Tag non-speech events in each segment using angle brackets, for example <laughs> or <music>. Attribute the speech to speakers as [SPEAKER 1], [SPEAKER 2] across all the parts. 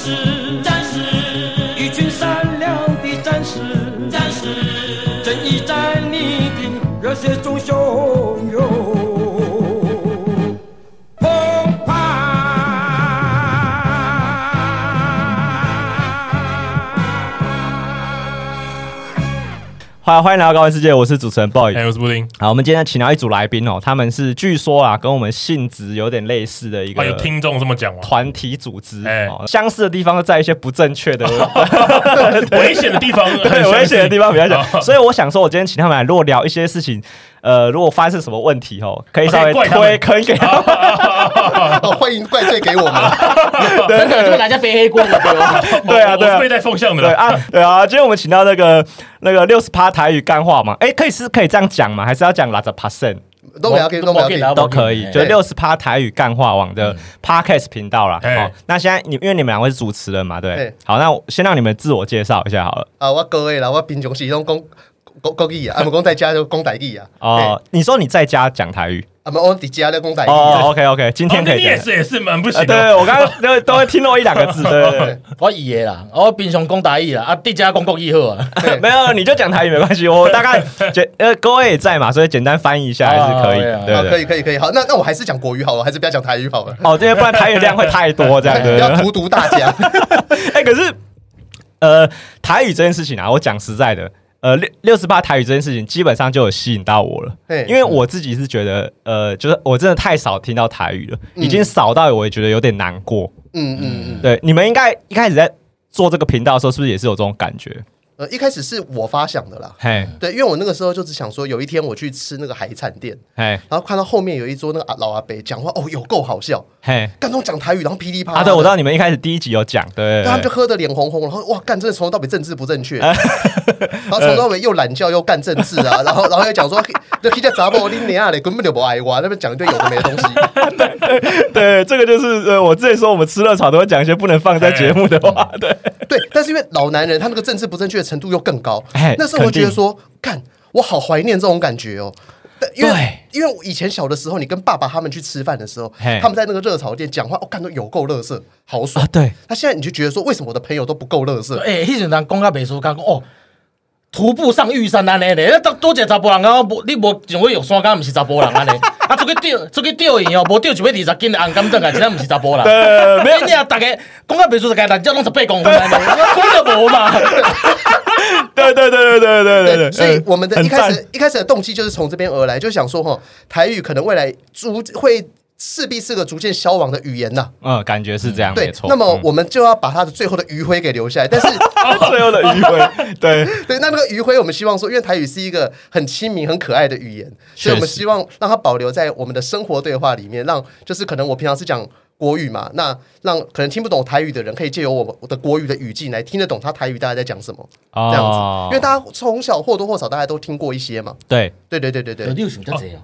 [SPEAKER 1] 士，战士，一群善良的战士，战士，正义在你的热血中汹涌澎湃。
[SPEAKER 2] 好，欢迎来到高玩世界，我是主持人 boy。
[SPEAKER 3] 哎、我是布丁，
[SPEAKER 2] 好，我们今天请到一组来宾哦，他们是据说啊，跟我们性质有点类似的一
[SPEAKER 3] 啊，有
[SPEAKER 2] 个
[SPEAKER 3] 听众这么
[SPEAKER 2] <laughs>
[SPEAKER 3] 讲吗？
[SPEAKER 2] 团体组织，
[SPEAKER 3] 哎
[SPEAKER 2] 哦相似的地方都在一些不正确的 <laughs>
[SPEAKER 3] 危险的地方，
[SPEAKER 2] 对危险的地方
[SPEAKER 3] 方，
[SPEAKER 2] 比较讲，
[SPEAKER 3] 哦
[SPEAKER 2] 所以我想说，我今天请他们来，如果聊一些事情，呃，如果发生什么问题哦，可以稍微
[SPEAKER 3] 我可以怪
[SPEAKER 2] 推坑
[SPEAKER 3] 他们啊
[SPEAKER 2] 给他们。
[SPEAKER 4] 哦， <laughs> 欢迎怪罪给我们。
[SPEAKER 5] 真的就拿下背黑 <laughs> 锅，你给我。
[SPEAKER 2] <laughs> <laughs> 对啊
[SPEAKER 3] 我
[SPEAKER 2] 对啊
[SPEAKER 3] 我是被带风向的
[SPEAKER 2] 对
[SPEAKER 3] 啦，
[SPEAKER 2] 啊，对啊，今天我们请到那个那个六十趴台语干话嘛，哎，可以是可以这样讲吗？还是要讲 l 着 percent？
[SPEAKER 4] 都聊天，都聊天。
[SPEAKER 2] 都可以，就
[SPEAKER 4] 对
[SPEAKER 2] 六十趴台语干话网
[SPEAKER 4] 嗯
[SPEAKER 2] 的 podcast 频道啦。
[SPEAKER 3] 哎
[SPEAKER 2] 哦，那现在你因为你们两位是主持人嘛，对
[SPEAKER 4] 对，
[SPEAKER 2] 好，那我先让你们自我介绍一下好了。
[SPEAKER 4] 啊，我各位啦，我平常时拢讲讲讲语啊，啊，毋讲在家就讲台语啊。
[SPEAKER 2] 哦，你说你在家讲台语？
[SPEAKER 4] 嘿，啊，毋我伫家咧讲台语。
[SPEAKER 2] 哦，OK OK，今
[SPEAKER 3] 哦
[SPEAKER 2] 天
[SPEAKER 3] 那
[SPEAKER 2] 可
[SPEAKER 3] 你
[SPEAKER 2] 以
[SPEAKER 3] 也
[SPEAKER 2] 讲。
[SPEAKER 3] 是也是蛮不
[SPEAKER 2] 呃
[SPEAKER 3] 行
[SPEAKER 2] 对，
[SPEAKER 3] 的，
[SPEAKER 2] 我刚刚都都会听到一两个字，对
[SPEAKER 4] <laughs>
[SPEAKER 2] 对对。
[SPEAKER 5] 我语言啦，我平常讲台语啦，啊，伫家讲国语好 <laughs> 啊。
[SPEAKER 4] 对
[SPEAKER 2] 没有，你就讲台语没关系，我大概简呃各位也在嘛，所以简单翻译一下还是可以
[SPEAKER 5] 哦
[SPEAKER 2] 的，对
[SPEAKER 4] 啊，
[SPEAKER 2] 对
[SPEAKER 4] 可
[SPEAKER 2] 对。
[SPEAKER 4] 以，可以，可以。好，那那我还是讲国语好了，还是不要讲台语好了。
[SPEAKER 2] 哦，对，不然台语量会太多这样
[SPEAKER 4] 不
[SPEAKER 2] 对
[SPEAKER 4] 要
[SPEAKER 2] 对
[SPEAKER 4] 荼毒大家。
[SPEAKER 2] 对。哎，可是呃台语这件事情啊，我讲实在的，呃六六十八台语这件事情基本上就有吸引到我了。
[SPEAKER 4] 嘿
[SPEAKER 2] <laughs> 因为我自己是觉得，呃，就是我真的太少听到台语了，已经少到我也觉得有点难过。
[SPEAKER 4] 嗯嗯嗯。
[SPEAKER 2] 对，你们应该一开始在做这个频道的时候，是不是也是有这种感觉？
[SPEAKER 4] 呃，一开始是我发想的啦。
[SPEAKER 2] 嘿，
[SPEAKER 4] 对，因为我那个时候就只想说，有一天我去吃那个海产店，
[SPEAKER 2] 嘿，
[SPEAKER 4] 然后看到后面有一桌那个阿老阿伯讲话，哦，有够好笑，
[SPEAKER 2] 嘿，
[SPEAKER 4] 干都讲台语，然后噼里啪啦
[SPEAKER 2] 啊，
[SPEAKER 4] 的。
[SPEAKER 2] 对，我知道你们一开始第一集有讲，对
[SPEAKER 4] 对，他们就喝得脸红红，然后哇，干，真的从头到尾政治不正确，
[SPEAKER 2] 哎
[SPEAKER 4] 然后从头到尾又懒觉又干政治
[SPEAKER 2] <laughs>
[SPEAKER 4] 啊，然后然后又讲说， <laughs> 那现在杂包你娘嘞，根本就不爱我，那边讲一堆有的没的
[SPEAKER 2] <laughs>
[SPEAKER 4] 东西，
[SPEAKER 2] 对
[SPEAKER 4] <laughs>
[SPEAKER 2] 对，这个就是呃，我之前说我们吃热炒都会讲一些不能放在节目的话，
[SPEAKER 4] 嗯
[SPEAKER 2] 对，
[SPEAKER 4] 对，但是因为老男人他那个政治不正确的程度又更高
[SPEAKER 2] 哎，
[SPEAKER 4] 那时候我觉
[SPEAKER 2] 肯定
[SPEAKER 4] 得说，干，我好怀念这种感觉哦。但因
[SPEAKER 2] 对
[SPEAKER 4] 为因为我以前小的时候，你跟爸爸他们去吃饭的时候
[SPEAKER 2] 嘿，啊
[SPEAKER 4] 他们在那个热炒店讲话，我、哦、干都有够乐色，好爽。
[SPEAKER 2] 对，
[SPEAKER 4] 那现在你就觉得说，为什么我的朋友都不够乐色？
[SPEAKER 5] 哎，迄阵人讲到袂输，讲讲哦，徒步上玉山安尼咧，那多多一个查甫人讲，无你无上尾玉山，敢毋是查甫人安尼？ <laughs> 啊，出去钓，出去钓鱼哦，无钓就要二十斤的红甘蔗啊，真正毋是查甫人。没 <laughs> 有你啊，大家讲到袂输，大家人家拢十八公分安尼， <laughs> 讲就无嘛。
[SPEAKER 2] 对对对对对对对，嗯
[SPEAKER 4] 对，所以我们的
[SPEAKER 2] 很
[SPEAKER 4] 一开
[SPEAKER 2] 赞
[SPEAKER 4] 始一开始的动机就是从这边而来，就想说哈，台语可能未来逐会势必是个逐渐消亡的语言呐、
[SPEAKER 2] 嗯，感觉是这样，没
[SPEAKER 4] 对
[SPEAKER 2] 错。，
[SPEAKER 4] 那么我们就要把它的最后的余晖给留下来。但是，
[SPEAKER 2] 嗯 <laughs> 最后的余晖， <laughs> 对，
[SPEAKER 4] 对，那那个余晖，我们希望说，因为台语是一个很亲民、很可爱的语言，所以我们
[SPEAKER 2] 确实
[SPEAKER 4] 希望让它保留在我们的生活对话里面，让就是可能我平常是讲。国语嘛，那让可能听不懂台语的人，可以借由我们我的国语的语境来听得懂他台语大家在讲什么，这样子，因为大家从小或多或少大家都听过一些嘛，
[SPEAKER 2] 哦对，
[SPEAKER 4] 对对对对对，
[SPEAKER 5] 你有想遮济哦？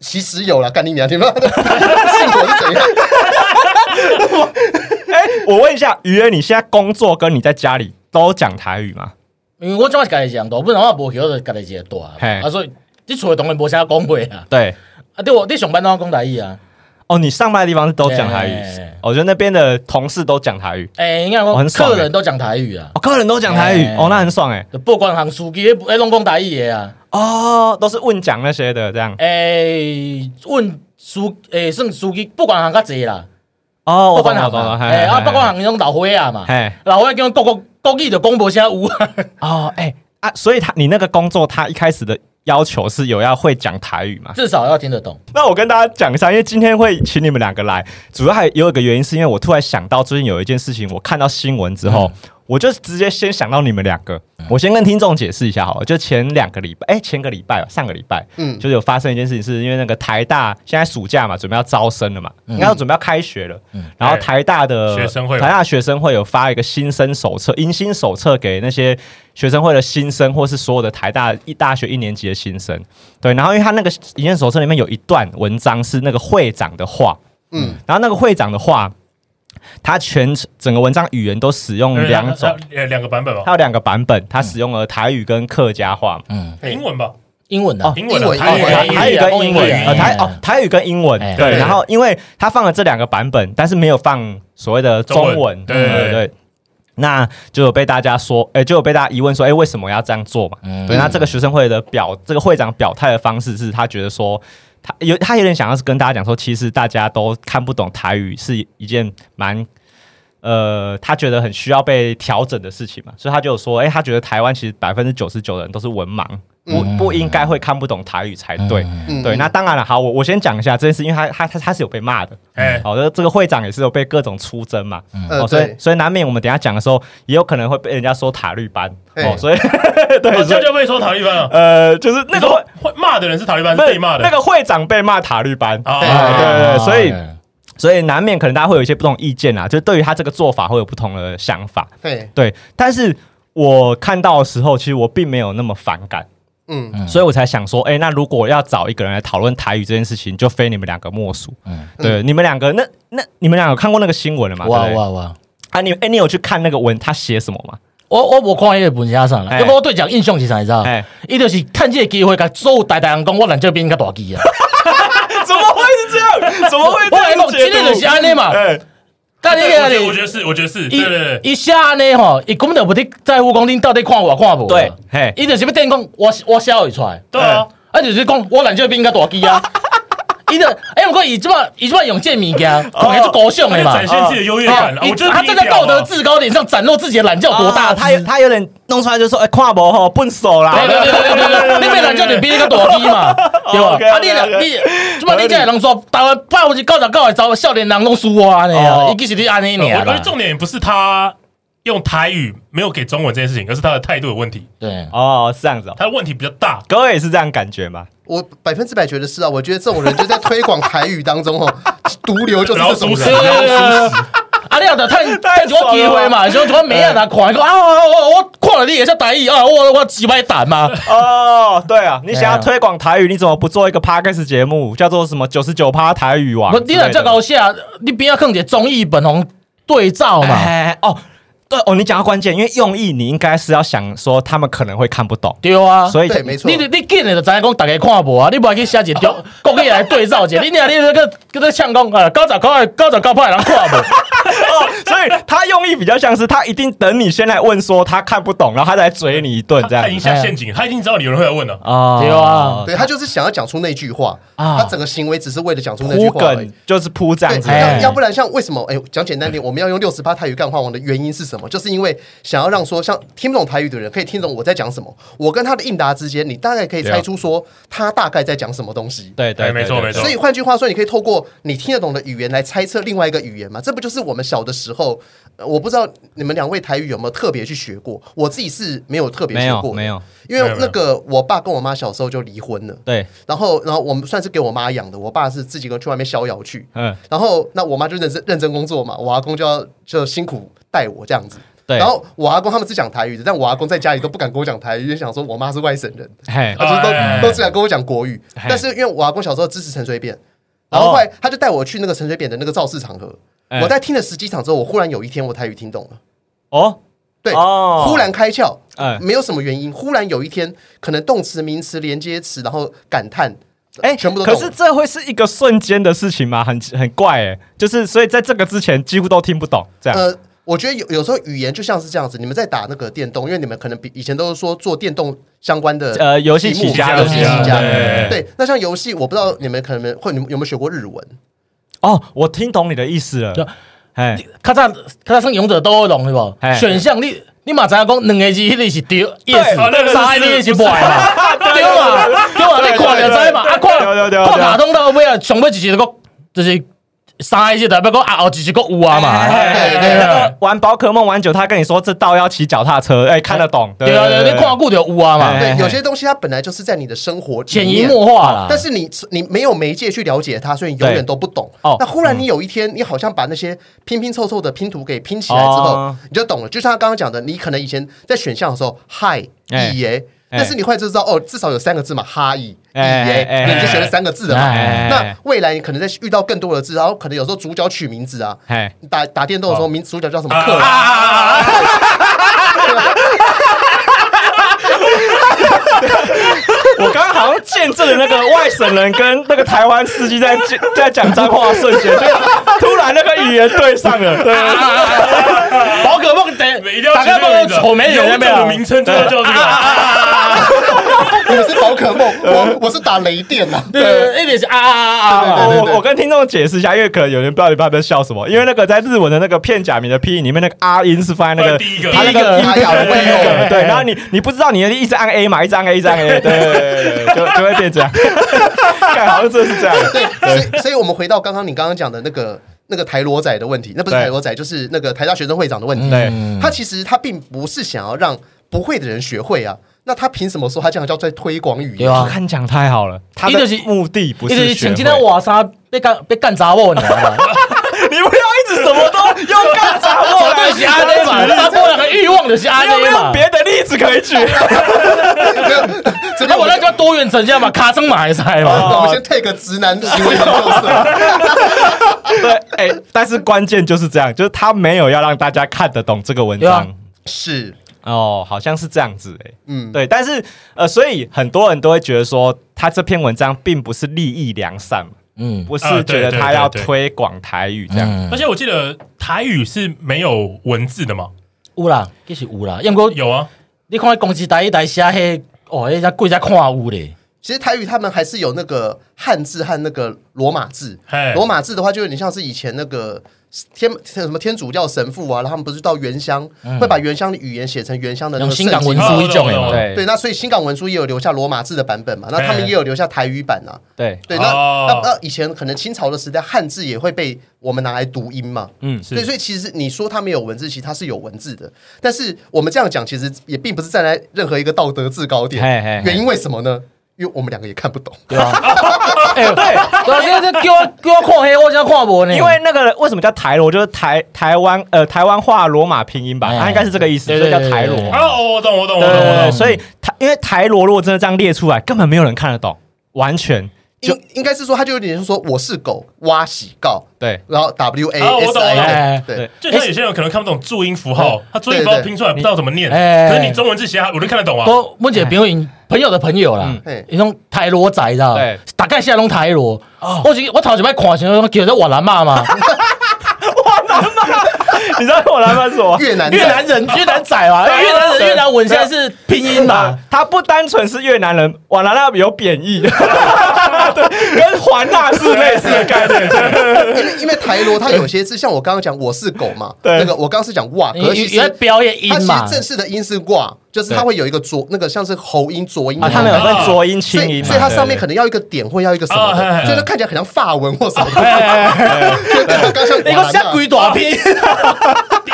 [SPEAKER 4] 其实有了，干你娘！
[SPEAKER 2] <laughs>
[SPEAKER 4] 你妈的，信我是怎样？
[SPEAKER 2] 哎，我问一下，于恩，你现在工作跟你在家里都讲台语吗？
[SPEAKER 5] 因为我即马是家己一个人住，本来我也无晓得家己一个住啊，
[SPEAKER 2] 嘿
[SPEAKER 5] 啊所以你厝诶当然无啥讲话啊。
[SPEAKER 2] 对，
[SPEAKER 5] 啊，对我你上班拢讲台语啊？
[SPEAKER 2] 哦，你上班的地方是都讲台语
[SPEAKER 5] 哎哎哎，
[SPEAKER 2] 我觉得那边的同事都讲台语，
[SPEAKER 5] 诶、应该
[SPEAKER 2] 哦
[SPEAKER 5] 讲
[SPEAKER 2] 很爽
[SPEAKER 5] 客人都讲台语啊，
[SPEAKER 2] 哦，客人都讲台语
[SPEAKER 5] 哎，
[SPEAKER 2] 哦，那很爽哎，
[SPEAKER 5] 就报关行司机迄拢讲台语诶啊。
[SPEAKER 2] 哦，都是问讲那些的这样，
[SPEAKER 5] 诶、阮司诶算司机报关行较济啦，
[SPEAKER 2] 哦，
[SPEAKER 5] 报
[SPEAKER 2] 我懂
[SPEAKER 5] 关
[SPEAKER 2] 了，
[SPEAKER 5] 行
[SPEAKER 2] 懂了，
[SPEAKER 5] 嘛，
[SPEAKER 2] 嘿
[SPEAKER 5] 诶、啊
[SPEAKER 2] 嘿
[SPEAKER 5] 报关行迄种老伙仔啊嘛，
[SPEAKER 2] 嘿，
[SPEAKER 5] 老伙仔叫国国国语就讲无啥有啊。
[SPEAKER 2] 哦，哎啊，所以他你那个工作，他一开始的要求是有要会讲台语嘛？
[SPEAKER 5] <laughs> 至少要听得懂。
[SPEAKER 2] 那我跟大家讲一下，因为今天会请你们两个来，主要还有一个原因是因为我突然想到最近有一件事情，我看到新闻之后，
[SPEAKER 3] 嗯
[SPEAKER 2] 我就直接先想到你们两个。我先跟听众解释一下好了，就前两个礼拜，哎、前个礼拜吧，上个礼拜，嗯，
[SPEAKER 4] 嗯
[SPEAKER 2] 就是有发生一件事情，是因为那个台大现在暑假嘛，准备要招生了嘛，应该要准备要开学了，然后台大的
[SPEAKER 3] 嗯哎学生会
[SPEAKER 2] 台大学生会有发一个新生手册，迎新手册给那些学生会的新生，或是所有的台大一大学一年级的新生。对，然后因为他那个迎新手册里面有一段文章是那个会长的话，嗯
[SPEAKER 4] 嗯，
[SPEAKER 2] 然后那个会长的话，他全整个文章语言都使用两种，
[SPEAKER 3] 呃，两个版本吧，
[SPEAKER 2] 他有两个版本，他使用了台语跟客家话嘛。
[SPEAKER 3] 英文吧，
[SPEAKER 5] 英文的
[SPEAKER 2] 哦
[SPEAKER 3] 英文
[SPEAKER 4] 英
[SPEAKER 3] 啊、
[SPEAKER 4] 文
[SPEAKER 3] 台语
[SPEAKER 4] 英
[SPEAKER 3] 啊、
[SPEAKER 4] 文
[SPEAKER 2] 台语跟英文，呃，
[SPEAKER 5] 哎
[SPEAKER 2] 台哦台语跟英文
[SPEAKER 5] 哎，
[SPEAKER 2] 对。
[SPEAKER 3] 对
[SPEAKER 2] 然后因为他放了这两个版本，但是没有放所谓的中
[SPEAKER 3] 中
[SPEAKER 2] 文，
[SPEAKER 3] 文
[SPEAKER 2] 对对
[SPEAKER 3] 对
[SPEAKER 2] 对。那就有被大家说，哎，就有被大家疑问说，哎，为什么要这样做嘛？对，那这个学生会的表，这个会长表态的方式是他觉得说，他有他有点想要是跟大家讲说，其实大家都看不懂台语是一件蛮。呃，他觉得很需要被调整的事情嘛，所以他就有说，哎、他觉得台湾其实百分之九十九的人都是文盲，不、不应该会看不懂台语才对。
[SPEAKER 4] 嗯
[SPEAKER 2] 对，那当然了，好，我我先讲一下这件事，因为他他他他是有被骂的，
[SPEAKER 3] 哎，
[SPEAKER 2] 好的，这个会长也是有被各种出征嘛，
[SPEAKER 4] 呃
[SPEAKER 2] 哦，所以
[SPEAKER 4] 对，
[SPEAKER 2] 所以难免我们等一下讲的时候，也有可能会被人家说塔绿班，哦，
[SPEAKER 4] 哎
[SPEAKER 2] 所以 <laughs> 对，
[SPEAKER 3] 哦
[SPEAKER 2] 所
[SPEAKER 3] 这
[SPEAKER 2] 以
[SPEAKER 3] 就被说塔利班了。
[SPEAKER 2] 呃，就是那
[SPEAKER 3] 那
[SPEAKER 2] 个
[SPEAKER 3] 个
[SPEAKER 2] 会
[SPEAKER 3] 会骂的人是塔利班，是
[SPEAKER 2] 那
[SPEAKER 3] 被骂的
[SPEAKER 2] 那个会长被骂塔绿班，
[SPEAKER 3] 啊
[SPEAKER 2] 哎对
[SPEAKER 3] 啊，
[SPEAKER 2] 对对，所以所以难免可能大家会有一些不同意见啦，就对于他这个做法会有不同的想法，
[SPEAKER 4] 对，
[SPEAKER 2] 对，但是我看到的时候，其实我并没有那么反感。
[SPEAKER 4] 嗯，
[SPEAKER 2] 所以我才想说，哎、那如果要找一个人来讨论台语这件事情，就非你们两个莫属。
[SPEAKER 5] 嗯
[SPEAKER 2] 对，你们两个，那那你们两个有看过那个新闻了吗？
[SPEAKER 5] 哇
[SPEAKER 2] 对不对
[SPEAKER 5] 哇哇！
[SPEAKER 2] 啊，你哎、你有去看那个文他写什么吗？
[SPEAKER 5] 我我无看迄个文写啥
[SPEAKER 2] 哎
[SPEAKER 5] 啦，要不我对讲印象是啥，你知道
[SPEAKER 2] 哎？
[SPEAKER 5] 伊就是趁这个机会，甲所有台大人讲，我咱这边较大机
[SPEAKER 2] <laughs>
[SPEAKER 5] 啊！
[SPEAKER 2] 怎么会是这样？怎么会
[SPEAKER 5] 我来讲，真的就是安尼嘛。但你
[SPEAKER 3] 我
[SPEAKER 5] 个
[SPEAKER 3] 觉得我觉得是，我觉得是，对对对，
[SPEAKER 5] 伊伊写安尼吼，伊根本就不伫在乎讲恁到底看我看无。啊
[SPEAKER 2] 对嘿
[SPEAKER 5] 伊就是要等于讲我我写会出来，
[SPEAKER 3] 对啊，
[SPEAKER 5] 啊就是讲我咱这边较大机
[SPEAKER 3] <laughs>
[SPEAKER 5] 啊。伊就哎，不过伊即马伊即马用这物件，
[SPEAKER 3] 哦
[SPEAKER 5] 看起来就高尚
[SPEAKER 3] 他
[SPEAKER 5] 的
[SPEAKER 3] 就
[SPEAKER 5] 嘛。
[SPEAKER 3] 哦展现自己的优越
[SPEAKER 5] 啊
[SPEAKER 3] 感
[SPEAKER 2] 哦
[SPEAKER 3] 了。
[SPEAKER 5] 你
[SPEAKER 3] 哦我觉得
[SPEAKER 5] 他
[SPEAKER 3] 比你
[SPEAKER 5] 站在
[SPEAKER 3] 屌
[SPEAKER 5] 道德
[SPEAKER 3] 嘛
[SPEAKER 5] 制高点上展露自己的懒觉有多大
[SPEAKER 2] 啊
[SPEAKER 3] 哦
[SPEAKER 5] 只，
[SPEAKER 2] 他有他有点弄出来就说，哎、跨博吼笨手啦。
[SPEAKER 5] 对对对对对
[SPEAKER 3] 哦
[SPEAKER 5] 对，你被人叫你比一个大鸡
[SPEAKER 3] <laughs>
[SPEAKER 5] 嘛，对吧？
[SPEAKER 2] OK，OK，OK
[SPEAKER 5] 啊，你啦你，即
[SPEAKER 3] 哦
[SPEAKER 5] 摆你这人说台湾百分之九十九的查少年人拢输我安尼啊
[SPEAKER 2] 哦，
[SPEAKER 5] 伊其实你安尼
[SPEAKER 3] 我
[SPEAKER 5] 尔
[SPEAKER 3] 觉得
[SPEAKER 5] 啦。
[SPEAKER 3] 重点不是他用台语没有给中文这件事情，而是他的态度有问题，
[SPEAKER 5] 对，
[SPEAKER 2] 哦，是这样子哦。
[SPEAKER 3] 他的问题比较大。
[SPEAKER 2] 各位也是这样感觉
[SPEAKER 5] <laughs>
[SPEAKER 2] 吗？
[SPEAKER 4] 我百分之百觉得是啊，我觉得这种人就在推广台语当中哦，毒瘤就是这种
[SPEAKER 5] <laughs>
[SPEAKER 3] 老鼠屎。
[SPEAKER 4] 人
[SPEAKER 5] 对对对对对。啊，你有得趁趁一个机会嘛，就我妹啊，来看，讲啊，我我看了你也是台语啊，我我几百胆嘛，
[SPEAKER 2] 哦，对啊，你想
[SPEAKER 5] 哎
[SPEAKER 2] 要推广台语，你怎么不做一个 podcast 节目，叫做什么九十九趴台语王
[SPEAKER 5] 不
[SPEAKER 2] 之类的？
[SPEAKER 5] 你若这搞下，你边要看一个综艺本红对照嘛，
[SPEAKER 2] 哎哦，对哦，你讲到关键，因为用意你应该是要想说他们可能会看不懂，
[SPEAKER 5] 对啊，
[SPEAKER 2] 所以
[SPEAKER 4] 对，没错
[SPEAKER 5] 你。你紧的就知影讲大家看无啊，你无爱去写一条国语来对照者，你俩你那个叫做呛讲啊，九十块九十九块人看无，
[SPEAKER 2] <laughs> 哦，所以他用意比较像是他一定等你先来问说他看不懂，然后他再嘴你一顿
[SPEAKER 3] 他
[SPEAKER 2] 这样
[SPEAKER 3] 他已经下陷阱，他已经知道有人会来问了。
[SPEAKER 2] 啊
[SPEAKER 5] 对啊
[SPEAKER 4] 对他就是想要讲出那句话，
[SPEAKER 5] 啊
[SPEAKER 4] 他整个行为只是为了讲出那句
[SPEAKER 2] 铺
[SPEAKER 4] 话而已
[SPEAKER 2] 梗。就是铺这样子
[SPEAKER 4] 对，
[SPEAKER 5] 哎
[SPEAKER 4] 要要不然像为什么？哎，讲简单点，我们要用六十八台语干话王的原因是什么？就是因为想要让说像听不懂台语的人可以听懂我在讲什么。我跟他的应答之间，你大概可以猜出说
[SPEAKER 2] 啊
[SPEAKER 4] 他大概在讲什么东西。
[SPEAKER 2] 对对，
[SPEAKER 3] 哎没错
[SPEAKER 2] 对
[SPEAKER 3] 没错
[SPEAKER 4] 所以换句话说，你可以透过你听得懂的语言来猜测另外一个语言嘛？这不就是我们小的时候？呃我不知道你们两位台语有没有特别去学过？我自己是没有特别
[SPEAKER 2] 没
[SPEAKER 4] 学
[SPEAKER 2] 有
[SPEAKER 4] 过，
[SPEAKER 2] 没有，
[SPEAKER 3] 没
[SPEAKER 4] 因为
[SPEAKER 3] 有没
[SPEAKER 4] 那
[SPEAKER 3] 有
[SPEAKER 4] 个我爸跟我妈小时候就离婚了，
[SPEAKER 2] 对，
[SPEAKER 4] 然后然后我们算是给我妈养的，我爸是自己一个人去外面逍遥去，
[SPEAKER 2] 嗯，
[SPEAKER 4] 然后那我妈就认真认真工作嘛，我阿公就要就辛苦带我这样子。
[SPEAKER 2] 对
[SPEAKER 4] 然后我阿公他们是讲台语的，但我阿公在家里都不敢跟我讲台语，就想说我妈是外省人，
[SPEAKER 2] 嘿，
[SPEAKER 4] 他啊就是都、
[SPEAKER 3] 哎
[SPEAKER 4] 都只敢跟我讲国语。
[SPEAKER 2] 哎
[SPEAKER 4] 但是因为我阿公小时候支持陈水扁，然后后来他就带我去那个陈水扁的那个造势场合。
[SPEAKER 2] 哦哎
[SPEAKER 4] 我在听了十几场之后，我忽然有一天我台语听懂了，
[SPEAKER 2] 哦，
[SPEAKER 4] 对，
[SPEAKER 2] 哦
[SPEAKER 4] 忽然开窍，
[SPEAKER 2] 哎
[SPEAKER 4] 没有什么原因，忽然有一天可能动词、名词、连接词，然后感叹，
[SPEAKER 2] 哎，
[SPEAKER 4] 全部都
[SPEAKER 2] 可
[SPEAKER 4] 懂
[SPEAKER 2] 是这会是一个瞬间的事情吗？很很怪哎，就是所以在这个之前几乎都听不懂这样，
[SPEAKER 4] 呃，我觉得有有时候语言就像是这样子，你们在打那个电动，因为你们可能比以前都是说做电动相关的
[SPEAKER 2] 呃游戏
[SPEAKER 4] 题目
[SPEAKER 2] 起家
[SPEAKER 4] 游
[SPEAKER 2] 的哎
[SPEAKER 4] 戏
[SPEAKER 3] 起家
[SPEAKER 4] 起家。
[SPEAKER 3] 对对对
[SPEAKER 4] 对，那像游戏，我不知道你们可能会你们有没有学过日文？
[SPEAKER 2] 哦，我听懂你的意思了
[SPEAKER 5] 就，
[SPEAKER 2] 哎，
[SPEAKER 5] 较早较早算勇者斗恶龙对无
[SPEAKER 2] 嘿？
[SPEAKER 5] 选项你你嘛知影讲两个字迄个是对
[SPEAKER 3] 哦那个
[SPEAKER 5] ，yes，
[SPEAKER 3] 是
[SPEAKER 5] 三个字是歪嘛，对嘛对嘛，
[SPEAKER 2] 对
[SPEAKER 5] 你看就知嘛，啊看
[SPEAKER 2] 对对对对
[SPEAKER 5] 看卡通到尾啊，上尾就是个就是三个字代表讲啊后就是个有啊嘛。
[SPEAKER 2] 哎
[SPEAKER 4] 对
[SPEAKER 2] 哎
[SPEAKER 4] 对
[SPEAKER 2] 那个玩宝可梦玩久，他跟你说这道要骑脚踏车，哎，看得懂，
[SPEAKER 5] 对啊，对啊，你看久就有啊嘛，
[SPEAKER 2] 哎
[SPEAKER 4] 对，有些东西它本来就是在你的生活里
[SPEAKER 5] 潜移
[SPEAKER 4] 面
[SPEAKER 5] 默化啦。
[SPEAKER 4] 但是你你没有媒介去了解它，所以你永
[SPEAKER 2] 对
[SPEAKER 4] 远都不懂。
[SPEAKER 2] 哦
[SPEAKER 4] 那忽然你有一天，你好像把那些拼拼凑凑的拼图给拼起来之
[SPEAKER 2] 哦
[SPEAKER 4] 后，你就懂了。就像他刚刚讲的，你可能以前在选项的时候，嗨、
[SPEAKER 2] 哎
[SPEAKER 4] 以耶，
[SPEAKER 2] 哎
[SPEAKER 4] 但是你后来就知道哦，至少有三个字嘛，哈以、以
[SPEAKER 2] 哎
[SPEAKER 4] 耶，
[SPEAKER 2] 哎
[SPEAKER 4] 你就学了三个字了嘛
[SPEAKER 5] 哎哎
[SPEAKER 2] 哎。
[SPEAKER 4] 那未来你可能在遇到更多的字，然后可能有时候主角取名字啊，
[SPEAKER 2] 哎，
[SPEAKER 4] 你打打电动的时候，名主角叫什么
[SPEAKER 3] 啊
[SPEAKER 4] 克
[SPEAKER 3] 啊
[SPEAKER 4] 拉，
[SPEAKER 3] 啊啊啊！
[SPEAKER 2] 我刚刚好像见证了那个外省人跟那个台湾司机在在讲脏话的瞬间，就突然那个语言对上了，对，
[SPEAKER 5] 宝可梦得
[SPEAKER 3] 一定要
[SPEAKER 5] 打开
[SPEAKER 3] 取这个名
[SPEAKER 5] 梦
[SPEAKER 3] 字
[SPEAKER 5] 丑没有
[SPEAKER 3] 有
[SPEAKER 5] 没
[SPEAKER 3] 这
[SPEAKER 5] 有啊
[SPEAKER 3] 个名称就要叫这个，
[SPEAKER 4] 你们是宝可梦，我我是打雷电呐、
[SPEAKER 5] 对对对，一点是啊啊啊啊啊！
[SPEAKER 2] 我我我跟听众解释一下，因为可能有人不知道你爸在笑什么，因为那个在日文的那个片假名的拼音里面，那个 R 音是放在那个
[SPEAKER 3] 第一个
[SPEAKER 2] 它那个
[SPEAKER 5] 第一
[SPEAKER 4] 个
[SPEAKER 2] 音
[SPEAKER 4] 第一个
[SPEAKER 2] 对，然后你你不知道，你一直按 A 嘛，一直按 A，一直按 A，对对对，就就会变这样，感好像真的是这样，
[SPEAKER 4] 所以，所以我们回到刚刚你刚刚讲的那个那个台罗仔的问题，那不是
[SPEAKER 2] 对
[SPEAKER 4] 台罗仔，就是那个台大学生会长的问题。
[SPEAKER 2] 对
[SPEAKER 5] 嗯
[SPEAKER 4] 他其实他并不是想要让不会的人学会啊，那他凭什么说他这样叫做推广语
[SPEAKER 5] 对
[SPEAKER 4] 言？
[SPEAKER 2] 我
[SPEAKER 5] 啊，
[SPEAKER 2] 看讲太好了，他
[SPEAKER 5] 他
[SPEAKER 2] 的
[SPEAKER 5] 就是
[SPEAKER 2] 目的不
[SPEAKER 5] 一
[SPEAKER 2] 是
[SPEAKER 5] 直
[SPEAKER 2] 学
[SPEAKER 5] 请
[SPEAKER 2] 会，
[SPEAKER 5] 今天瓦沙被干被干砸
[SPEAKER 2] <laughs>
[SPEAKER 5] 我，你知道吗？
[SPEAKER 2] 你不要一直什么都要干砸我
[SPEAKER 5] 绝
[SPEAKER 2] 来
[SPEAKER 5] 对是阿爹嘛，砸波人的欲望就是阿
[SPEAKER 2] 你有没
[SPEAKER 5] 爹
[SPEAKER 2] 有
[SPEAKER 5] 嘛。
[SPEAKER 2] 别的例子可以举？
[SPEAKER 4] <laughs> 这边
[SPEAKER 5] 啊那
[SPEAKER 4] 我
[SPEAKER 5] <laughs> 我那
[SPEAKER 4] 们
[SPEAKER 5] 就要多元成家嘛，卡声嘛还是还
[SPEAKER 2] 哦
[SPEAKER 5] 嘛。
[SPEAKER 4] 我们先 take 个直男行为研究
[SPEAKER 5] <laughs>
[SPEAKER 4] 生，
[SPEAKER 2] <laughs> <laughs> 对，哎、但是关键就是这样，就是他没有要让大家看得懂这个文章。
[SPEAKER 5] 对啊
[SPEAKER 4] 是
[SPEAKER 2] 哦，好像是这样子哎、
[SPEAKER 4] 嗯，
[SPEAKER 2] 对，但是呃，所以很多人都会觉得说，他这篇文章并不是利益良善，
[SPEAKER 5] 嗯，
[SPEAKER 2] 不是
[SPEAKER 3] 啊对
[SPEAKER 2] 觉得
[SPEAKER 3] 对
[SPEAKER 2] 他
[SPEAKER 3] 对
[SPEAKER 2] 要
[SPEAKER 3] 对
[SPEAKER 2] 推广台语这样。
[SPEAKER 5] 嗯
[SPEAKER 3] 而且我记得台语是没有文字的嘛，
[SPEAKER 5] 有啦，其实有啦，因为我
[SPEAKER 3] 有啊，
[SPEAKER 5] 你看公司台一台写迄，哦，迄只贵只看有咧，
[SPEAKER 4] 其实台语他们还是有那个汉字和那个罗马字
[SPEAKER 3] 嘿。
[SPEAKER 4] 罗马字的话，就有点像是以前那个天什么天主教神父啊，然后他们不是到原乡、会把原乡的语言写成原乡的那
[SPEAKER 5] 嗯用
[SPEAKER 4] 个
[SPEAKER 5] 新港文
[SPEAKER 4] 圣经
[SPEAKER 5] 书一种诶
[SPEAKER 3] 哦
[SPEAKER 4] <laughs>
[SPEAKER 5] 嘛。
[SPEAKER 2] 对
[SPEAKER 4] 对，那所以新港文书也有留下罗马字的版本嘛，那他们
[SPEAKER 3] 嘿
[SPEAKER 4] 也有留下台语版啊。
[SPEAKER 2] <laughs> 对，
[SPEAKER 4] 对，那、
[SPEAKER 3] 哦
[SPEAKER 4] 那那以前可能清朝的时代，汉字也会被我们拿来读音嘛。
[SPEAKER 2] 嗯，
[SPEAKER 3] 是
[SPEAKER 4] 对，所以其实你说它没有文字，其实它是有文字的。但是我们这样讲，其实也并不是站在任何一个道德制高点。
[SPEAKER 2] 嘿嘿嘿
[SPEAKER 4] 原因为什么呢？因为我们两个也看不懂。
[SPEAKER 5] 对吧？哎，对，对啊，你这叫我叫我看迄，我真看无呢。
[SPEAKER 2] 因为那个为什么叫台罗，就是台台湾呃台湾话罗马拼音吧，
[SPEAKER 5] 哎
[SPEAKER 2] 它应该是这个意思，
[SPEAKER 5] 对
[SPEAKER 2] 所以
[SPEAKER 5] 对
[SPEAKER 2] 叫
[SPEAKER 5] 对
[SPEAKER 2] 台
[SPEAKER 5] 对
[SPEAKER 2] 罗。
[SPEAKER 5] 对
[SPEAKER 3] 啊，哦我懂，我懂，我
[SPEAKER 2] 对
[SPEAKER 3] 懂，
[SPEAKER 2] 对
[SPEAKER 3] 我
[SPEAKER 2] 对，
[SPEAKER 3] 懂，
[SPEAKER 2] 所以台因为台罗如果真的这样列出来，根本没有人看得懂，完全就
[SPEAKER 4] 应应该是说，它就有点像说我是狗，挖喜告，
[SPEAKER 2] 对。
[SPEAKER 4] 然后 W A
[SPEAKER 3] 啊我
[SPEAKER 4] S
[SPEAKER 3] 懂我懂
[SPEAKER 4] I
[SPEAKER 5] 哎
[SPEAKER 4] N，对
[SPEAKER 2] 对，
[SPEAKER 3] 就像有些人可能看不懂注音符号，他注音符
[SPEAKER 4] 对
[SPEAKER 3] 号
[SPEAKER 4] 对
[SPEAKER 3] 拼出来不知道怎么念，
[SPEAKER 5] 哎
[SPEAKER 3] 可是你中文字写好，我都看得懂啊。
[SPEAKER 5] 我阮一个朋友因朋友的朋友啦
[SPEAKER 2] 嗯，
[SPEAKER 4] 嘿
[SPEAKER 5] 伊种台罗仔你知道吗
[SPEAKER 2] 对，
[SPEAKER 5] 大概现在拢台罗。我是我头一摆看的时候，叫做越南骂嘛，
[SPEAKER 2] <laughs> 你知道我来问什么？
[SPEAKER 4] 越南
[SPEAKER 5] 越南人越南仔 <laughs> 嘛，因为越南人越南文现在是拼音嘛
[SPEAKER 2] 啊。，他不单纯是越南人，瓦拉那有贬
[SPEAKER 4] <laughs>
[SPEAKER 2] 义，对，跟环纳是类似的概念。
[SPEAKER 4] 因为因为台罗它有些字，像我刚刚讲我是狗嘛，
[SPEAKER 2] 对
[SPEAKER 4] 那个我刚刚是讲哇，
[SPEAKER 5] 你
[SPEAKER 4] 啊可是
[SPEAKER 5] 你
[SPEAKER 4] 其
[SPEAKER 5] 你在
[SPEAKER 4] 实
[SPEAKER 5] 表演
[SPEAKER 4] 它
[SPEAKER 5] 音
[SPEAKER 4] 其
[SPEAKER 5] 嘛
[SPEAKER 4] 实？正式的音是挂，就是它会有一个浊那个像是喉音浊音
[SPEAKER 2] 啊，他们有
[SPEAKER 4] 所
[SPEAKER 2] 分浊音、轻
[SPEAKER 4] 以
[SPEAKER 2] 音嘛，
[SPEAKER 4] 所以它上面
[SPEAKER 2] 对
[SPEAKER 4] 可能要一个点或要一个什么
[SPEAKER 3] 啊嘿
[SPEAKER 4] 的，
[SPEAKER 3] 嘿
[SPEAKER 4] 所以它看起来很像法文或什么
[SPEAKER 5] 哎
[SPEAKER 4] 的。
[SPEAKER 5] 哎哎哎
[SPEAKER 4] 就跟它刚像
[SPEAKER 5] 你个下
[SPEAKER 4] 鬼
[SPEAKER 5] 鬼大片，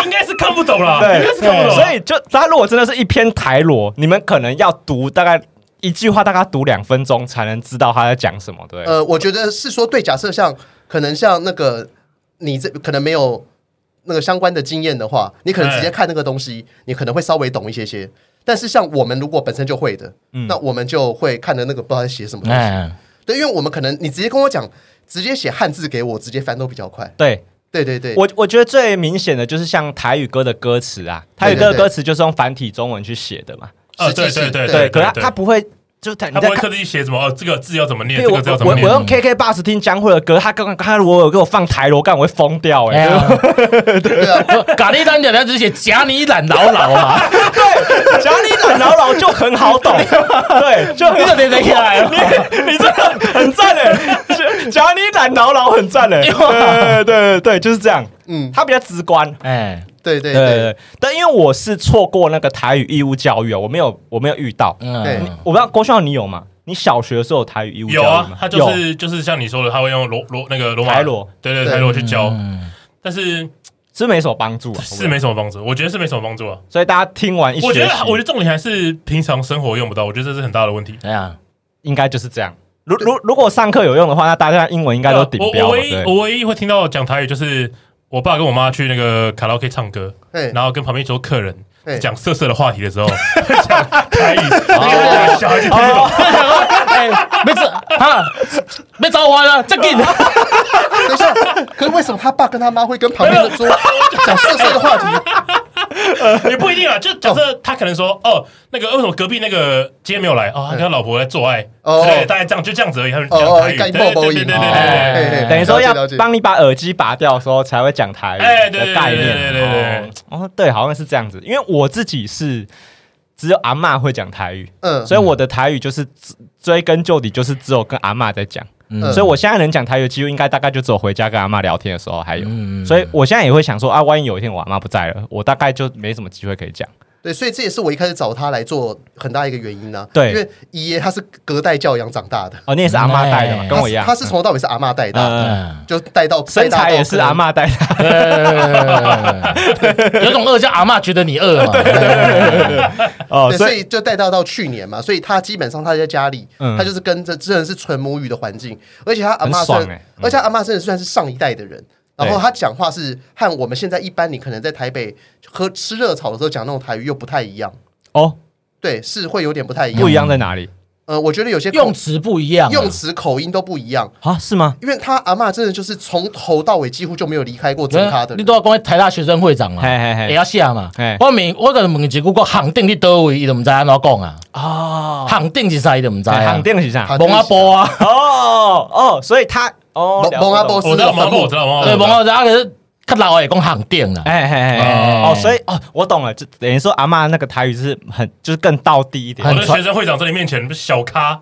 [SPEAKER 3] 应该是看不懂啦，
[SPEAKER 2] 对
[SPEAKER 3] 应该是看不
[SPEAKER 2] 对，
[SPEAKER 3] 懂啦。
[SPEAKER 2] 所以就他如果真的是一篇台罗，你们可能要读大概一句话，大概读两分钟才能知道他在讲什么，对。
[SPEAKER 4] 呃，我觉得是说对，假设像可能像那个你这可能没有那个相关的经验的话，你可能直接看那个东西，你可能会稍微懂一些些。但是像我们如果本身就会的，那我们就会看的那个不知道在写什么东西。
[SPEAKER 5] 哎，
[SPEAKER 4] 对，因为我们可能你直接跟我讲，直接写汉字给我，直接翻都比较快。
[SPEAKER 2] 对
[SPEAKER 4] 对对对，
[SPEAKER 2] 我，我觉得最明显的就是像台语歌的歌词啊，台语歌的歌词就是用繁体中文去写的嘛。
[SPEAKER 3] 啊，
[SPEAKER 4] 实际
[SPEAKER 3] 对
[SPEAKER 4] 是
[SPEAKER 3] 对对
[SPEAKER 2] 对，
[SPEAKER 3] 对，
[SPEAKER 2] 可是他
[SPEAKER 3] 对
[SPEAKER 2] 他不会，就是他
[SPEAKER 3] 他
[SPEAKER 2] 你
[SPEAKER 3] 不
[SPEAKER 2] 在
[SPEAKER 3] 会
[SPEAKER 2] 看
[SPEAKER 3] 特地写什么哦，这个字要怎么念，
[SPEAKER 2] 对
[SPEAKER 3] 这
[SPEAKER 2] 我
[SPEAKER 3] 个字要怎
[SPEAKER 2] 我
[SPEAKER 3] 么
[SPEAKER 2] 我
[SPEAKER 3] 念。
[SPEAKER 2] 用 KK Bus 听江蕙的歌，他刚刚他如果有给我放台罗干，我会疯掉
[SPEAKER 5] 哎
[SPEAKER 2] 哎、
[SPEAKER 5] 呀
[SPEAKER 2] 欸！
[SPEAKER 4] 对啊，
[SPEAKER 5] 咖喱蛋讲他只写假你懒老老嘛，
[SPEAKER 2] 对， <laughs> 只要你敢老老就很好
[SPEAKER 5] <laughs>
[SPEAKER 2] 懂，对，就
[SPEAKER 5] 你
[SPEAKER 2] 很
[SPEAKER 5] 就得得起来了。
[SPEAKER 2] 你你真的很赞哎、欸，只要你敢老老很赞哎、欸，对对对对，就是这样，嗯，
[SPEAKER 4] 嗯
[SPEAKER 2] 他比较直观，
[SPEAKER 5] 哎，
[SPEAKER 4] 对对
[SPEAKER 2] 对对
[SPEAKER 4] 对
[SPEAKER 2] 对，但因为我是错过那个台语义务教育啊，我没有我没有遇到，
[SPEAKER 4] 对
[SPEAKER 5] 嗯，
[SPEAKER 2] 我不知道郭校你有吗？你小学的时候有台语义务教
[SPEAKER 3] 有
[SPEAKER 2] 育
[SPEAKER 3] 啊
[SPEAKER 2] 吗？，
[SPEAKER 3] 他就是就是像你说的，他会用罗罗那个罗马
[SPEAKER 2] 台罗，
[SPEAKER 3] 对对
[SPEAKER 4] 对
[SPEAKER 3] 台罗去教，
[SPEAKER 5] 嗯
[SPEAKER 3] 但是
[SPEAKER 2] 是不是没什么帮助啊，
[SPEAKER 3] 是没什么帮助，我觉得是没什么帮助啊。
[SPEAKER 2] 所以大家听完一学
[SPEAKER 3] 我
[SPEAKER 2] 期，
[SPEAKER 3] 觉得我觉得重点还是平常生活用不到，我觉得这是很大的问题。
[SPEAKER 5] 哎呀，
[SPEAKER 2] 应该就是这样。如如如果上课有用的话，那大家英文应该都顶标
[SPEAKER 3] 我我
[SPEAKER 2] 嘛。
[SPEAKER 3] 唯一
[SPEAKER 2] 对，
[SPEAKER 3] 我唯一会听到讲台语就是。我爸跟我妈去那个卡拉 OK 唱歌，
[SPEAKER 4] 对，
[SPEAKER 3] 然后跟旁边一桌客人
[SPEAKER 4] 嘿
[SPEAKER 3] 讲色色的话题的时候，讲台语，那个小孩就
[SPEAKER 2] 哦
[SPEAKER 3] 听不
[SPEAKER 2] <laughs>
[SPEAKER 3] 懂。
[SPEAKER 5] 哎，没事哈，没找我了，这个
[SPEAKER 4] 等一下，可是为什么他爸跟他妈会跟旁边的桌讲色色的话题？
[SPEAKER 3] 也不一定啊。就假设他可能说，哦，那个为什么隔壁那个今天没有来？哦，他跟他老婆在做爱
[SPEAKER 4] 哦
[SPEAKER 3] 之类的，大概这样，就这样子而已。他们讲
[SPEAKER 4] 哦
[SPEAKER 3] 台语，，
[SPEAKER 4] 哦
[SPEAKER 3] 对
[SPEAKER 4] 干
[SPEAKER 3] 对
[SPEAKER 4] 爆爆
[SPEAKER 3] 对
[SPEAKER 4] 音
[SPEAKER 3] 对对对
[SPEAKER 2] 哦
[SPEAKER 3] 对。
[SPEAKER 4] 哎
[SPEAKER 2] 等于说要
[SPEAKER 4] 了解了解
[SPEAKER 2] 帮你把耳机拔掉的时候才会讲台
[SPEAKER 3] 哎
[SPEAKER 2] 语
[SPEAKER 3] 对对
[SPEAKER 2] 的概念。
[SPEAKER 3] 对对对对
[SPEAKER 2] 哦，哦，对，好像是这样子。因为我自己是只有阿嬷会讲台语，
[SPEAKER 4] 嗯，
[SPEAKER 2] 所以我的台语就是追追根究底，就是只有跟阿嬷在讲。
[SPEAKER 4] 嗯
[SPEAKER 2] 所以我现在能讲台语，几乎应该大概就只有回家跟阿嬷聊天的时候还有。
[SPEAKER 5] 嗯
[SPEAKER 2] 所以我现在也会想说啊，万一有一天我阿嬷不在了，我大概就没什么机会可以讲。
[SPEAKER 4] 对，所以这也是我一开始找他来做很大一个原因呢、
[SPEAKER 2] 对
[SPEAKER 4] 因为姨爷他是隔代教养长大的，
[SPEAKER 2] 哦，你也是阿
[SPEAKER 3] 哎
[SPEAKER 2] 嬷带的嘛，
[SPEAKER 5] 嗯
[SPEAKER 2] 跟我一样。
[SPEAKER 4] 他是他是从头到尾是阿嬷带大的，
[SPEAKER 2] 嗯，
[SPEAKER 5] 嗯
[SPEAKER 4] 就带到
[SPEAKER 2] 身材也是阿，嬷带的。
[SPEAKER 5] 对哎有种饿叫阿嬷觉得你饿
[SPEAKER 2] 哦，
[SPEAKER 5] 嘛，
[SPEAKER 4] 带到可能对，
[SPEAKER 2] 所
[SPEAKER 4] 所
[SPEAKER 2] 以
[SPEAKER 4] 以就带到到去年嘛，所以他基本上他在家里，
[SPEAKER 2] 嗯
[SPEAKER 4] 他就是跟着真的是纯母语的环境，而且他阿嬷
[SPEAKER 2] 很爽
[SPEAKER 4] 算，
[SPEAKER 2] 欸嗯
[SPEAKER 4] 而且他阿嬷真的算是上一代的人。然后他讲话是和我们现在一般，你可能在台北喝吃热炒的时候讲那种台语又不太一样，
[SPEAKER 2] 哦，
[SPEAKER 4] 对，是会有点不太一样。
[SPEAKER 2] 不一样在哪里
[SPEAKER 4] 呃，我觉得有些口
[SPEAKER 5] 用词不一样啊，
[SPEAKER 4] 用词口音都不一样，
[SPEAKER 2] 啊？是吗？
[SPEAKER 4] 因为他阿嬷真的就是从头到尾几乎就没有离开过整他的
[SPEAKER 5] 你
[SPEAKER 2] 嗯
[SPEAKER 5] 都要讲哎台大学生会长嘛，
[SPEAKER 2] 嘿嘿嘿
[SPEAKER 5] 会晓写嘛
[SPEAKER 2] 嘿。
[SPEAKER 5] 我问，我个问一句，我肯定你倒位，伊都毋知安怎讲啊。
[SPEAKER 2] 哦，
[SPEAKER 5] 肯定是啥，伊都毋知啊。
[SPEAKER 2] 肯定是啥？
[SPEAKER 5] 蒙阿波啊，
[SPEAKER 2] 哦哦，所以他哦，
[SPEAKER 4] 蒙蒙阿波
[SPEAKER 2] 了解
[SPEAKER 4] 斯
[SPEAKER 3] 我知
[SPEAKER 4] 的
[SPEAKER 3] 道毛
[SPEAKER 4] 坟
[SPEAKER 3] 毛，
[SPEAKER 4] 墓
[SPEAKER 3] 我知，道毛毛，
[SPEAKER 5] 对，蒙阿波啊，可是较老诶讲肯定啦。
[SPEAKER 2] 哎哦嘿嘿嘿，哦，所以哦，我懂了，就等于说阿嬷那个台语是很就是更道地一点 <laughs>
[SPEAKER 3] 我，
[SPEAKER 5] 很
[SPEAKER 3] 的学生会长在你面前小咖，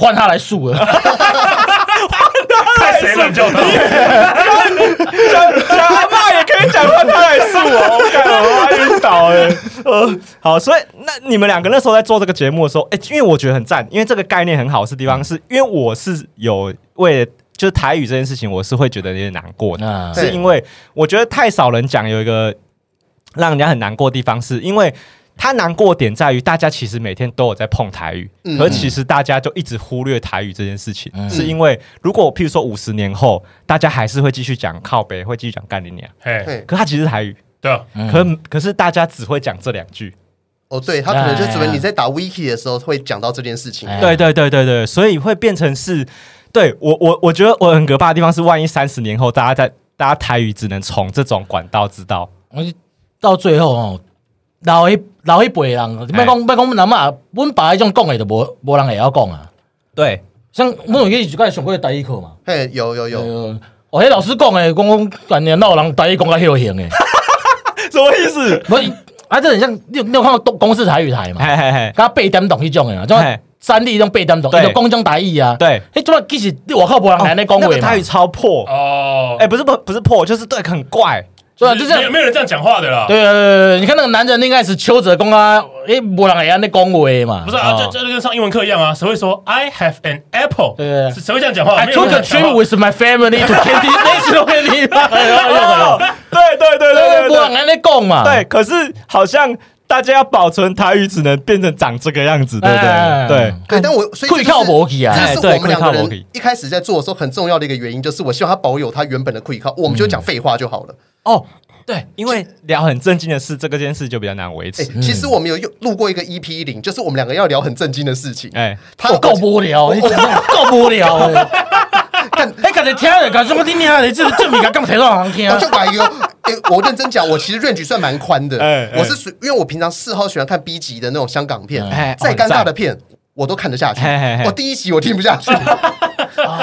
[SPEAKER 5] 换他来数啊
[SPEAKER 4] <laughs>
[SPEAKER 5] 了，
[SPEAKER 3] 看谁乱叫他。
[SPEAKER 2] 讲讲阿嬷也可以讲话，他来是我，我感我晕倒哎。呃，好，所以那你们两个那时候在做这个节目的时候，哎，因为我觉得很赞，因为这个概念很好，是地方是因为我是有为了就是台语这件事情，我是会觉得有点难过的。
[SPEAKER 5] 啊
[SPEAKER 2] 是因为我觉得太少人讲，有一个让人家很难过的地方，是因为他难过的点在于大家其实每天都有在碰台语，
[SPEAKER 4] 嗯
[SPEAKER 2] 可其实大家就一直忽略台语这件事情，
[SPEAKER 5] 嗯
[SPEAKER 2] 是因为如果譬如说五十年后，大家还是会继续讲靠北，会继续讲干你娘，
[SPEAKER 3] 哎，
[SPEAKER 4] 对，
[SPEAKER 2] 可它其实是台语，
[SPEAKER 3] 对啊，
[SPEAKER 5] 嗯
[SPEAKER 2] 可可是大家只会讲这两句，
[SPEAKER 4] 哦，对他可能就只
[SPEAKER 5] 哎呀
[SPEAKER 4] 能你在打 wiki 的时候会讲到这件事情，
[SPEAKER 5] 哎
[SPEAKER 2] 对对对对对，所以会变成是，对我我我觉得我很可怕的地方是，万一三十年后大家在大家台语只能从这种管道知道，
[SPEAKER 5] 我是到最后哦，老一老一辈人，莫
[SPEAKER 2] 哎
[SPEAKER 5] 讲莫讲咱嘛，阮爸迄种讲诶，就无无人会晓讲啊。
[SPEAKER 2] 对，
[SPEAKER 5] 像阮有去一摆上过第一课嘛，
[SPEAKER 4] 嘿，有有有，
[SPEAKER 5] 呃，哦，迄老师讲诶，讲讲干年老人第一讲较休闲诶，
[SPEAKER 2] <laughs> 什么意思？
[SPEAKER 5] 无啊，这很像你有你有看过公公司台语台嘛？
[SPEAKER 2] 嘿嘿嘿，
[SPEAKER 5] 甲八点档迄种诶，
[SPEAKER 2] 嘿
[SPEAKER 5] 种三 D 迄种八点档，
[SPEAKER 2] 对
[SPEAKER 5] 伊就讲种台语啊。
[SPEAKER 2] 对。
[SPEAKER 5] 迄种其实我靠，无人安尼讲
[SPEAKER 2] 哦那
[SPEAKER 5] 话
[SPEAKER 2] 个台
[SPEAKER 5] 嘛
[SPEAKER 2] 语。超破，
[SPEAKER 3] 哦
[SPEAKER 2] 哎、，不是不不是破，就是对，很怪。
[SPEAKER 5] 对啊，
[SPEAKER 3] 就
[SPEAKER 5] 就是这
[SPEAKER 3] 没有
[SPEAKER 5] 样。
[SPEAKER 3] 没有人这样讲话的啦。
[SPEAKER 5] 对对对对，你看那个男人恋爱时，邱泽讲啊，诶，无人会安尼讲话嘛。
[SPEAKER 3] 不是啊，
[SPEAKER 2] 哦
[SPEAKER 3] 这这就跟上英文课一样啊，谁会说 I have an apple？
[SPEAKER 5] 对
[SPEAKER 3] 谁会这样讲话？
[SPEAKER 5] I
[SPEAKER 3] 啊没有
[SPEAKER 5] took
[SPEAKER 3] 人
[SPEAKER 5] a
[SPEAKER 3] 这样讲话
[SPEAKER 5] trip 啊 with my family to Candy National Candy Park。哦
[SPEAKER 2] 对对对对对
[SPEAKER 5] 不然
[SPEAKER 2] 对
[SPEAKER 5] 安尼讲嘛。
[SPEAKER 2] 对，可是好像大家要保存台语，只能变成长这个样子，对不
[SPEAKER 5] 哎
[SPEAKER 2] 对？对，
[SPEAKER 4] 对，但我所以这
[SPEAKER 5] 贵靠
[SPEAKER 4] 就是
[SPEAKER 5] 无去啊。
[SPEAKER 4] 这
[SPEAKER 2] 哎
[SPEAKER 4] 是
[SPEAKER 2] 对
[SPEAKER 4] 我们两个
[SPEAKER 2] 跪靠摩
[SPEAKER 4] 人
[SPEAKER 2] 起
[SPEAKER 4] 一开始在做的时候很重要的一个原因，就是我希望他保有他原本的 quick
[SPEAKER 2] 嗯
[SPEAKER 4] call，我们就讲废话就好了。
[SPEAKER 2] 哦，对，因为聊很正经的事，这个件事就比较难维
[SPEAKER 4] 哎
[SPEAKER 2] 持。，
[SPEAKER 4] 其实我们有用录过一个 EP 零，就是我们两个要聊很正经的事情，
[SPEAKER 2] 哎、
[SPEAKER 4] 他
[SPEAKER 5] 我够无聊，你真的够无聊的。哎，感觉听着，感觉我听听的，这这物件干嘛提到人听啊
[SPEAKER 2] 啊
[SPEAKER 4] 我？就把一个， <laughs> 哎、我认真讲，我其实 range 算蛮宽的。
[SPEAKER 2] 哎哎
[SPEAKER 4] 我是属于，因为我平常嗜好喜欢看 B 级的那种香港片，
[SPEAKER 2] 哎
[SPEAKER 4] 再
[SPEAKER 2] 哦
[SPEAKER 4] 尴尬
[SPEAKER 2] 赞
[SPEAKER 4] 的片我都看得下去。
[SPEAKER 2] 嘿嘿嘿
[SPEAKER 4] 我第一集我听不
[SPEAKER 2] <laughs>
[SPEAKER 4] 下去，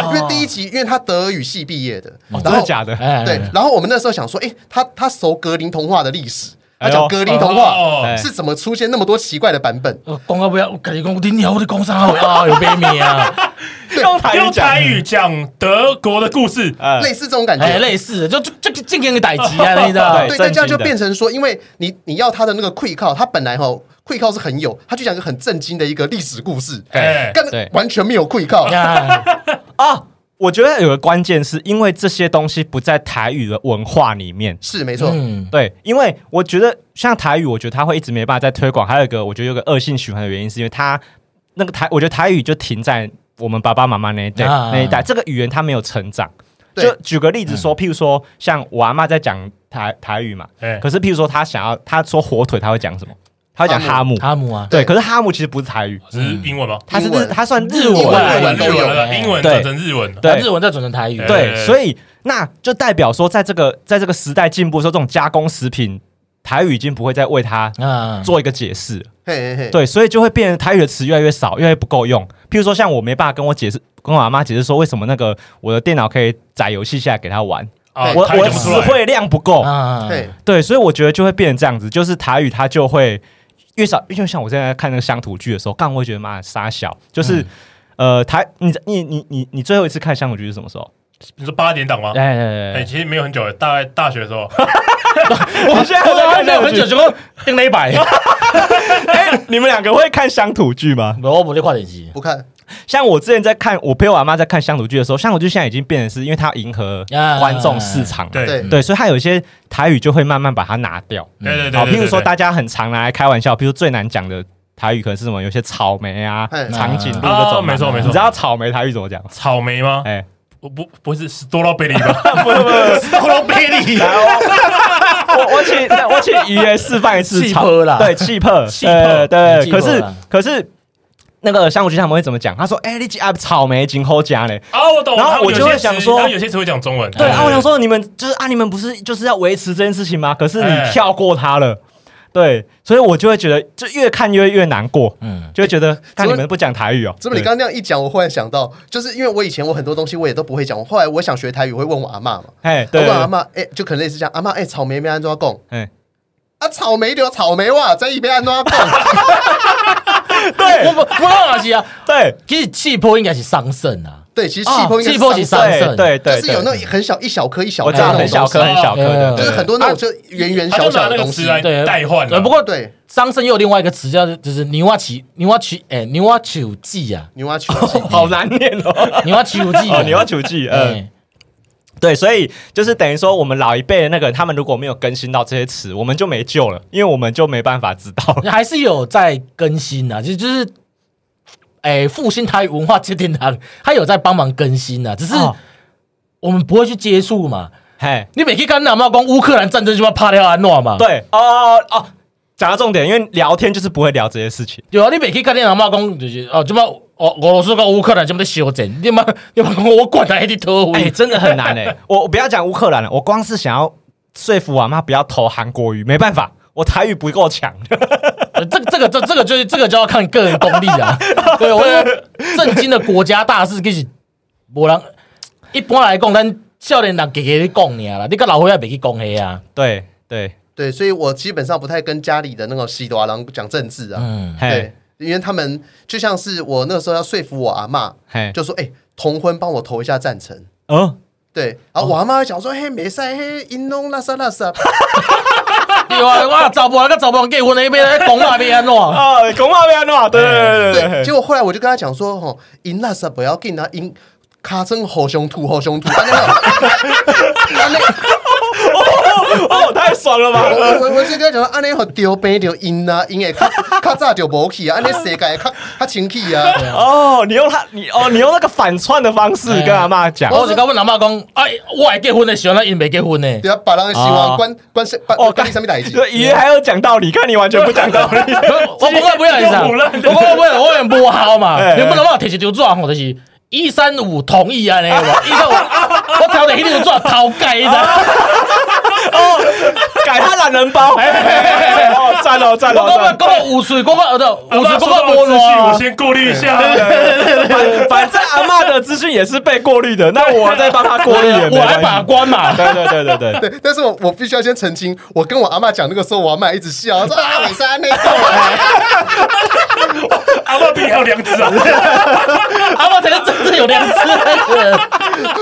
[SPEAKER 4] 因为第一集因为他德语系毕业的，
[SPEAKER 2] 哦，
[SPEAKER 4] 然
[SPEAKER 2] 真
[SPEAKER 4] 后
[SPEAKER 2] 的假的？
[SPEAKER 5] 哎
[SPEAKER 4] 对，然后我们那时候想说，哎、他他熟格林童话的历史，他
[SPEAKER 2] 哎呦
[SPEAKER 4] 讲格林童话、
[SPEAKER 3] 哦
[SPEAKER 2] 哎
[SPEAKER 4] 是怎么出现那么多奇怪的版本。
[SPEAKER 5] 我讲到不要，我跟你讲，你鸟，你讲啥话啊？有悲悯啊？
[SPEAKER 4] 对
[SPEAKER 2] 用台
[SPEAKER 3] 用
[SPEAKER 2] 语讲
[SPEAKER 3] 台，语讲德国的故事，
[SPEAKER 2] 呃
[SPEAKER 4] 类似这种感觉，
[SPEAKER 5] 哎，类似，就就就进行个代志啊，你知道？
[SPEAKER 2] 对
[SPEAKER 4] 对，但这
[SPEAKER 2] 正经
[SPEAKER 4] 样就
[SPEAKER 2] 的
[SPEAKER 4] 变成说，因为你你要他的那个 quick call，他本来哈 quick call 是很有，他就讲一个很震惊的一个历史故事，
[SPEAKER 3] 哎
[SPEAKER 4] 跟
[SPEAKER 2] 对哎
[SPEAKER 4] 完全没有 quick call，
[SPEAKER 5] 啊，
[SPEAKER 2] 啊。我觉得有个关键是因为这些东西不在台语的文化里面，
[SPEAKER 4] 是没错，
[SPEAKER 5] 嗯，
[SPEAKER 2] 对，因为我觉得像台语，我觉得它会一直没办法再推广。还有一个，我觉得有个恶性循环的原因，是因为它那个台，我觉得台语就停在我们爸爸妈妈那一代、
[SPEAKER 5] 啊
[SPEAKER 2] 那一代，这个语言它没有成长。
[SPEAKER 4] 对
[SPEAKER 2] 就举个例子说，譬如说像我阿妈在讲台台语嘛，
[SPEAKER 3] 哎，
[SPEAKER 2] 可是譬如说她想要她说火腿，她会讲什么？她会讲哈
[SPEAKER 4] 哈
[SPEAKER 2] 姆。
[SPEAKER 5] 哈姆啊，
[SPEAKER 2] 对，
[SPEAKER 4] 对
[SPEAKER 2] 可是哈姆其实不是台语，
[SPEAKER 3] 只是英文吗？
[SPEAKER 2] 它是
[SPEAKER 4] 英文
[SPEAKER 2] 它算
[SPEAKER 5] 日
[SPEAKER 2] 日
[SPEAKER 5] 文
[SPEAKER 2] 文
[SPEAKER 5] 啊
[SPEAKER 2] 来
[SPEAKER 4] 日
[SPEAKER 2] 的
[SPEAKER 4] 文
[SPEAKER 3] 日文了，
[SPEAKER 5] 嗯对
[SPEAKER 3] 英文
[SPEAKER 2] 对
[SPEAKER 3] 转成日文了。
[SPEAKER 2] 对
[SPEAKER 5] 日文再转成台语。
[SPEAKER 2] 对，
[SPEAKER 3] 对
[SPEAKER 2] 所以那就代表说，在这个在这个时代进步的时候，这种加工食品。台语已经不会再为他
[SPEAKER 5] 啊，
[SPEAKER 2] 做一个解释了。
[SPEAKER 4] 嘿嘿嘿，
[SPEAKER 2] 对，所以就会变成台语的词越来越少，越来越不够用。譬如说，像我没办法跟我解释，跟我阿妈解释说为什么那个我的电脑可以载游戏下来给她玩，
[SPEAKER 3] 啊，
[SPEAKER 2] 我
[SPEAKER 3] 台语
[SPEAKER 2] 我
[SPEAKER 3] 讲不出
[SPEAKER 2] 词
[SPEAKER 3] 来，
[SPEAKER 2] 汇量不够。
[SPEAKER 5] 啊， <laughs>
[SPEAKER 4] 嘿，
[SPEAKER 2] 对，所以我觉得就会变成这样子，就是台语它就会越少，因为像我现在看那个乡土剧的时候，干我会觉得妈的傻小，就是。呃，台你你你你你最后一次看乡土剧是什么时候？
[SPEAKER 3] 你说八点档吗？
[SPEAKER 2] 哎哎
[SPEAKER 3] 哎，，其实没有很久，大概大学的时
[SPEAKER 5] <laughs>
[SPEAKER 3] 候，
[SPEAKER 2] <laughs> 我现在还在
[SPEAKER 5] 我
[SPEAKER 2] 看
[SPEAKER 5] 没
[SPEAKER 2] 乡
[SPEAKER 5] 有
[SPEAKER 2] 土
[SPEAKER 5] 很久
[SPEAKER 2] 剧。
[SPEAKER 5] 就讲顶礼拜，
[SPEAKER 2] <laughs> 哎，你们两个会看乡土剧吗？
[SPEAKER 5] 无我无咧看电视
[SPEAKER 4] 不看，
[SPEAKER 2] 像我之前在看，我陪我阿妈在看乡土剧的时候，乡土剧现在已经变成是因为它迎合
[SPEAKER 5] 啊
[SPEAKER 2] 观众市场了，
[SPEAKER 3] 对
[SPEAKER 4] 对
[SPEAKER 2] 对，所以它有一些台语就会慢慢把它拿掉。
[SPEAKER 3] 对对对
[SPEAKER 2] 好，
[SPEAKER 3] 对，
[SPEAKER 2] 譬如说
[SPEAKER 3] 大
[SPEAKER 2] 大家很常拿来开玩笑，譬如最难讲的台语可能是什么，有些草莓啊
[SPEAKER 4] 哎、
[SPEAKER 2] 长颈鹿
[SPEAKER 3] 啊
[SPEAKER 2] 这种嘛。
[SPEAKER 3] 没错没错
[SPEAKER 2] 你知道草莓台语怎么讲吗？
[SPEAKER 3] 草莓吗？ <laughs>
[SPEAKER 2] 哎，
[SPEAKER 3] 不不不是是多拉贝利
[SPEAKER 5] <laughs>
[SPEAKER 3] 吧？不不不，是 <laughs> 多拉贝利，
[SPEAKER 2] 我我请我请于爷示范一次
[SPEAKER 5] 气
[SPEAKER 2] 草
[SPEAKER 5] 泡啦
[SPEAKER 2] 对，气泡，
[SPEAKER 3] 气泡
[SPEAKER 2] 呃对，
[SPEAKER 5] 气泡
[SPEAKER 2] 可是
[SPEAKER 5] 啦
[SPEAKER 2] 可是。那个香港剧他们会怎么讲？他说：“哎、你几啊草莓金后加嘞。”
[SPEAKER 3] 啊，我懂。
[SPEAKER 2] 然后
[SPEAKER 3] 他们
[SPEAKER 2] 我就
[SPEAKER 3] 有些
[SPEAKER 2] 会想
[SPEAKER 3] 词
[SPEAKER 2] 说
[SPEAKER 3] 他们有些词会讲中文。
[SPEAKER 2] 对啊，我想说你们就是啊，你们不是就是要维持这件事情吗？可是你
[SPEAKER 3] 哎
[SPEAKER 2] 跳过它了，对，所以我就会觉得就越看越越难过，
[SPEAKER 5] 嗯，
[SPEAKER 2] 就会觉得看
[SPEAKER 4] 么
[SPEAKER 2] 你们不讲台语哦。
[SPEAKER 4] 这么你
[SPEAKER 2] 对
[SPEAKER 4] 刚刚那样一讲，我忽然想到，就是因为我以前我很多东西我也都不会讲，我后来我想学台语，我会问我阿嬷嘛，
[SPEAKER 2] 哎
[SPEAKER 4] 我
[SPEAKER 2] 对
[SPEAKER 4] 问阿嬷，哎、就可能类似这样，阿嬷，哎、草莓没安怎讲？
[SPEAKER 2] 哎
[SPEAKER 4] 啊，草莓就草莓哇，在一边安
[SPEAKER 2] <laughs>
[SPEAKER 4] 怎讲？
[SPEAKER 2] 哎
[SPEAKER 5] 我不我老也是啊，
[SPEAKER 2] 对
[SPEAKER 5] 其实气泡应该是桑葚啊，
[SPEAKER 4] 对，其实气泡应该
[SPEAKER 5] 气泡是
[SPEAKER 4] 上
[SPEAKER 5] 上
[SPEAKER 2] 对对对，
[SPEAKER 4] 就是有那种很小一小颗一小
[SPEAKER 2] 我
[SPEAKER 4] 颗
[SPEAKER 2] 知道
[SPEAKER 4] 那
[SPEAKER 2] 很
[SPEAKER 4] 种
[SPEAKER 2] 小啊
[SPEAKER 4] 东西
[SPEAKER 2] 颗，很小颗的，
[SPEAKER 4] 就是很多那种就圆圆
[SPEAKER 3] 他就拿那
[SPEAKER 4] 小小的
[SPEAKER 3] 个
[SPEAKER 4] 东
[SPEAKER 3] 词
[SPEAKER 4] 西。
[SPEAKER 2] 哎
[SPEAKER 3] 来
[SPEAKER 5] 对呃
[SPEAKER 3] 代换啊。
[SPEAKER 5] 对，不过
[SPEAKER 4] 对
[SPEAKER 5] 桑葚又有另外一个词叫就是牛蛙起牛蛙起哎牛蛙球
[SPEAKER 2] <laughs>
[SPEAKER 5] 季啊，
[SPEAKER 4] 牛蛙球季
[SPEAKER 2] 好难念哦。
[SPEAKER 5] 牛蛙球季
[SPEAKER 2] 哦，你要求记，嗯，
[SPEAKER 5] 哎
[SPEAKER 2] 对，所以就是等于说，我们老一辈的那个，他们如果没有更新到这些词，我们就没救了，因为我们就没办法知道了。
[SPEAKER 5] 还是有在更新啊，其实就是。哎，复兴台语文化这殿堂，他有在帮忙更新啊，只是
[SPEAKER 2] 哦
[SPEAKER 5] 我们不会去接触嘛。
[SPEAKER 2] 嘿，
[SPEAKER 5] 你每去跟阿妈讲乌克兰战争就要怕掉安诺嘛？，
[SPEAKER 2] 对，哦哦，讲到重点，因为聊天就是不会聊这些事情。
[SPEAKER 5] 有啊，你每去跟你阿妈讲就是哦，怎么俄俄罗斯跟乌克兰怎么在修整？你妈你妈讲我管他一地头
[SPEAKER 2] 哎、
[SPEAKER 5] 位，
[SPEAKER 2] 真的很难哎、 <laughs> 我我不要讲乌克兰了，我光是想要说服我妈不要投韩国语，没办法，我台语不够强。 <laughs>
[SPEAKER 5] 呃这个这个这这个就是这个就要看个人功力啊。对，我觉得震惊的国家大事，其实无人一般来讲，咱少年人给给你讲你啦，你跟老伙仔别去讲黑啊。
[SPEAKER 2] 对对，
[SPEAKER 4] 对，所以我基本上不太跟家里的那个西多阿郎讲政治啊。
[SPEAKER 5] 嗯，
[SPEAKER 2] 嘿
[SPEAKER 4] 对，因为他们就像是我那个时候要说服我阿嬷，
[SPEAKER 2] 嘿，
[SPEAKER 4] 就说哎、同婚帮我投一下赞成。
[SPEAKER 2] 哦，
[SPEAKER 4] 对，然后我阿妈讲说，嘿，没赛，嘿，因弄拉萨
[SPEAKER 2] <laughs>
[SPEAKER 4] 拉萨，
[SPEAKER 5] 对啊，我查甫人跟查甫人结婚那边在讲那边安怎？
[SPEAKER 2] 啊，恐怕被安诺，对对对
[SPEAKER 4] 对，
[SPEAKER 2] 对
[SPEAKER 4] 结
[SPEAKER 2] 对，
[SPEAKER 4] 果后来我就跟他讲说，吼，因拉萨不要紧啊，因卡真好凶土，好凶土，啊那啊那。
[SPEAKER 2] <laughs> 哦，太爽了
[SPEAKER 4] <laughs>
[SPEAKER 2] 吧！
[SPEAKER 4] 我我我是跟他讲说，安尼好丢杯丢因啊，因为较 <laughs> 较早就无去啊，安尼世界较较清
[SPEAKER 2] <laughs>
[SPEAKER 4] 气啊。
[SPEAKER 2] 哦，你用他，你哦，你用那个反串的方式跟阿妈讲，哦
[SPEAKER 5] 我是跟阮阿妈讲，哎，我会结婚的时候，咱因没结婚
[SPEAKER 2] <laughs>
[SPEAKER 5] 呢。
[SPEAKER 4] 对啊，把人的希
[SPEAKER 2] 啊
[SPEAKER 4] 望关关是
[SPEAKER 2] 哦
[SPEAKER 4] 关关你什么代志？
[SPEAKER 2] 对，爷还有讲道理，看你完全不讲道
[SPEAKER 5] <laughs>
[SPEAKER 2] 理。
[SPEAKER 5] 我讲个不要意思啊，我讲个不要，我很不好嘛
[SPEAKER 2] 哎哎。
[SPEAKER 5] 你不能帮我提一张纸吼，就是一三五同意啊，那个一三五，我头第一张纸头盖一张，
[SPEAKER 2] 哦，改他懒人包，哦，赞哦赞
[SPEAKER 5] 我
[SPEAKER 2] 哦
[SPEAKER 5] 讲个
[SPEAKER 2] 赞！
[SPEAKER 5] 讲个五岁，讲个呃的
[SPEAKER 3] 阿
[SPEAKER 5] 五
[SPEAKER 3] 妈
[SPEAKER 5] 岁，
[SPEAKER 3] 说
[SPEAKER 5] 讲
[SPEAKER 3] 到
[SPEAKER 5] 个无
[SPEAKER 3] 资讯，我
[SPEAKER 5] 乱。
[SPEAKER 3] 先过滤一下。
[SPEAKER 2] 反 <laughs> 反正阿妈的资讯也是被过滤的，那我再帮他过滤也没
[SPEAKER 5] 我来
[SPEAKER 2] 关
[SPEAKER 5] 把
[SPEAKER 2] 系。
[SPEAKER 5] 关嘛，
[SPEAKER 2] 对对对对对。
[SPEAKER 4] 但是我我必须要先澄清，我跟我阿妈讲那个时候，我阿妈一直笑，她说啊，我是安
[SPEAKER 2] <laughs>
[SPEAKER 4] 内啊，
[SPEAKER 3] 阿妈比你还有良知啊！
[SPEAKER 5] 阿妈才是真正有良知的人。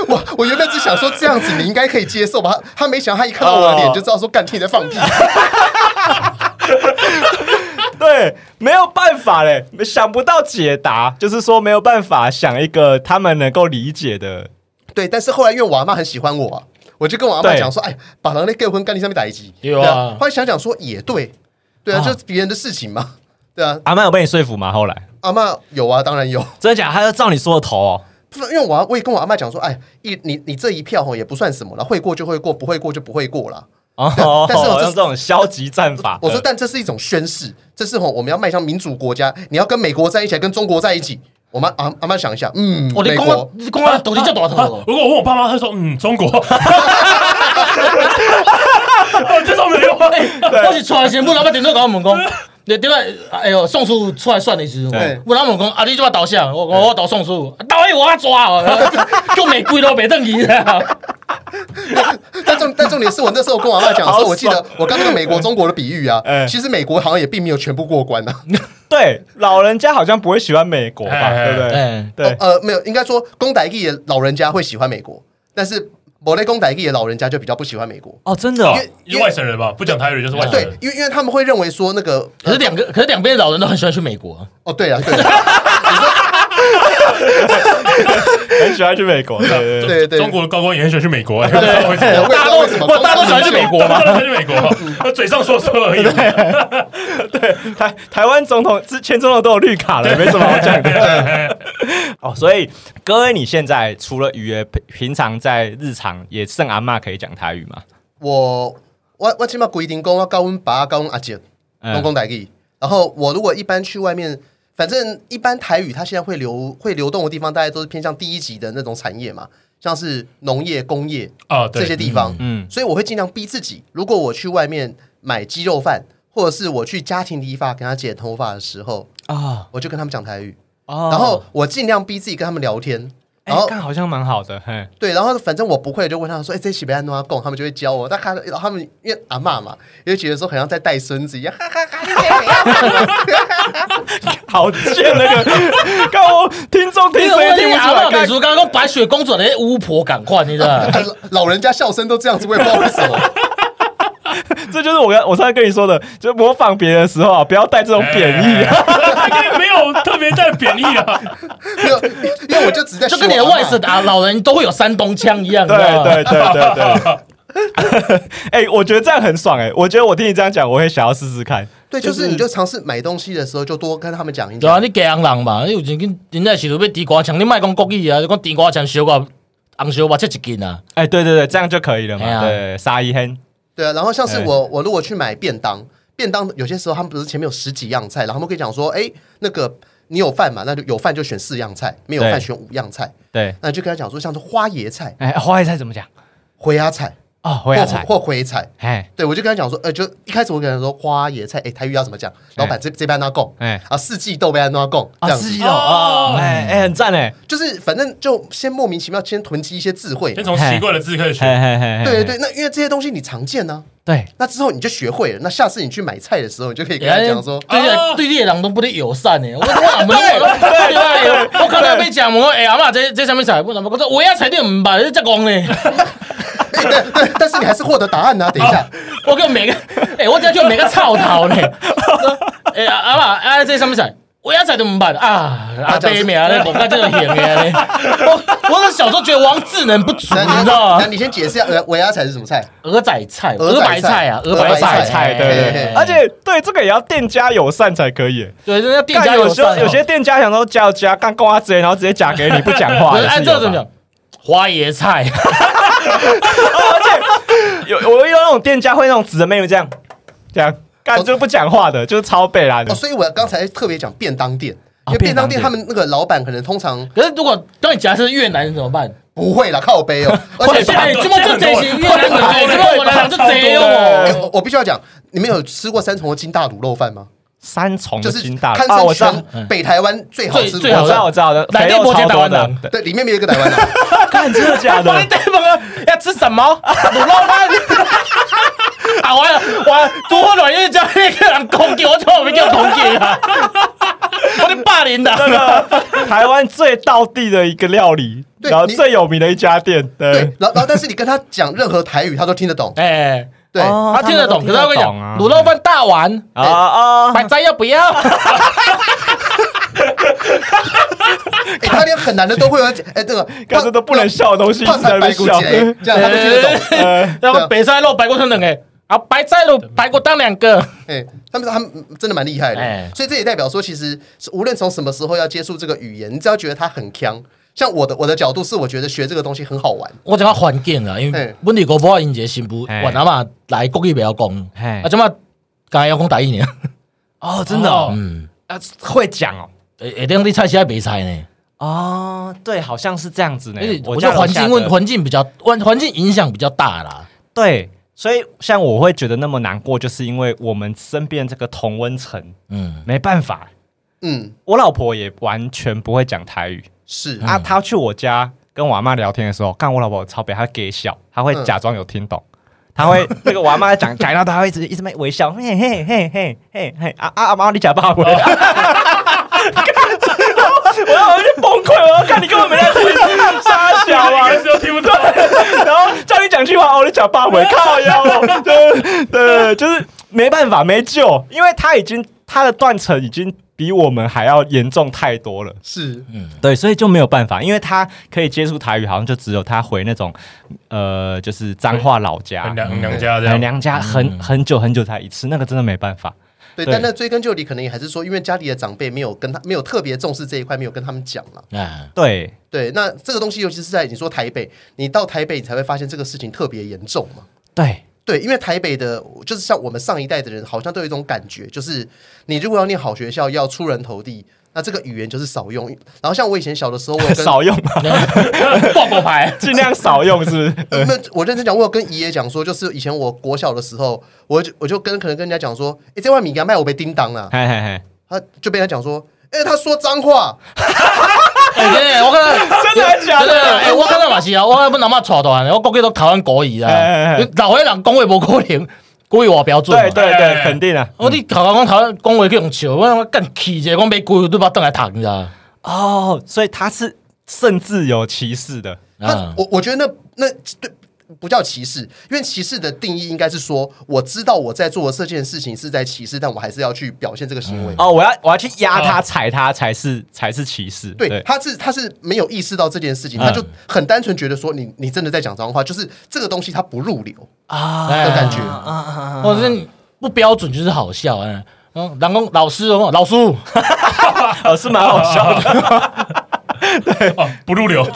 [SPEAKER 4] 我我原本只想说这样子你应该可以接受吧，她她没想到她一看到我的脸就知道说干听你
[SPEAKER 2] <laughs>
[SPEAKER 4] 在放屁，
[SPEAKER 2] 对，没有办法嘞，想不到解答，就是说没有办法想一个他们能够理解的。
[SPEAKER 4] 对，但是后来因为我阿妈很喜欢我啊，我就跟我阿妈
[SPEAKER 2] 对
[SPEAKER 4] 讲说，哎，把人类结婚干你上面打一击，
[SPEAKER 5] 对啊
[SPEAKER 4] 后来想想说也对，对啊，
[SPEAKER 5] 啊
[SPEAKER 4] 就是别人的事情嘛，对啊，
[SPEAKER 2] 阿妈有被你说服吗？后来
[SPEAKER 4] 阿妈有啊，当然有，
[SPEAKER 2] 真的假的？他就照你说的投哦。
[SPEAKER 4] 不是因为我我也跟我阿妈讲说，哎，一你你这一票吼也不算什么了，会过就会过，不会过就不会过了。
[SPEAKER 2] 哦，
[SPEAKER 4] 但是我这
[SPEAKER 2] 用这种消极战法，
[SPEAKER 4] 我说，但这是一种宣誓，这是吼我们要迈向民主国家，你要跟美国在一起，还跟中国在一起，我妈阿阿妈想一下，嗯，
[SPEAKER 5] 哦，你
[SPEAKER 4] 美
[SPEAKER 5] 讲
[SPEAKER 4] 国
[SPEAKER 5] 啊，你讲啊，到底叫大头哦？
[SPEAKER 3] 如果我问我爸妈，他说嗯，中国。哦，这种没有啊。
[SPEAKER 5] 我是出来先，不老板顶多甲我问讲，你顶摆哎呦，宋叔出来算的时候
[SPEAKER 4] 对，
[SPEAKER 5] 不老板讲啊，你即摆投啥？我讲我投宋叔，啊投迄我啊抓哦，叫玫瑰都袂等伊啦。
[SPEAKER 4] 但重但重点是我那时候跟我妈
[SPEAKER 3] <laughs>
[SPEAKER 4] 讲的时候，我记得我刚那个美国中国的比喻啊
[SPEAKER 2] 哎，
[SPEAKER 4] 其实美国好像也并没有全部过关啊。
[SPEAKER 2] 对，老人家好像不会喜欢美国吧？
[SPEAKER 3] 哎哎
[SPEAKER 2] 对不对？
[SPEAKER 5] 哎，
[SPEAKER 2] 对，
[SPEAKER 4] 呃，没有，应该说公歹地的老人家会喜欢美国，但是某类公歹地的老人家就比较不喜欢美国。
[SPEAKER 2] 哦，真的
[SPEAKER 3] 哦因为外省人嘛，不讲台语就是外省
[SPEAKER 4] 对
[SPEAKER 3] 人，。
[SPEAKER 4] 因为因为他们会认为说那个，
[SPEAKER 5] 可是两个，可是两边的老人都很喜欢去美国。
[SPEAKER 4] 哦，对了，对啦
[SPEAKER 5] <laughs>
[SPEAKER 2] 很喜欢去美国。对对对。
[SPEAKER 4] 对对
[SPEAKER 3] 中国的高官也很喜欢去美国，哎，不知道为什
[SPEAKER 4] 对， <laughs>
[SPEAKER 3] 么
[SPEAKER 4] 我也不知道为什么
[SPEAKER 5] 不大家都喜欢去美国
[SPEAKER 3] 他
[SPEAKER 5] 吗？
[SPEAKER 3] 们喜欢去美国，他嘴上说说而已。
[SPEAKER 2] 台台湾总统之前总统都有绿卡了，没什么好讲的。哦，所以各位，你现在除了语言，平平常在日常也剩阿嬷可以讲台语吗？
[SPEAKER 4] 我我我起码规定讲啊我高温爸高温阿姐
[SPEAKER 2] 嗯
[SPEAKER 4] 拢讲台语，然后我如果一般去外面，反正一般台语它现在会流会流动的地方，大概都是偏向第一级的那种产业嘛，像是农业、工业
[SPEAKER 5] 哦
[SPEAKER 3] 啊，
[SPEAKER 4] 这
[SPEAKER 3] 对
[SPEAKER 4] 些，地方，
[SPEAKER 2] 嗯，
[SPEAKER 4] 所以我会尽量逼自己。如果我去外面买鸡肉饭，或者是我去家庭理发给他剪头发的时候，
[SPEAKER 2] 啊
[SPEAKER 4] 我就跟他们讲台语，
[SPEAKER 2] 哦
[SPEAKER 4] 然后我尽量逼自己跟他们聊天，
[SPEAKER 2] 哎
[SPEAKER 4] 然后，
[SPEAKER 2] 看好像蛮好的，嘿，
[SPEAKER 4] 对，然后反正我不会，就问他们说：“哎、这起别安诺贡，他们就会教我。但他他们因为阿嬷嘛，也会觉得说好像在带孙子一样，哈哈哈
[SPEAKER 2] <laughs> 好贱那个， <laughs> 看我听众听谁听不出来
[SPEAKER 5] 阿美
[SPEAKER 2] 干
[SPEAKER 5] 术刚刚白雪公主的那些巫婆赶快，你知道吗？
[SPEAKER 4] 哈老人家笑声都这样子，我也不知道为什么。
[SPEAKER 2] 这就是我刚我上次跟你说的，就模仿别人的时候啊，不要带这种贬义啊。
[SPEAKER 3] 他应该没有特别在贬义啊。
[SPEAKER 4] 没有，因为我就只在
[SPEAKER 5] 就跟你的
[SPEAKER 4] 学我阿
[SPEAKER 5] 外
[SPEAKER 4] 嬷
[SPEAKER 5] 省啊老人都会有山东腔一样，你
[SPEAKER 2] 对
[SPEAKER 5] 知道吗
[SPEAKER 2] 对对对对。 <laughs> 哎、我觉得这样很爽哎、我觉得我听你这样讲，我会想要试试看。
[SPEAKER 4] 对，就是你就尝试买东西的时候，就多跟他们讲一
[SPEAKER 5] 对啊，
[SPEAKER 4] 讲。
[SPEAKER 5] 你家人人嘛，你有阵跟人家是要地瓜肠，你莫讲国语啊，你讲地瓜肠小个红小肉切一斤啊，
[SPEAKER 2] 哎、对对对，这样就可以了
[SPEAKER 5] 哎
[SPEAKER 2] 嘛。
[SPEAKER 5] 呀
[SPEAKER 2] 对，沙一亨，
[SPEAKER 4] 对啊，然后像是
[SPEAKER 2] 哎
[SPEAKER 4] 我，我如果去买便当，便当有些时候他们不是前面有十几样菜，然后他们可以讲说：“哎、那个你有饭嘛？那就有饭就选四样菜，没有
[SPEAKER 2] 对
[SPEAKER 4] 饭选五样菜。
[SPEAKER 2] 对，”
[SPEAKER 4] 那你就跟他讲说，像是花椰菜、
[SPEAKER 2] 哎、花椰菜怎么讲？
[SPEAKER 4] 回芽菜、
[SPEAKER 2] 哦，回芽菜，
[SPEAKER 4] 或或回菜。
[SPEAKER 2] 哎
[SPEAKER 4] 对，我就跟他讲说，呃，就一开始我跟他说花椰菜，哎、台语要怎么讲？老板这这边要供，
[SPEAKER 2] 哎
[SPEAKER 4] 啊，四季豆被安要供，这
[SPEAKER 2] 啊，
[SPEAKER 4] 样
[SPEAKER 2] 四
[SPEAKER 4] 子，嗯
[SPEAKER 2] 季豆啊，哦哎哎，很赞哎，
[SPEAKER 4] 就是反正就先莫名其妙先囤积一些智慧
[SPEAKER 3] 先。从奇怪的字开始学，
[SPEAKER 2] 嘿嘿嘿，嘿
[SPEAKER 4] 对对对，那因为这些东西你常见呢、
[SPEAKER 2] 对，
[SPEAKER 4] 那之后你就学会了。那下次你去买菜的时候，你就可以跟他
[SPEAKER 5] 哎
[SPEAKER 4] 讲说，
[SPEAKER 5] 对
[SPEAKER 3] 啊
[SPEAKER 5] 对对，你的人都不得友善诶。我 <laughs> 我阿门，对对，我可能被讲我哎阿妈这这上面菜，我阿妈讲我要菜你唔捌，你才讲呢。
[SPEAKER 4] 哎 <laughs> 对对，但是你还是获得答案呢、啊等一下，
[SPEAKER 5] 我叫每个哎，我只叫每个臭头呢。哎阿阿妈啊这上面菜。我要菜都唔捌啊！阿伯名咧，我看这个型咧，我我小时候觉得王智能不足，
[SPEAKER 4] 那
[SPEAKER 5] 你
[SPEAKER 4] 你
[SPEAKER 5] 知道啊吗
[SPEAKER 4] 那？你先解释一下，呃，尾芽菜是什么菜？
[SPEAKER 5] 鹅仔菜，
[SPEAKER 4] 鹅
[SPEAKER 5] 鹅
[SPEAKER 4] 仔
[SPEAKER 5] 白菜啊，
[SPEAKER 4] 菜
[SPEAKER 5] 鹅白
[SPEAKER 4] 鹅白
[SPEAKER 5] 菜，
[SPEAKER 4] 菜
[SPEAKER 2] 对对
[SPEAKER 4] 嘿
[SPEAKER 2] 对，
[SPEAKER 4] 嘿嘿
[SPEAKER 2] 而且对这个也要店家友善才可以。
[SPEAKER 5] 对，人家店
[SPEAKER 2] 干
[SPEAKER 5] 家
[SPEAKER 2] 有时候
[SPEAKER 4] 哦
[SPEAKER 5] 上
[SPEAKER 2] 有些店家想说加加干公啊之类，然后直接夹给你不讲话，
[SPEAKER 5] 不 <laughs>
[SPEAKER 2] 也
[SPEAKER 5] 是
[SPEAKER 2] 是
[SPEAKER 5] 按
[SPEAKER 2] 有
[SPEAKER 5] 照怎么
[SPEAKER 2] 吧
[SPEAKER 5] 讲？花椰菜，
[SPEAKER 2] 有我有遇到那种店家会那种指着妹妹这样这样干，
[SPEAKER 4] 哦
[SPEAKER 2] 就是不讲话的，就是超北蓝的
[SPEAKER 4] 哦，。所以我刚才特别讲便当店，因为
[SPEAKER 2] 便
[SPEAKER 4] 便
[SPEAKER 2] 当
[SPEAKER 4] 当
[SPEAKER 2] 店
[SPEAKER 4] 店他们那个老板可能通常
[SPEAKER 5] 可是如果当你夹的是越南人怎么办？
[SPEAKER 4] 不会啦，靠背哦，而且
[SPEAKER 5] 现在这么就这些越南人，这么我来讲就
[SPEAKER 4] 哎
[SPEAKER 5] 贼哦。
[SPEAKER 4] 我我必须要讲，你们有吃过三重的金大卤肉饭吗？
[SPEAKER 2] 三重
[SPEAKER 4] 就
[SPEAKER 2] 的
[SPEAKER 4] 是
[SPEAKER 2] 金大
[SPEAKER 4] 堪
[SPEAKER 2] 啊，我
[SPEAKER 4] 称
[SPEAKER 2] 知道，
[SPEAKER 4] 全北台湾最好吃的
[SPEAKER 5] 最最
[SPEAKER 2] 我
[SPEAKER 5] 好
[SPEAKER 2] 知
[SPEAKER 5] 吃
[SPEAKER 2] 道，我知道的，
[SPEAKER 5] 来
[SPEAKER 2] 肥
[SPEAKER 5] 电
[SPEAKER 2] 肉
[SPEAKER 5] 波接
[SPEAKER 2] 超
[SPEAKER 5] 台
[SPEAKER 2] 多
[SPEAKER 5] 湾
[SPEAKER 2] 的
[SPEAKER 5] 人，
[SPEAKER 2] 对
[SPEAKER 4] 对，里面没有一个台湾人。
[SPEAKER 2] 看真的假
[SPEAKER 5] 我
[SPEAKER 2] 的
[SPEAKER 5] 你？对方啊，要吃什么？卤肉饭。 <laughs> 啊完了完了，多暖又叫那个人攻击，我怎么没叫攻击啊？我的霸凌的，
[SPEAKER 2] 台湾最道地的一个料理，
[SPEAKER 4] 对
[SPEAKER 2] 然后
[SPEAKER 4] 你
[SPEAKER 2] 最有名的一家店，
[SPEAKER 4] 对
[SPEAKER 2] 对，，
[SPEAKER 4] 然后然后但是你跟他讲任何台语，他都听得懂。
[SPEAKER 5] 哎，
[SPEAKER 4] 对，
[SPEAKER 2] 哦
[SPEAKER 5] 他听得懂，可
[SPEAKER 2] 他们都
[SPEAKER 5] 是他会讲
[SPEAKER 2] 听得懂啊
[SPEAKER 5] 卤肉饭大碗，
[SPEAKER 2] 啊啊，
[SPEAKER 5] 白菜要不 <laughs> 要？
[SPEAKER 4] 哎，他连很难的都会有。哎，这个
[SPEAKER 2] 干这都不能笑的东西，一
[SPEAKER 4] 泡
[SPEAKER 2] 直在
[SPEAKER 4] 菜
[SPEAKER 2] 那
[SPEAKER 4] 白
[SPEAKER 2] 边
[SPEAKER 4] 骨
[SPEAKER 2] 笑。
[SPEAKER 4] 节，这样他就听得懂。
[SPEAKER 2] 呃，
[SPEAKER 5] 然后白菜肉排骨汤两个，啊，白菜肉排骨汤两个。
[SPEAKER 4] 哎，他们他们真的蛮厉害
[SPEAKER 5] 哎
[SPEAKER 4] 的，所以这也代表说，其实是无论从什么时候要接触这个语言，你只要觉得它很强。像我的我的角度是，我觉得学这个东西很好玩。
[SPEAKER 5] 我讲环境啊，因为
[SPEAKER 4] 嘿
[SPEAKER 5] 本地国宝因一个新妇，
[SPEAKER 2] 嘿
[SPEAKER 5] 越南嘛来国语袂晓
[SPEAKER 2] 嘿
[SPEAKER 5] 讲，啊，怎么刚才要讲台语呢？
[SPEAKER 2] 哦，真的，
[SPEAKER 3] 哦
[SPEAKER 2] 哦，
[SPEAKER 5] 嗯，
[SPEAKER 2] 啊，会讲哦，
[SPEAKER 5] 会会当你菜市爱卖菜呢，
[SPEAKER 2] 哦，对，好像是这样子呢
[SPEAKER 5] 因为。我觉
[SPEAKER 2] 家
[SPEAKER 5] 得
[SPEAKER 2] 楼
[SPEAKER 5] 环
[SPEAKER 2] 下
[SPEAKER 5] 境
[SPEAKER 2] 的
[SPEAKER 5] 问环境比较环环境影响比较大啦。
[SPEAKER 2] 对，所以像我会觉得那么难过，就是因为我们身边这个同温层
[SPEAKER 5] 嗯，
[SPEAKER 2] 没办法。
[SPEAKER 4] 嗯，
[SPEAKER 2] 我老婆也完全不会讲台语
[SPEAKER 4] 是
[SPEAKER 2] 啊，她去我家跟我阿妈聊天的时候，看我老婆超北，她会给笑，她会
[SPEAKER 4] 嗯
[SPEAKER 2] 假装有听懂。她会那个我阿妈在讲讲到，她会一直一直在微笑，嘿嘿嘿嘿嘿嘿啊啊阿妈你假爸回我我就崩溃，我看你根本没在听，傻小啊！
[SPEAKER 3] 开始都听不懂，
[SPEAKER 2] 然后叫你讲句话，哦，你讲八回，靠腰哦，对对对，就是没办法，没救，因为他已经他的断层已经比我们还要严重太多了，
[SPEAKER 4] 是，
[SPEAKER 2] 对，所以就没有办法，因为他可以接触台语，好像就只有他回那种呃，就是彰化老家、
[SPEAKER 3] 很娘很娘家这
[SPEAKER 2] 回
[SPEAKER 3] 样。
[SPEAKER 2] 娘家
[SPEAKER 5] 嗯
[SPEAKER 2] 很很久很久才一次，那个真的没办法。
[SPEAKER 4] 对，
[SPEAKER 2] 对
[SPEAKER 4] 但那追根究底，可能也还是说，因为家里的长辈没有跟他没有特别重视这一块，没有跟他们讲了。
[SPEAKER 5] <laughs> 啊，
[SPEAKER 2] 对，
[SPEAKER 4] 对，那这个东西，尤其是在你说台北，你到台北，你才会发现这个事情特别严重嘛。
[SPEAKER 2] 对，
[SPEAKER 4] 对，因为台北的，就是像我们上一代的人，好像都有一种感觉，就是你如果要念好学校，要出人头地，那这个语言就是少用。然后像我以前小的时候，我有跟
[SPEAKER 2] <laughs> 少用，
[SPEAKER 5] 哎
[SPEAKER 2] 啊
[SPEAKER 5] <laughs> 爆爆牌，
[SPEAKER 2] <laughs> 尽量少用，是不
[SPEAKER 5] <laughs>
[SPEAKER 2] 是？
[SPEAKER 4] 呃那我认真讲，我有跟姨爷讲说，就是以前我国小的时候，我就我就跟可能跟人家讲说，哎、这碗米给他卖我被叮当了、
[SPEAKER 2] 嘿嘿嘿，
[SPEAKER 4] 他就被他讲说，哎、他说脏话，
[SPEAKER 5] 哎真的，我看到
[SPEAKER 2] 真的还是假
[SPEAKER 5] 真的，
[SPEAKER 2] 的？
[SPEAKER 5] 哎，我看到嘛是啊，我本阿妈娶大汉，我估计都台湾国语
[SPEAKER 2] 哎哎
[SPEAKER 5] 啊
[SPEAKER 2] 哎，
[SPEAKER 5] 老岁人讲话无可能，国语话标准嘛。
[SPEAKER 2] 对
[SPEAKER 3] 哎
[SPEAKER 2] 对对，肯定啊。
[SPEAKER 5] 我你头壳讲头壳讲话去用笑，我我干气者，讲买鬼都把倒来啊读，你知道？
[SPEAKER 2] 哦，所以他是甚至有歧视的。
[SPEAKER 4] 那
[SPEAKER 5] 啊，
[SPEAKER 4] 我我觉得那那对不叫歧视，因为歧视的定义应该是说，我知道我在做的这件事情是在歧视，但我还是要去表现这个行为。
[SPEAKER 2] 哦，我要我要去压
[SPEAKER 3] 哦
[SPEAKER 2] 他、踩他才是才是歧视。
[SPEAKER 4] 对，他是他是没有意识到这件事情，他就很单纯觉得说你你真的在讲脏话，就是这个东西它不入流
[SPEAKER 2] 啊
[SPEAKER 4] 的感觉。
[SPEAKER 5] 或者是你哎不标准就是好笑啊。嗯，然后老师哦，老师，
[SPEAKER 2] 哦是蛮好笑的。
[SPEAKER 3] 哦，不入流，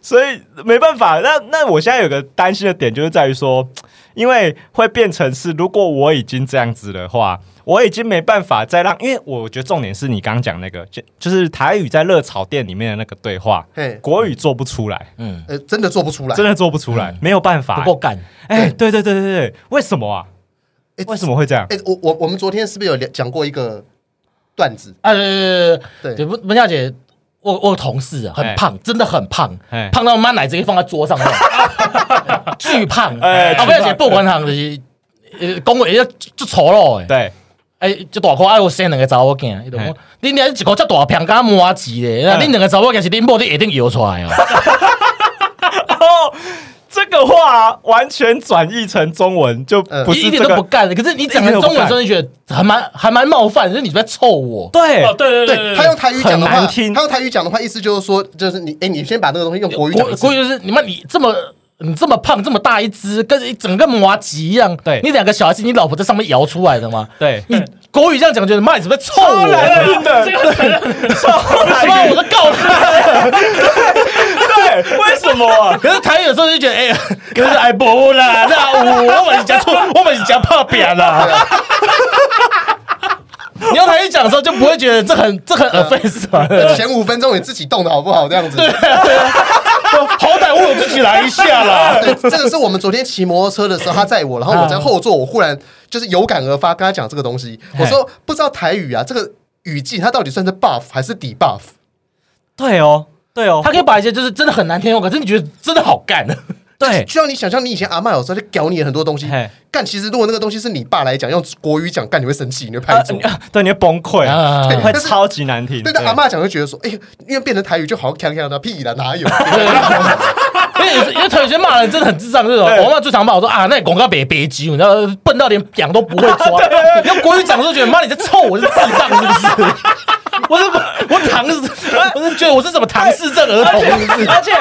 [SPEAKER 2] 所以没办法。那那我现在有个担心的点就是在于说，因为会变成是，如果我已经这样子的话，我已经没办法再让，因为我觉得重点是你刚刚讲那个，就就是台语在热炒店里面的那个对话
[SPEAKER 4] 嘿，
[SPEAKER 2] 国语做不出来，
[SPEAKER 5] 嗯，
[SPEAKER 4] 呃，真的做不出来，
[SPEAKER 2] 真的做不出来，没有办法、
[SPEAKER 5] 不嗯够干，
[SPEAKER 2] 哎、对对对对对，为什么啊？
[SPEAKER 4] 诶
[SPEAKER 2] 为什么会这样？
[SPEAKER 4] 哎、我我我们昨天是不是有聊讲过一个段子？
[SPEAKER 5] 啊，对
[SPEAKER 4] 对
[SPEAKER 5] 对对，文小姐，我我有同事啊，很胖，真的很胖
[SPEAKER 2] 哎，
[SPEAKER 5] 胖到妈奶直接放在桌上那
[SPEAKER 2] <laughs>
[SPEAKER 5] 种，巨胖，
[SPEAKER 2] 哎
[SPEAKER 5] 啊，
[SPEAKER 2] 巨胖
[SPEAKER 5] 不要姐不管行就是，呃，讲话要就丑陋诶。
[SPEAKER 2] 对，
[SPEAKER 5] 哎，即大块哎，我生两个查某囝，伊就
[SPEAKER 2] 哎
[SPEAKER 5] 讲，恁俩一个遮大片敢麻子咧，那恁两个查某囝是恁某伫下顶摇出来哦。嗯
[SPEAKER 2] 哦，这个话完全转译成中文就不
[SPEAKER 5] 一
[SPEAKER 2] 是这
[SPEAKER 5] 点都
[SPEAKER 2] 个，
[SPEAKER 5] 不哦干的。可是你讲的中文的时候，你觉得还蛮还蛮冒犯，就是你在臭我。
[SPEAKER 2] 对
[SPEAKER 3] 哦，对对
[SPEAKER 4] 对
[SPEAKER 3] 对
[SPEAKER 4] 他用台语讲的
[SPEAKER 2] 很
[SPEAKER 4] 话，
[SPEAKER 2] 难听
[SPEAKER 4] 他用台语讲的话，意思就是说，就是你，哎、你先把那个东西用国语讲一
[SPEAKER 5] 国
[SPEAKER 4] 次
[SPEAKER 5] 国语就是你妈你这么你这么胖这么大一只，跟整个麻子一样。
[SPEAKER 2] 对
[SPEAKER 5] 你两个小孩是你老婆在上面摇出来的吗？
[SPEAKER 2] 对，
[SPEAKER 5] 你国语这样讲，觉得妈你是不是在臭
[SPEAKER 2] 超
[SPEAKER 5] 我？
[SPEAKER 2] 难听的，
[SPEAKER 5] 妈我都告诉你。
[SPEAKER 2] 对，为什么啊？
[SPEAKER 5] 可是台语有时候就觉得，哎、可是哎不啦，那我我们是讲错，我们是讲怕扁啦。你用台语讲的时候，就不会觉得这很这很 offensive 嘛对不对
[SPEAKER 4] 前五分钟你自己动的好不好？这样子，
[SPEAKER 5] 好歹我有自己来一下啦。
[SPEAKER 4] 对，这个是我们昨天骑摩托车的时候，他载我，然后我在后座，我忽然就是有感而发，跟他讲这个东西，我说不知道台语啊，这个语境它到底算是 buff 还是底 buff？
[SPEAKER 2] 对哦，对哦
[SPEAKER 5] 他，可以把一些就是真的很难听的话，可是你觉得真的好干。
[SPEAKER 2] 对
[SPEAKER 4] 就像你想象，你以前阿嬷有时候就屌你很多东西
[SPEAKER 2] 嘿，
[SPEAKER 4] 干其实如果那个东西是你爸来讲，用国语讲，干你会生气，你会拍
[SPEAKER 2] 啊 <laughs>
[SPEAKER 4] 桌
[SPEAKER 2] 你。啊对，你会崩溃
[SPEAKER 5] 啊，
[SPEAKER 2] 会
[SPEAKER 4] 但是
[SPEAKER 2] 超级难听。
[SPEAKER 4] 对，但阿嬷讲就觉得说，哎、呦，因为变成台语就好像锵锵的，屁啦，哪有？
[SPEAKER 5] <laughs> 因为有时因为台语圈骂人真的很智障，这种
[SPEAKER 2] 对
[SPEAKER 5] 我妈最常骂我说啊，那你广告别别急，你知道笨到连痒都不会
[SPEAKER 2] <laughs>
[SPEAKER 5] 抓。你用国语讲的时候觉得妈你在臭我是智障是不是？ <laughs> 我是我唐氏，
[SPEAKER 2] 哎
[SPEAKER 5] 我是觉得我是什么唐氏症儿童是不是？
[SPEAKER 2] 而且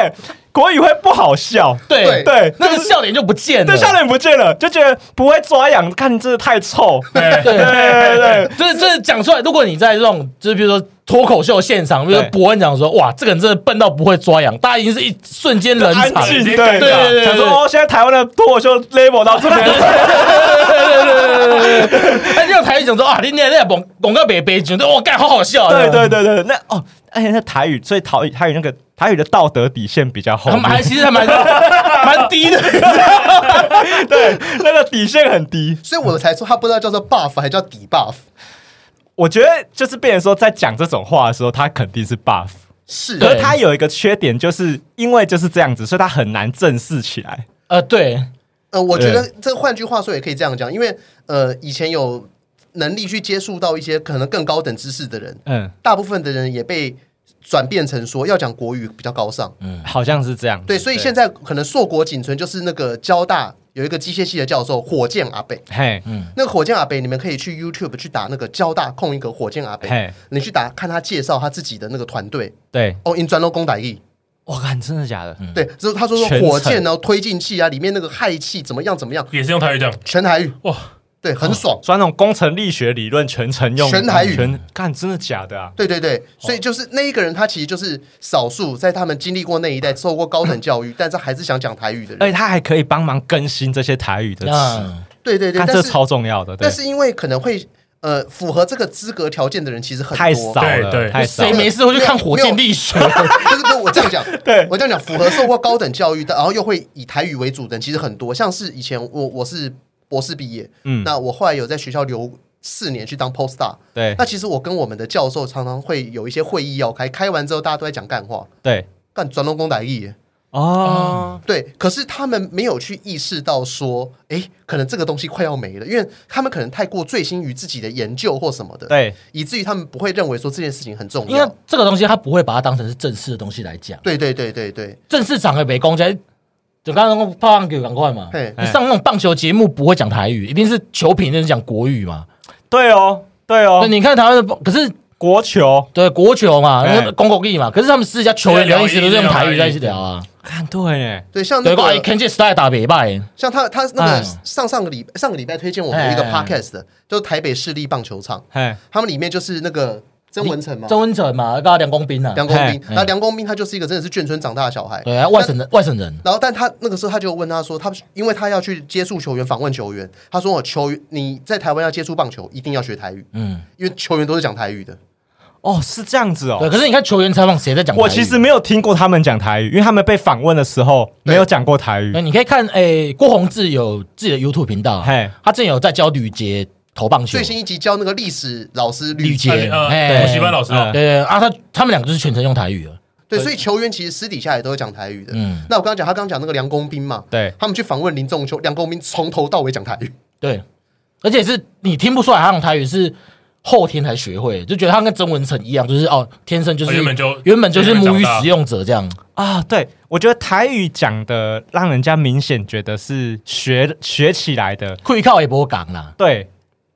[SPEAKER 2] 国语会不好笑，
[SPEAKER 5] 对
[SPEAKER 2] 哎 <laughs> 对
[SPEAKER 5] 那个笑脸就不见了。
[SPEAKER 2] 对，笑脸不见了，就觉得不会抓痒，看真的太臭。
[SPEAKER 3] 对
[SPEAKER 2] 对对对，
[SPEAKER 5] 就是这讲出来，如果你在这种就是比如说脱口秀现场，比如说
[SPEAKER 2] 对
[SPEAKER 5] 伯恩讲说哇，这个人真的笨到不会抓痒，大家已经是一瞬间冷
[SPEAKER 2] 安
[SPEAKER 5] 场。
[SPEAKER 2] 静，
[SPEAKER 3] 对
[SPEAKER 2] 对
[SPEAKER 5] 对对对
[SPEAKER 2] 想说哦，现在台湾的脱口秀 level 到这边，
[SPEAKER 5] 对对对对对对 <laughs> 哎，你用台语讲说啊，你那那广广告白白讲，哇，干好好笑。啊
[SPEAKER 2] 对对对对，那哦，而且那台语，所以台语台语那个台语的道德底线比较厚
[SPEAKER 5] 他
[SPEAKER 2] 面，
[SPEAKER 5] 们还其实还蛮蛮低的，
[SPEAKER 2] <laughs> 对那个底线很低。
[SPEAKER 4] 所以我才说他不知道叫做 buff 还叫底 buff，
[SPEAKER 2] 我觉得就是变成说，在讲这种话的时候，他肯定是 buff，
[SPEAKER 4] 是
[SPEAKER 2] 可
[SPEAKER 5] 对
[SPEAKER 2] 是他有一个缺点，就是因为就是这样子，所以他很难正视起来。
[SPEAKER 5] 呃，对，
[SPEAKER 4] 呃，我觉得这换句话说也可以这样讲，因为呃，以前有能力去接触到一些可能更高等知识的人，
[SPEAKER 2] 嗯，
[SPEAKER 4] 大部分的人也被转变成说要讲国语比较高尚。
[SPEAKER 2] 好像是这样。
[SPEAKER 4] 对，所以现在可能硕果仅存就是那个交大有一个机械系的教授火箭阿北，
[SPEAKER 2] 嘿，
[SPEAKER 4] 那个火箭阿北，你们可以去 YouTube 去打那个交大空一个火箭阿北
[SPEAKER 2] 嘿，
[SPEAKER 4] 你去打看他介绍他自己的那个团队
[SPEAKER 2] 对，
[SPEAKER 4] 哦，因专都攻打义。
[SPEAKER 2] 我看真的假的？
[SPEAKER 4] 对，之后他说
[SPEAKER 2] 嗯
[SPEAKER 4] 说
[SPEAKER 2] 全程
[SPEAKER 4] 火箭然后推进器啊，里面那个氦气怎么样怎么样，
[SPEAKER 3] 也是用台语讲，
[SPEAKER 4] 全台语
[SPEAKER 3] 哇，
[SPEAKER 4] 对，很爽。
[SPEAKER 2] 所以那种工程力学理论全程用
[SPEAKER 4] 全台语
[SPEAKER 2] 全干真的假的啊？
[SPEAKER 4] 对对对，所以就是那一个人，他其实就是少数在他们经历过那一代、受过高等教育，但是还是想讲台语的
[SPEAKER 2] 而
[SPEAKER 4] 人。
[SPEAKER 2] 且他还可以帮忙更新这些台语的词，
[SPEAKER 5] 嗯，
[SPEAKER 4] 对对对，
[SPEAKER 2] 看
[SPEAKER 4] 但
[SPEAKER 2] 这
[SPEAKER 4] 是
[SPEAKER 2] 超重要的。对
[SPEAKER 4] 但，是因为可能会呃符合这个资格条件的人其实很
[SPEAKER 2] 太
[SPEAKER 4] 多 <laughs>
[SPEAKER 2] 少，
[SPEAKER 3] 对
[SPEAKER 2] 了，
[SPEAKER 3] 对
[SPEAKER 2] 太少
[SPEAKER 5] 谁
[SPEAKER 2] 了。
[SPEAKER 5] 没事会去看火箭历史？
[SPEAKER 4] 不是不是，我这样讲，
[SPEAKER 2] <laughs> 对
[SPEAKER 4] 我这样讲，符合受过高等教育的，然后又会以台语为主的人其实很多。像是以前我我是博士毕业，
[SPEAKER 2] 嗯
[SPEAKER 4] 那我后来有在学校留四年去当 post star。
[SPEAKER 2] 对
[SPEAKER 4] 那其实我跟我们的教授常常会有一些会议要开，开完之后大家都在讲干话，
[SPEAKER 2] 对
[SPEAKER 4] 干转龙公台语耶。
[SPEAKER 2] 哦，
[SPEAKER 4] 对，可是他们没有去意识到说，诶，可能这个东西快要没了，因为他们可能太过醉心于自己的研究或什么的，，
[SPEAKER 2] 对
[SPEAKER 4] 以至于他们不会认为说这件事情很重
[SPEAKER 5] 因为
[SPEAKER 4] 要。
[SPEAKER 5] 这个东西他不会把它当成是正式的东西来讲，
[SPEAKER 4] 对对对对对，
[SPEAKER 5] 正式场合没公开。就刚刚那个棒球赶快嘛，
[SPEAKER 4] 嘿
[SPEAKER 5] 你上那种棒球节目不会讲台语，一定是球评就是讲国语嘛。
[SPEAKER 2] 对哦，对
[SPEAKER 5] 那
[SPEAKER 2] 哦，
[SPEAKER 5] 你看台湾的棒，可是
[SPEAKER 2] 国球，
[SPEAKER 5] 对国球嘛，
[SPEAKER 2] 哎
[SPEAKER 5] 那公国力嘛，可是他们私下球员聊一直都是用台语在一起聊啊。
[SPEAKER 2] 看对耶，
[SPEAKER 4] 对，像那
[SPEAKER 5] 对，哎
[SPEAKER 4] 个
[SPEAKER 5] ，Kenji Style 打北拜，
[SPEAKER 4] 像他他那个
[SPEAKER 5] 哎
[SPEAKER 4] 上上个礼上个礼拜推荐我们一个
[SPEAKER 5] 哎
[SPEAKER 4] podcast 的，就是台北市立棒球场，
[SPEAKER 2] 嘿，
[SPEAKER 4] 他们里面就是那个曾文成嘛，
[SPEAKER 5] 周文成嘛，跟梁公斌啊，
[SPEAKER 4] 梁公
[SPEAKER 2] 哎
[SPEAKER 4] 斌，那梁公斌他就是一个真的是眷村长大的小孩，
[SPEAKER 5] 对啊，外省人，外省人，
[SPEAKER 4] 然后，但他那个时候他就问他说，他因为他要去接触球员、访问球员，他说：“我哦球员你在台湾要接触棒球，一定要学台语，
[SPEAKER 5] 嗯，
[SPEAKER 4] 因为球员都是讲台语的。
[SPEAKER 2] 哦，是这样子哦
[SPEAKER 5] 对。。可是你看球员采访谁在讲台语？
[SPEAKER 2] 我其实没有听过他们讲台语，因为他们被访问的时候没有讲过台语
[SPEAKER 5] 对，。你可以看，诶，郭宏志有自己的 YouTube 频道啊
[SPEAKER 2] 嘿，
[SPEAKER 5] 他之前有在教吕杰投棒球
[SPEAKER 4] 最，新一集教那个历史老师
[SPEAKER 5] 吕
[SPEAKER 4] 吕
[SPEAKER 5] 杰，
[SPEAKER 3] 呃
[SPEAKER 5] 哎，
[SPEAKER 3] 补习班老师
[SPEAKER 5] 对
[SPEAKER 3] 哦，
[SPEAKER 5] 对啊，他他们两个就是全程用台语了，
[SPEAKER 4] 对，所以球员其实私底下也都是讲台语的。
[SPEAKER 5] 嗯
[SPEAKER 4] 那我刚刚讲，他刚刚讲那个梁公斌嘛，
[SPEAKER 2] 对
[SPEAKER 4] 他们去访问林仲秋，梁公斌从头到尾讲
[SPEAKER 2] <laughs>
[SPEAKER 4] 台语，
[SPEAKER 5] 对，而且是你听不出来他用台语是。后天才学会，就觉得他跟曾文成一样，就是哦，天生就是
[SPEAKER 3] 哦原本就
[SPEAKER 5] 原本就是母
[SPEAKER 3] 原本
[SPEAKER 5] 语
[SPEAKER 3] 长大
[SPEAKER 5] 使用者这样。
[SPEAKER 2] 啊，对，我觉得台语讲的让人家明显觉得是学学起来的。
[SPEAKER 5] 可以靠也不会讲啦，
[SPEAKER 2] 对，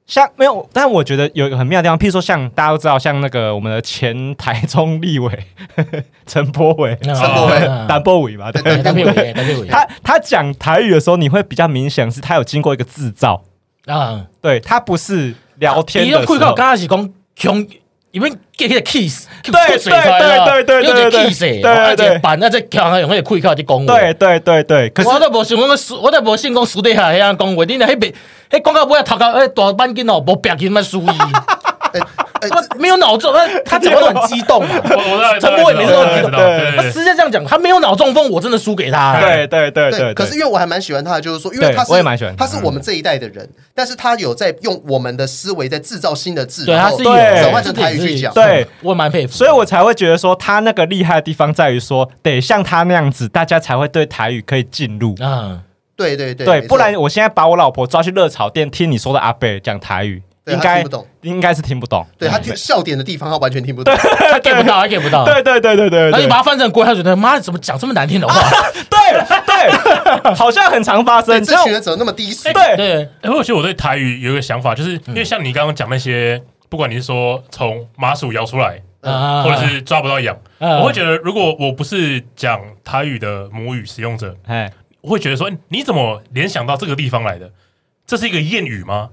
[SPEAKER 2] 像没有，但我觉得有一个很妙的地方，譬如说像大家都知道，像那个我们的前台中立委 <laughs> 陈柏伟、
[SPEAKER 5] 陈
[SPEAKER 4] 柏伟
[SPEAKER 2] <laughs> 谭柏伟嘛，对。
[SPEAKER 4] 对
[SPEAKER 5] 单片尾，单片尾，
[SPEAKER 2] 他他讲台语的时候，你会比较明显是他有经过一个制造，
[SPEAKER 5] 啊，
[SPEAKER 2] 对他不是聊天
[SPEAKER 5] 你
[SPEAKER 2] 的
[SPEAKER 5] 要
[SPEAKER 2] 时
[SPEAKER 5] 看到
[SPEAKER 2] 候，
[SPEAKER 5] 刚开始讲穷，因为 get 个 kiss，
[SPEAKER 2] 对对对对对对对
[SPEAKER 5] ，kiss，
[SPEAKER 2] 对
[SPEAKER 5] 欸而
[SPEAKER 2] 对
[SPEAKER 5] 且板那在强还用那开口在讲话。
[SPEAKER 2] 对对对对，可是
[SPEAKER 5] 我都无想讲，我都无想讲私底下遐样讲话，你若迄边，迄讲到尾头壳，迄大班囡哦，无白去
[SPEAKER 2] <laughs>
[SPEAKER 5] 嘛输伊，
[SPEAKER 4] 哎哎，
[SPEAKER 5] 他没有脑中，他他讲话都很激
[SPEAKER 2] <laughs>
[SPEAKER 5] 动嘛。
[SPEAKER 3] 我我大概
[SPEAKER 5] 陈柏伟每次都
[SPEAKER 3] 大概知道
[SPEAKER 2] 对
[SPEAKER 3] 对
[SPEAKER 5] 他
[SPEAKER 3] 对对，
[SPEAKER 5] 私下这样讲，他没有脑中风，我真的输给他。
[SPEAKER 2] 对对对
[SPEAKER 4] 对，
[SPEAKER 2] 对，
[SPEAKER 4] 可是因为我还蛮喜欢他的，就是说，因为
[SPEAKER 2] 对
[SPEAKER 4] 他是
[SPEAKER 2] 我也蛮喜欢他嗯
[SPEAKER 4] 他是我们这一代的人，但是他有在用我们的思维在制造新的字，
[SPEAKER 5] 对，
[SPEAKER 4] 然
[SPEAKER 5] 他
[SPEAKER 4] 后
[SPEAKER 5] 是
[SPEAKER 2] 对
[SPEAKER 4] 转换成台语去讲，
[SPEAKER 2] 对，
[SPEAKER 5] 我蛮佩服。
[SPEAKER 2] 所以我才会觉得说他那个厉害的地方在于说，得像他那样子，大家才会对台语可以进入。
[SPEAKER 5] 啊，
[SPEAKER 4] 对对对
[SPEAKER 2] 对，
[SPEAKER 4] 没错
[SPEAKER 2] 不然我现在把我老婆抓去热炒店听你说的阿贝讲台语，
[SPEAKER 4] 对
[SPEAKER 2] 应
[SPEAKER 4] 她
[SPEAKER 2] 该
[SPEAKER 4] 听不懂
[SPEAKER 2] 应该是听不懂。
[SPEAKER 4] 对他听笑点的地方，他完全听不懂。
[SPEAKER 5] 他 get 不到，他 get 不到。
[SPEAKER 2] 对对对对对
[SPEAKER 5] 然后
[SPEAKER 2] 对
[SPEAKER 5] 你把它翻成国语，他觉得妈怎么讲这么难听
[SPEAKER 2] <laughs>
[SPEAKER 5] 的话？
[SPEAKER 2] 对对， <laughs> 好像很常发
[SPEAKER 4] 对
[SPEAKER 2] 生。就
[SPEAKER 4] 这群人怎么那么低俗？
[SPEAKER 2] 对
[SPEAKER 5] 对，
[SPEAKER 3] 哎，我觉得我对台语有一个想法，
[SPEAKER 5] 嗯
[SPEAKER 3] 就是因为像你刚刚讲那些，不管你是说从麻薯摇出来，
[SPEAKER 5] 啊
[SPEAKER 3] 或者是抓不到痒，
[SPEAKER 5] 嗯
[SPEAKER 3] 我会觉得如果我不是讲台语的母语使用者，
[SPEAKER 2] 哎，
[SPEAKER 3] 我会觉得说哎你怎么联想到这个地方来的？这是一个谚语吗？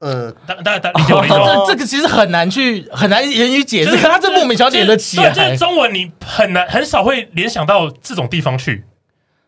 [SPEAKER 4] 嗯，
[SPEAKER 3] 大大大理解我的意思
[SPEAKER 5] <laughs>
[SPEAKER 3] 吗？
[SPEAKER 5] 哦这这个其实很难去很难言语解释，可他这莫名其妙解得起啊
[SPEAKER 3] 对，就是
[SPEAKER 5] 来。
[SPEAKER 3] 中文你很难很少会联想到这种地方去。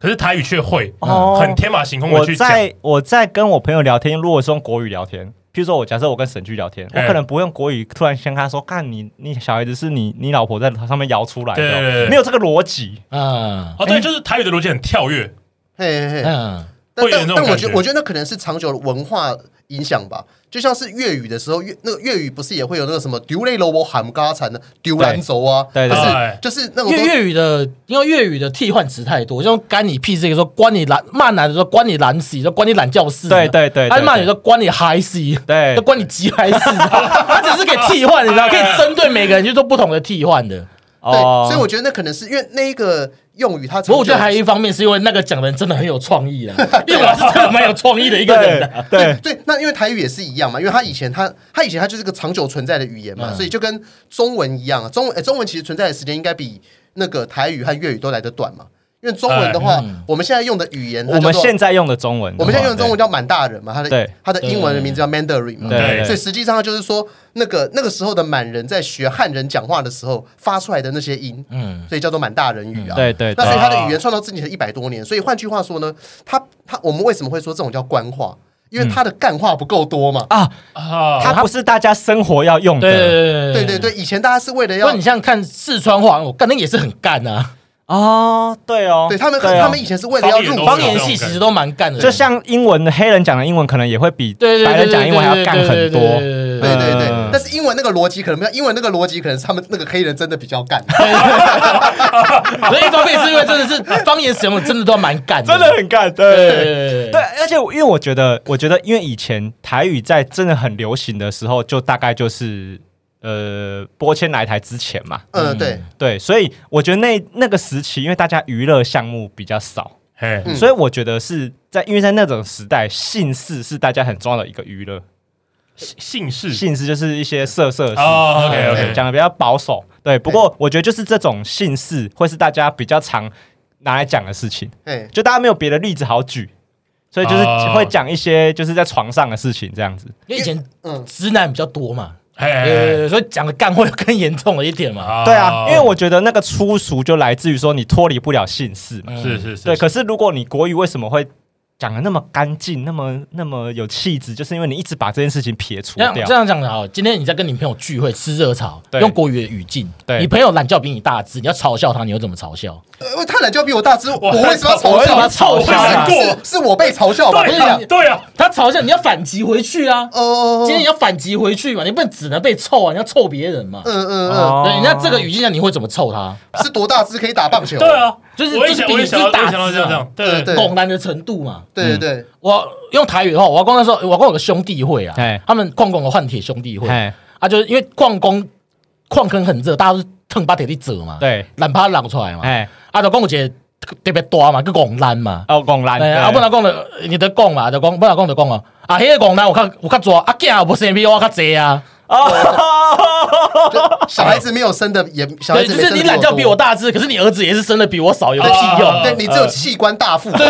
[SPEAKER 3] 可是台语却会，
[SPEAKER 2] 哦
[SPEAKER 3] 很天马行空的
[SPEAKER 2] 我
[SPEAKER 3] 去讲。
[SPEAKER 2] 在我在跟我朋友聊天，如果是用国语聊天，譬如说我假设我跟沈剧聊天，我
[SPEAKER 3] 嗯
[SPEAKER 2] 可能不用国语，突然先跟他说，看你你小孩子是你你老婆在上面摇出来
[SPEAKER 3] 对对
[SPEAKER 2] 的，
[SPEAKER 3] 对
[SPEAKER 2] 没有这个逻辑。
[SPEAKER 5] 啊，
[SPEAKER 3] 哦，对，就是台语的逻辑很跳跃，
[SPEAKER 4] 嘿嘿嘿，
[SPEAKER 5] 嗯，
[SPEAKER 4] 但
[SPEAKER 3] 会有
[SPEAKER 4] 但
[SPEAKER 3] 那种
[SPEAKER 4] 但我
[SPEAKER 3] 感
[SPEAKER 4] 觉
[SPEAKER 3] 觉
[SPEAKER 4] 我觉得那可能是长久的文化影响吧，就像是粤语的时候，粤那个粤语不是也会有那个什么丢泪萝卜喊嘎惨的丢兰轴啊，
[SPEAKER 2] 对对
[SPEAKER 3] 对
[SPEAKER 4] 就是就是那种
[SPEAKER 5] 因为
[SPEAKER 4] 东
[SPEAKER 5] 粤语的，因为粤语的替换词太多，像干你屁事，一个说关你懒，骂男的说关你懒死，说关你懒教室，
[SPEAKER 2] 对对对对
[SPEAKER 5] 他骂你说关你嗨死，
[SPEAKER 2] 对
[SPEAKER 5] 就关你鸡嗨死，他只是可以替换，你知道，可以针对每个人去做不同的替换的。
[SPEAKER 4] 对，
[SPEAKER 2] 哦
[SPEAKER 4] 所以我觉得那可能是因为那一个用语它长久，
[SPEAKER 5] 不过我觉得还有一方面是因为那个讲的人真的很有创 <laughs> 意啊，因为我是真的蛮有创意的一个人的。
[SPEAKER 2] 对
[SPEAKER 4] <laughs>
[SPEAKER 2] 对
[SPEAKER 4] 对，那因为台语也是一样嘛，因为它以前它它以前它就是个长久存在的语言嘛，所以就跟中文一样啊，中文、诶中文其实存在的时间应该比那个台语和粤语都来得短嘛，因为中文的话，我们现在用的语言，它
[SPEAKER 2] 我们
[SPEAKER 4] 叫做
[SPEAKER 2] 现在用的中文的话，
[SPEAKER 4] 我们现在用的中文叫满大人嘛，他的
[SPEAKER 2] 对
[SPEAKER 4] 他的英文的名字叫 Mandarin 嘛，
[SPEAKER 2] 对对对
[SPEAKER 4] 所以实际上就是说，那个那个时候的满人在学汉人讲话的时候发出来的那些音，嗯，所以叫做满大人语啊。
[SPEAKER 2] 对对对
[SPEAKER 4] 那所以他的语言创造自己的一百多年，所以换句话说呢，他他我们为什么会说这种叫官话？因为他的干话不够多嘛。
[SPEAKER 2] 啊，
[SPEAKER 3] 啊，
[SPEAKER 2] 它不是大家生活要用
[SPEAKER 5] 对对
[SPEAKER 2] 的
[SPEAKER 5] 嗯对
[SPEAKER 4] 对对。对，以前大家是为了
[SPEAKER 5] 不
[SPEAKER 4] 要
[SPEAKER 5] 然你。像看四川话，我干那也是很干啊，
[SPEAKER 2] 哦，对哦，
[SPEAKER 4] 对他们，
[SPEAKER 2] 哦
[SPEAKER 4] 他们以前是为了要入
[SPEAKER 3] 都是
[SPEAKER 5] 方
[SPEAKER 4] 方
[SPEAKER 3] 这
[SPEAKER 5] 言
[SPEAKER 3] 样
[SPEAKER 5] 系其实都蛮干的，
[SPEAKER 2] 就像英文的黑人讲的英文，可能也会比
[SPEAKER 5] 对对对
[SPEAKER 2] 白人讲的英文还要干很多。
[SPEAKER 5] 对
[SPEAKER 4] 对对对
[SPEAKER 2] 嗯，
[SPEAKER 4] 但是英文那个逻辑可能不一样，英文那个逻辑可能是他们那个黑人真的比较干。
[SPEAKER 5] 所以一方面是因为真的是方言使用的真的都蛮干，
[SPEAKER 2] 真的很干，对
[SPEAKER 5] 对对
[SPEAKER 2] 对，而且我因为我觉得，我觉得因为以前台语在真的很流行的时候，就大概就是呃播迁来台之前嘛，
[SPEAKER 4] 嗯，对，
[SPEAKER 2] 对，所以我觉得那那个时期，因为大家娱乐项目比较少，
[SPEAKER 3] 嘿，
[SPEAKER 4] 嗯
[SPEAKER 2] 所以我觉得是在因为在那种时代，姓氏是大家很重要的一个娱乐，
[SPEAKER 3] 姓氏
[SPEAKER 2] 姓氏就是一些色色事。
[SPEAKER 3] 哦，OK
[SPEAKER 2] 对
[SPEAKER 3] OK，
[SPEAKER 2] 讲的比较保守，对。不过我觉得就是这种姓氏会是大家比较常拿来讲的事情。
[SPEAKER 4] 哎，
[SPEAKER 2] 就大家没有别的例子好举，所以就是
[SPEAKER 3] 哦
[SPEAKER 2] 会讲一些就是在床上的事情这样子。
[SPEAKER 5] 因为以前
[SPEAKER 4] 嗯
[SPEAKER 5] 直男比较多嘛，
[SPEAKER 3] 嘿嘿嘿
[SPEAKER 5] 呃，所以讲的干会更严重了一点嘛。
[SPEAKER 3] 啊
[SPEAKER 2] 对啊，因为我觉得那个粗俗就来自于说你脱离不了姓氏嘛。
[SPEAKER 3] 是是是，
[SPEAKER 2] 对，
[SPEAKER 3] 是
[SPEAKER 2] 可是如果你国语为什么会讲的那么干净，那么那么有气质，就是因为你一直把这件事情撇除
[SPEAKER 5] 这样这
[SPEAKER 2] 掉。
[SPEAKER 5] 样讲的好，今天你在跟你朋友聚会吃热炒，
[SPEAKER 2] 对
[SPEAKER 5] 用国语的语境，
[SPEAKER 2] 对
[SPEAKER 5] 你朋友懒觉比你大只，你要嘲笑他，你又怎么嘲笑？
[SPEAKER 4] 呃他懒觉比我大只，我为什么要
[SPEAKER 5] 我
[SPEAKER 4] 嘲
[SPEAKER 5] 为什
[SPEAKER 4] 笑
[SPEAKER 5] 么
[SPEAKER 4] 他？
[SPEAKER 5] 要嘲
[SPEAKER 3] 我
[SPEAKER 5] 笑他
[SPEAKER 3] 会？难过
[SPEAKER 4] 是是我被嘲笑吧？
[SPEAKER 5] 不
[SPEAKER 4] 不
[SPEAKER 5] 是
[SPEAKER 4] 是
[SPEAKER 5] 啊
[SPEAKER 4] 讲
[SPEAKER 3] 对啊，
[SPEAKER 5] 他嘲笑你要反击回去啊！
[SPEAKER 4] 哦，
[SPEAKER 5] 今天你要反击回去嘛，你不能只能被臭啊，你要臭别人嘛。
[SPEAKER 4] 嗯嗯嗯，
[SPEAKER 2] 哦
[SPEAKER 5] 对，那这个语境下你会怎么臭他？
[SPEAKER 4] 是多大只可以打棒球？
[SPEAKER 3] 对啊，
[SPEAKER 5] 就是
[SPEAKER 3] 我也想，
[SPEAKER 5] 就是比
[SPEAKER 3] 我也想到，
[SPEAKER 5] 就是
[SPEAKER 3] 我
[SPEAKER 5] 打
[SPEAKER 3] 也想
[SPEAKER 5] 字啊
[SPEAKER 3] 到这样这样，
[SPEAKER 4] 对
[SPEAKER 3] 对
[SPEAKER 4] 对
[SPEAKER 5] 猛男的程度嘛。
[SPEAKER 4] 对对
[SPEAKER 5] 嗯
[SPEAKER 4] 对，
[SPEAKER 5] 我用台语的话，我跟他说，我跟我个兄弟会啊
[SPEAKER 2] 嘿，
[SPEAKER 5] 他们矿工有换铁兄弟会
[SPEAKER 2] 嘿
[SPEAKER 5] 啊，就是因为矿工矿坑很热，大家都是腾把铁力折嘛，
[SPEAKER 2] 对，
[SPEAKER 5] 懒趴懒出来嘛，
[SPEAKER 2] 哎，
[SPEAKER 5] 啊，就讲有一个特别大嘛，个拱烂嘛。
[SPEAKER 2] 哦，拱兰，
[SPEAKER 5] 哎，啊，
[SPEAKER 2] 对
[SPEAKER 5] 本来讲的，你得讲嘛，就讲本来讲就讲哦，啊，迄个讲啦，我较我较抓，啊，囝无生比我较济啊， <laughs>
[SPEAKER 2] 哦，
[SPEAKER 4] 就小孩子没有生的也，小孩
[SPEAKER 5] 对，
[SPEAKER 4] 子
[SPEAKER 5] 就
[SPEAKER 4] 没
[SPEAKER 5] 是
[SPEAKER 4] 生
[SPEAKER 5] 你
[SPEAKER 4] 的
[SPEAKER 5] 懒觉比我
[SPEAKER 4] 多，
[SPEAKER 5] 大只，可是你儿子也是生的比我少，有个
[SPEAKER 4] 对
[SPEAKER 5] 屁
[SPEAKER 3] 啊
[SPEAKER 5] 用？
[SPEAKER 4] 对你只有器官大富，对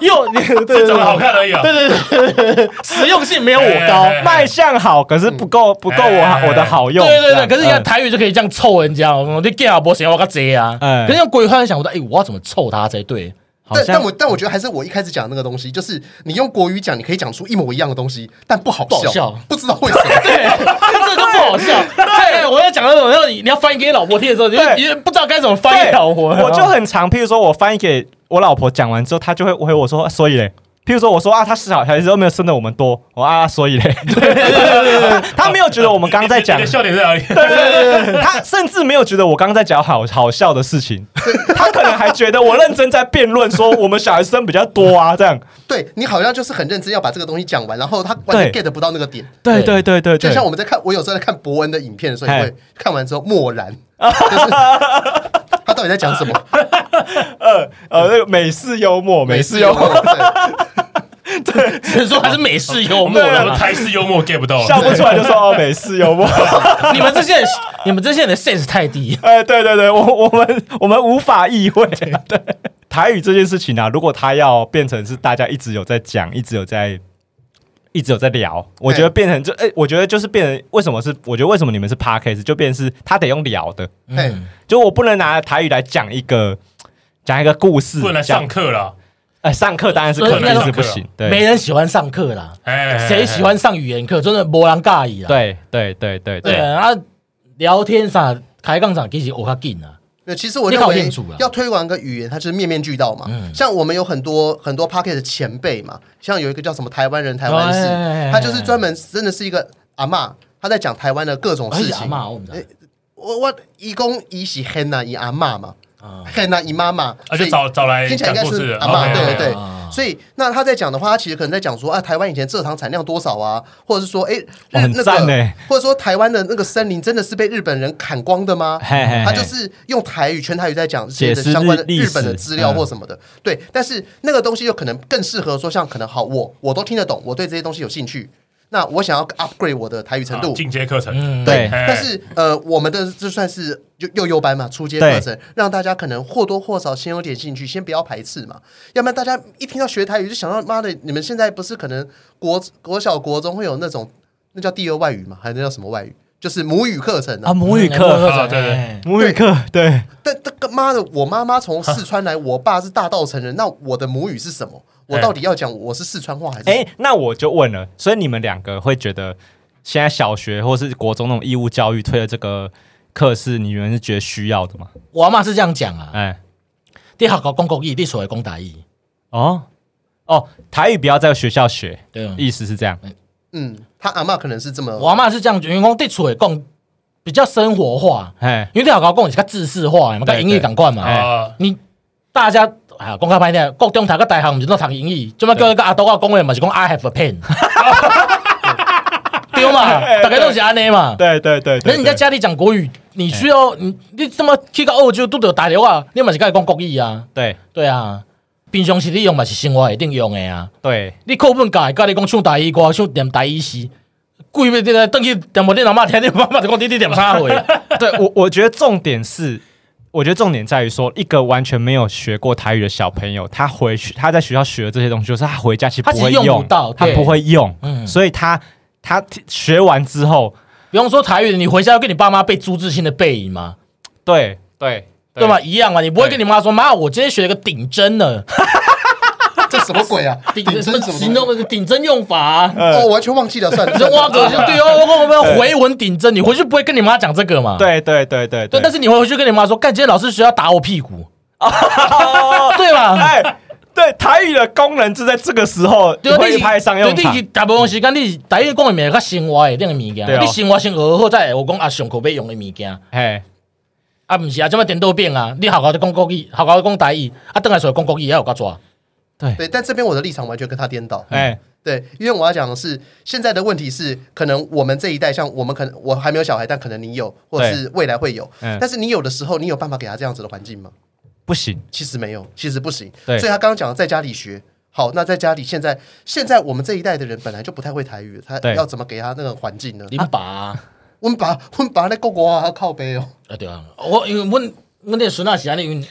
[SPEAKER 5] 又你 <laughs> 对 <laughs> 对
[SPEAKER 3] 这怎
[SPEAKER 5] 对
[SPEAKER 3] 么好看而已啊，
[SPEAKER 5] 对对对对，实用性没有我高，
[SPEAKER 3] 哎哎哎
[SPEAKER 2] 卖相好，可是不够不够我好
[SPEAKER 3] 哎
[SPEAKER 2] 我的好用。嗯
[SPEAKER 5] 对
[SPEAKER 2] 这
[SPEAKER 5] 对对，
[SPEAKER 2] 样
[SPEAKER 5] 可是人家台语就可以这样臭人家，我你 get 不行，我个贼啊！
[SPEAKER 2] 哎
[SPEAKER 5] 可是用国语话想，我说哎，我要怎么臭他才对？
[SPEAKER 2] 好
[SPEAKER 4] 但
[SPEAKER 2] 像
[SPEAKER 4] 但我但我觉得还是我一开始讲的那个东西，就是你用国语讲，你可以讲出一模一样的东西，但不好
[SPEAKER 5] 不好笑
[SPEAKER 4] 不知道为什
[SPEAKER 5] <laughs>
[SPEAKER 4] 么。
[SPEAKER 5] 这都不好笑。对，我要讲那种，然后你你要翻译给你老婆听的时候，你就
[SPEAKER 2] 对
[SPEAKER 5] 你就不知道该怎么翻
[SPEAKER 2] 对，
[SPEAKER 5] 译老婆。
[SPEAKER 2] 我就很常，譬如说我翻译给我老婆讲完之后，她就会回我说，啊所以嘞。譬如说，我说啊，她是小孩子都没有生的我们多，我啊，所以嘞， <laughs> 她她没有觉得我们刚刚在讲 <laughs>
[SPEAKER 3] 你的，笑点在哪里？
[SPEAKER 2] 她甚至没有觉得我刚刚在讲好好笑的事情，她可能还觉得我认真在辩论说我们小孩生比较多啊，这样，
[SPEAKER 4] 对你好像就是很认真要把这个东西讲完，然后他完全
[SPEAKER 2] 对
[SPEAKER 4] get 不到那个点。
[SPEAKER 2] 对
[SPEAKER 5] 对
[SPEAKER 2] 对对对
[SPEAKER 4] 就
[SPEAKER 2] 对，
[SPEAKER 4] 像我们在看，我有时候在看伯恩的影片的时候，
[SPEAKER 2] 嗨
[SPEAKER 4] 也会看完之后默
[SPEAKER 5] <laughs>
[SPEAKER 4] 然，就是他到底在讲什么？
[SPEAKER 2] 呃呃那个美式幽默，美式
[SPEAKER 5] 哦
[SPEAKER 2] 幽
[SPEAKER 4] 有。
[SPEAKER 2] 默，
[SPEAKER 4] 对
[SPEAKER 5] <laughs> 只是说还是美式幽默
[SPEAKER 3] 我们我们
[SPEAKER 5] 了。
[SPEAKER 3] 台式幽默 get 不到
[SPEAKER 2] 笑
[SPEAKER 3] 了，
[SPEAKER 2] 不出来就说哦美式幽默，
[SPEAKER 5] 你们这些人，你们这些人的 sense 太低。
[SPEAKER 2] 哎，对对对，我我们我们无法意会。对， <laughs> 台语这件事情啊，如果它要变成是大家一直有在讲，一直有在。一直有在聊，我觉得变成就哎、我觉得就是变成为什么是？我觉得为什么你们是 p
[SPEAKER 5] 嗯
[SPEAKER 2] a d k a s 就变成是他得用聊的，
[SPEAKER 4] 哎，
[SPEAKER 2] 就我不能拿台语来讲一个，讲一个故事，
[SPEAKER 3] 不能来
[SPEAKER 2] 讲
[SPEAKER 3] 上课啦。
[SPEAKER 2] 哎，上课当然是
[SPEAKER 5] 所以
[SPEAKER 2] 可
[SPEAKER 5] 那
[SPEAKER 2] 能
[SPEAKER 5] 种
[SPEAKER 2] 是不行，
[SPEAKER 5] 没
[SPEAKER 2] 对
[SPEAKER 5] 人喜欢上课啦，
[SPEAKER 3] 哎，
[SPEAKER 5] 谁喜欢上语言课？真的没人介意啦。
[SPEAKER 2] 对对对对
[SPEAKER 5] 对
[SPEAKER 2] 对，
[SPEAKER 5] 啊，聊天啥、开杠啥，其实我较紧啊。
[SPEAKER 4] 对，其实我
[SPEAKER 5] 你
[SPEAKER 4] 认
[SPEAKER 5] 搞
[SPEAKER 4] 为
[SPEAKER 5] 清楚啦嗯
[SPEAKER 4] 要推广一个语言，它就是面面俱到嘛。像我们有很多很多 p o c k e t 的前辈嘛，像有一个叫什么台湾人台湾
[SPEAKER 5] 哎
[SPEAKER 4] 事，他就是专门真的是一个阿嬷，他在讲台湾的各种
[SPEAKER 5] 哎
[SPEAKER 4] 事
[SPEAKER 5] 呀阿
[SPEAKER 4] 情。
[SPEAKER 5] 嬷我不知道
[SPEAKER 4] 哎我我姨公姨媳hen 呐姨阿嬷嘛
[SPEAKER 5] 啊，
[SPEAKER 4] hen 呐姨妈妈，
[SPEAKER 3] 啊，
[SPEAKER 4] 所
[SPEAKER 3] 就
[SPEAKER 4] 以
[SPEAKER 3] 找找来
[SPEAKER 4] 听起来
[SPEAKER 3] 讲
[SPEAKER 4] 应该
[SPEAKER 3] 故事
[SPEAKER 4] 是
[SPEAKER 3] 的
[SPEAKER 4] 阿嬷，
[SPEAKER 3] OK，
[SPEAKER 4] 对对
[SPEAKER 3] OK，OK
[SPEAKER 4] 对
[SPEAKER 5] 啊。
[SPEAKER 4] 所以那他在讲的话，他其实可能在讲说啊，台湾以前蔗糖产量多少啊，或者是说哎，日
[SPEAKER 2] 哇很
[SPEAKER 4] 那
[SPEAKER 2] 赞
[SPEAKER 4] 个
[SPEAKER 2] 呢，
[SPEAKER 4] 或者说台湾的那个森林真的是被日本人砍光的吗？
[SPEAKER 2] 嘿嘿嘿
[SPEAKER 4] 他就是用台语全台语在讲这些的
[SPEAKER 2] 解释
[SPEAKER 4] 相关的
[SPEAKER 2] 历
[SPEAKER 4] 日本的
[SPEAKER 2] 历史
[SPEAKER 4] 资料
[SPEAKER 2] 嗯
[SPEAKER 4] 或什么的。对，但是那个东西就可能更适合说，像可能好我我都听得懂，我对这些东西有兴趣。那我想要 upgrade 我的台语程
[SPEAKER 3] 啊
[SPEAKER 4] 度，
[SPEAKER 3] 进阶课程，
[SPEAKER 5] 嗯
[SPEAKER 2] 对
[SPEAKER 3] 哎
[SPEAKER 4] 但是呃，我们的这算是幼幼幼班嘛，初阶课程，让大家可能或多或少先有点兴趣，先不要排斥嘛，要不然大家一听到学台语就想到妈的，你们现在不是可能国国小国中会有那种那叫第二外语嘛，还是那叫什么外语？就是母语课程啊
[SPEAKER 2] 啊，，母语课，
[SPEAKER 3] 啊对对
[SPEAKER 5] 哎
[SPEAKER 2] 母语课，对，
[SPEAKER 4] 但这个妈的，我妈妈从四川来，我爸是大稻城人，那我的母语是什么？我
[SPEAKER 3] 哎
[SPEAKER 4] 到底要讲我是四川话还是？
[SPEAKER 2] 哎，那我就问了，所以你们两个会觉得现在小学或是国中那种义务教育推的这个课是你们是觉得需要的吗？
[SPEAKER 5] 我阿妈是这样讲啊，
[SPEAKER 2] 哎，
[SPEAKER 5] 你好搞讲国语，你所谓讲台语，
[SPEAKER 2] 哦哦，台语不要在学校学，
[SPEAKER 5] 对吗？
[SPEAKER 2] 意思是这样，
[SPEAKER 4] 嗯，他阿妈可能是这
[SPEAKER 5] 我
[SPEAKER 4] 么，
[SPEAKER 5] 阿妈是这样，因为讲对厝讲比较生活化，
[SPEAKER 2] 哎，
[SPEAKER 5] 因为对好搞讲是较自式化的嘛，跟
[SPEAKER 2] 对
[SPEAKER 5] 英语
[SPEAKER 2] 对
[SPEAKER 5] 同款嘛。
[SPEAKER 3] 啊，
[SPEAKER 5] 你大家啊，讲较歹听，国中读个大学毋是都读英语，即摆叫迄个阿杜啊讲话
[SPEAKER 2] <laughs>
[SPEAKER 5] 嘛是讲 I have a pen，对嘛？大家都是安尼嘛。
[SPEAKER 2] 对对对，对
[SPEAKER 5] 那你在，家里讲国语，你需要你你这么去到澳洲拄着打电话，你嘛是该讲国语啊？
[SPEAKER 2] 对
[SPEAKER 5] 对啊，平常时你用嘛是生活会定用的啊。
[SPEAKER 2] 对
[SPEAKER 5] 你课本教的，教你讲唱台语歌，唱念台语诗，鬼要你来等去点无你阿妈听，你妈妈就讲你你念啥 <laughs> 货？
[SPEAKER 2] 对，我我觉得重点是，我觉得重点在于说，一个完全没有学过台语的小朋友，他回去他在学校学的这些东西，就是他回家其实
[SPEAKER 5] 他
[SPEAKER 2] 不
[SPEAKER 5] 其实
[SPEAKER 2] 会
[SPEAKER 5] 用不到
[SPEAKER 2] 他
[SPEAKER 5] 对
[SPEAKER 2] 不会用，
[SPEAKER 5] 嗯
[SPEAKER 2] 所以他他学完之后，
[SPEAKER 5] 比方说台语，你回家要跟你爸妈背朱自清的背影吗？
[SPEAKER 2] 对对
[SPEAKER 5] 对嘛，一样嘛，啊你不会跟你妈说，妈，我今天学了一个顶针呢，
[SPEAKER 4] 这什么鬼啊？
[SPEAKER 5] <laughs> 顶
[SPEAKER 4] 真什
[SPEAKER 5] 什么
[SPEAKER 4] 么
[SPEAKER 5] 形容 <laughs> 的顶针用法啊、
[SPEAKER 4] 哦，我完全忘记了，算了，
[SPEAKER 5] 你说
[SPEAKER 4] 算了
[SPEAKER 5] 哇，哥就对哦，我我们要回文顶针，你回去不会跟你妈讲这个嘛？
[SPEAKER 2] 对对对对
[SPEAKER 5] 对，但
[SPEAKER 2] 是
[SPEAKER 5] 是你回去跟你妈说，干，今天老师学校打我屁股， <laughs> 对吧？
[SPEAKER 2] 哎，对台语的功能就在这个时候
[SPEAKER 5] 对啊，
[SPEAKER 2] 会
[SPEAKER 5] 你
[SPEAKER 2] 派上用
[SPEAKER 5] 对
[SPEAKER 2] 场
[SPEAKER 5] 你。大部分时间你台语讲的物件较生活的顶个物
[SPEAKER 2] 对
[SPEAKER 5] 件，
[SPEAKER 2] 啊
[SPEAKER 5] 你生活先学好再，我讲啊上课要用的物件，
[SPEAKER 2] 哎，
[SPEAKER 5] 啊毋是啊，即摆颠倒变啊，你学校就讲国语，学校就讲台语，啊等下说讲国语也有够抓，
[SPEAKER 2] 对
[SPEAKER 4] 对，但这边我的立场完全跟他颠倒。
[SPEAKER 2] 哎
[SPEAKER 4] 对，因为我要讲的是，现在的问题是，可能我们这一代，像我们可能我还没有小孩，但可能你有，或者是未来会有。
[SPEAKER 2] 嗯
[SPEAKER 4] 但是你有的时候，你有办法给他这样子的环境吗？
[SPEAKER 2] 不行，
[SPEAKER 4] 其实没有，其实不行。
[SPEAKER 2] 对
[SPEAKER 4] 所以他刚刚讲的在家里学。好，那在家里现在现在我们这一代的人本来就不太会台语，他
[SPEAKER 2] 对
[SPEAKER 4] 要怎么给他那个环境呢？
[SPEAKER 5] 你爸啊。
[SPEAKER 4] 温爸温爸那国国啊靠背哦，
[SPEAKER 5] 啊对啊，我因为阮阮迄孙仔是安尼，因为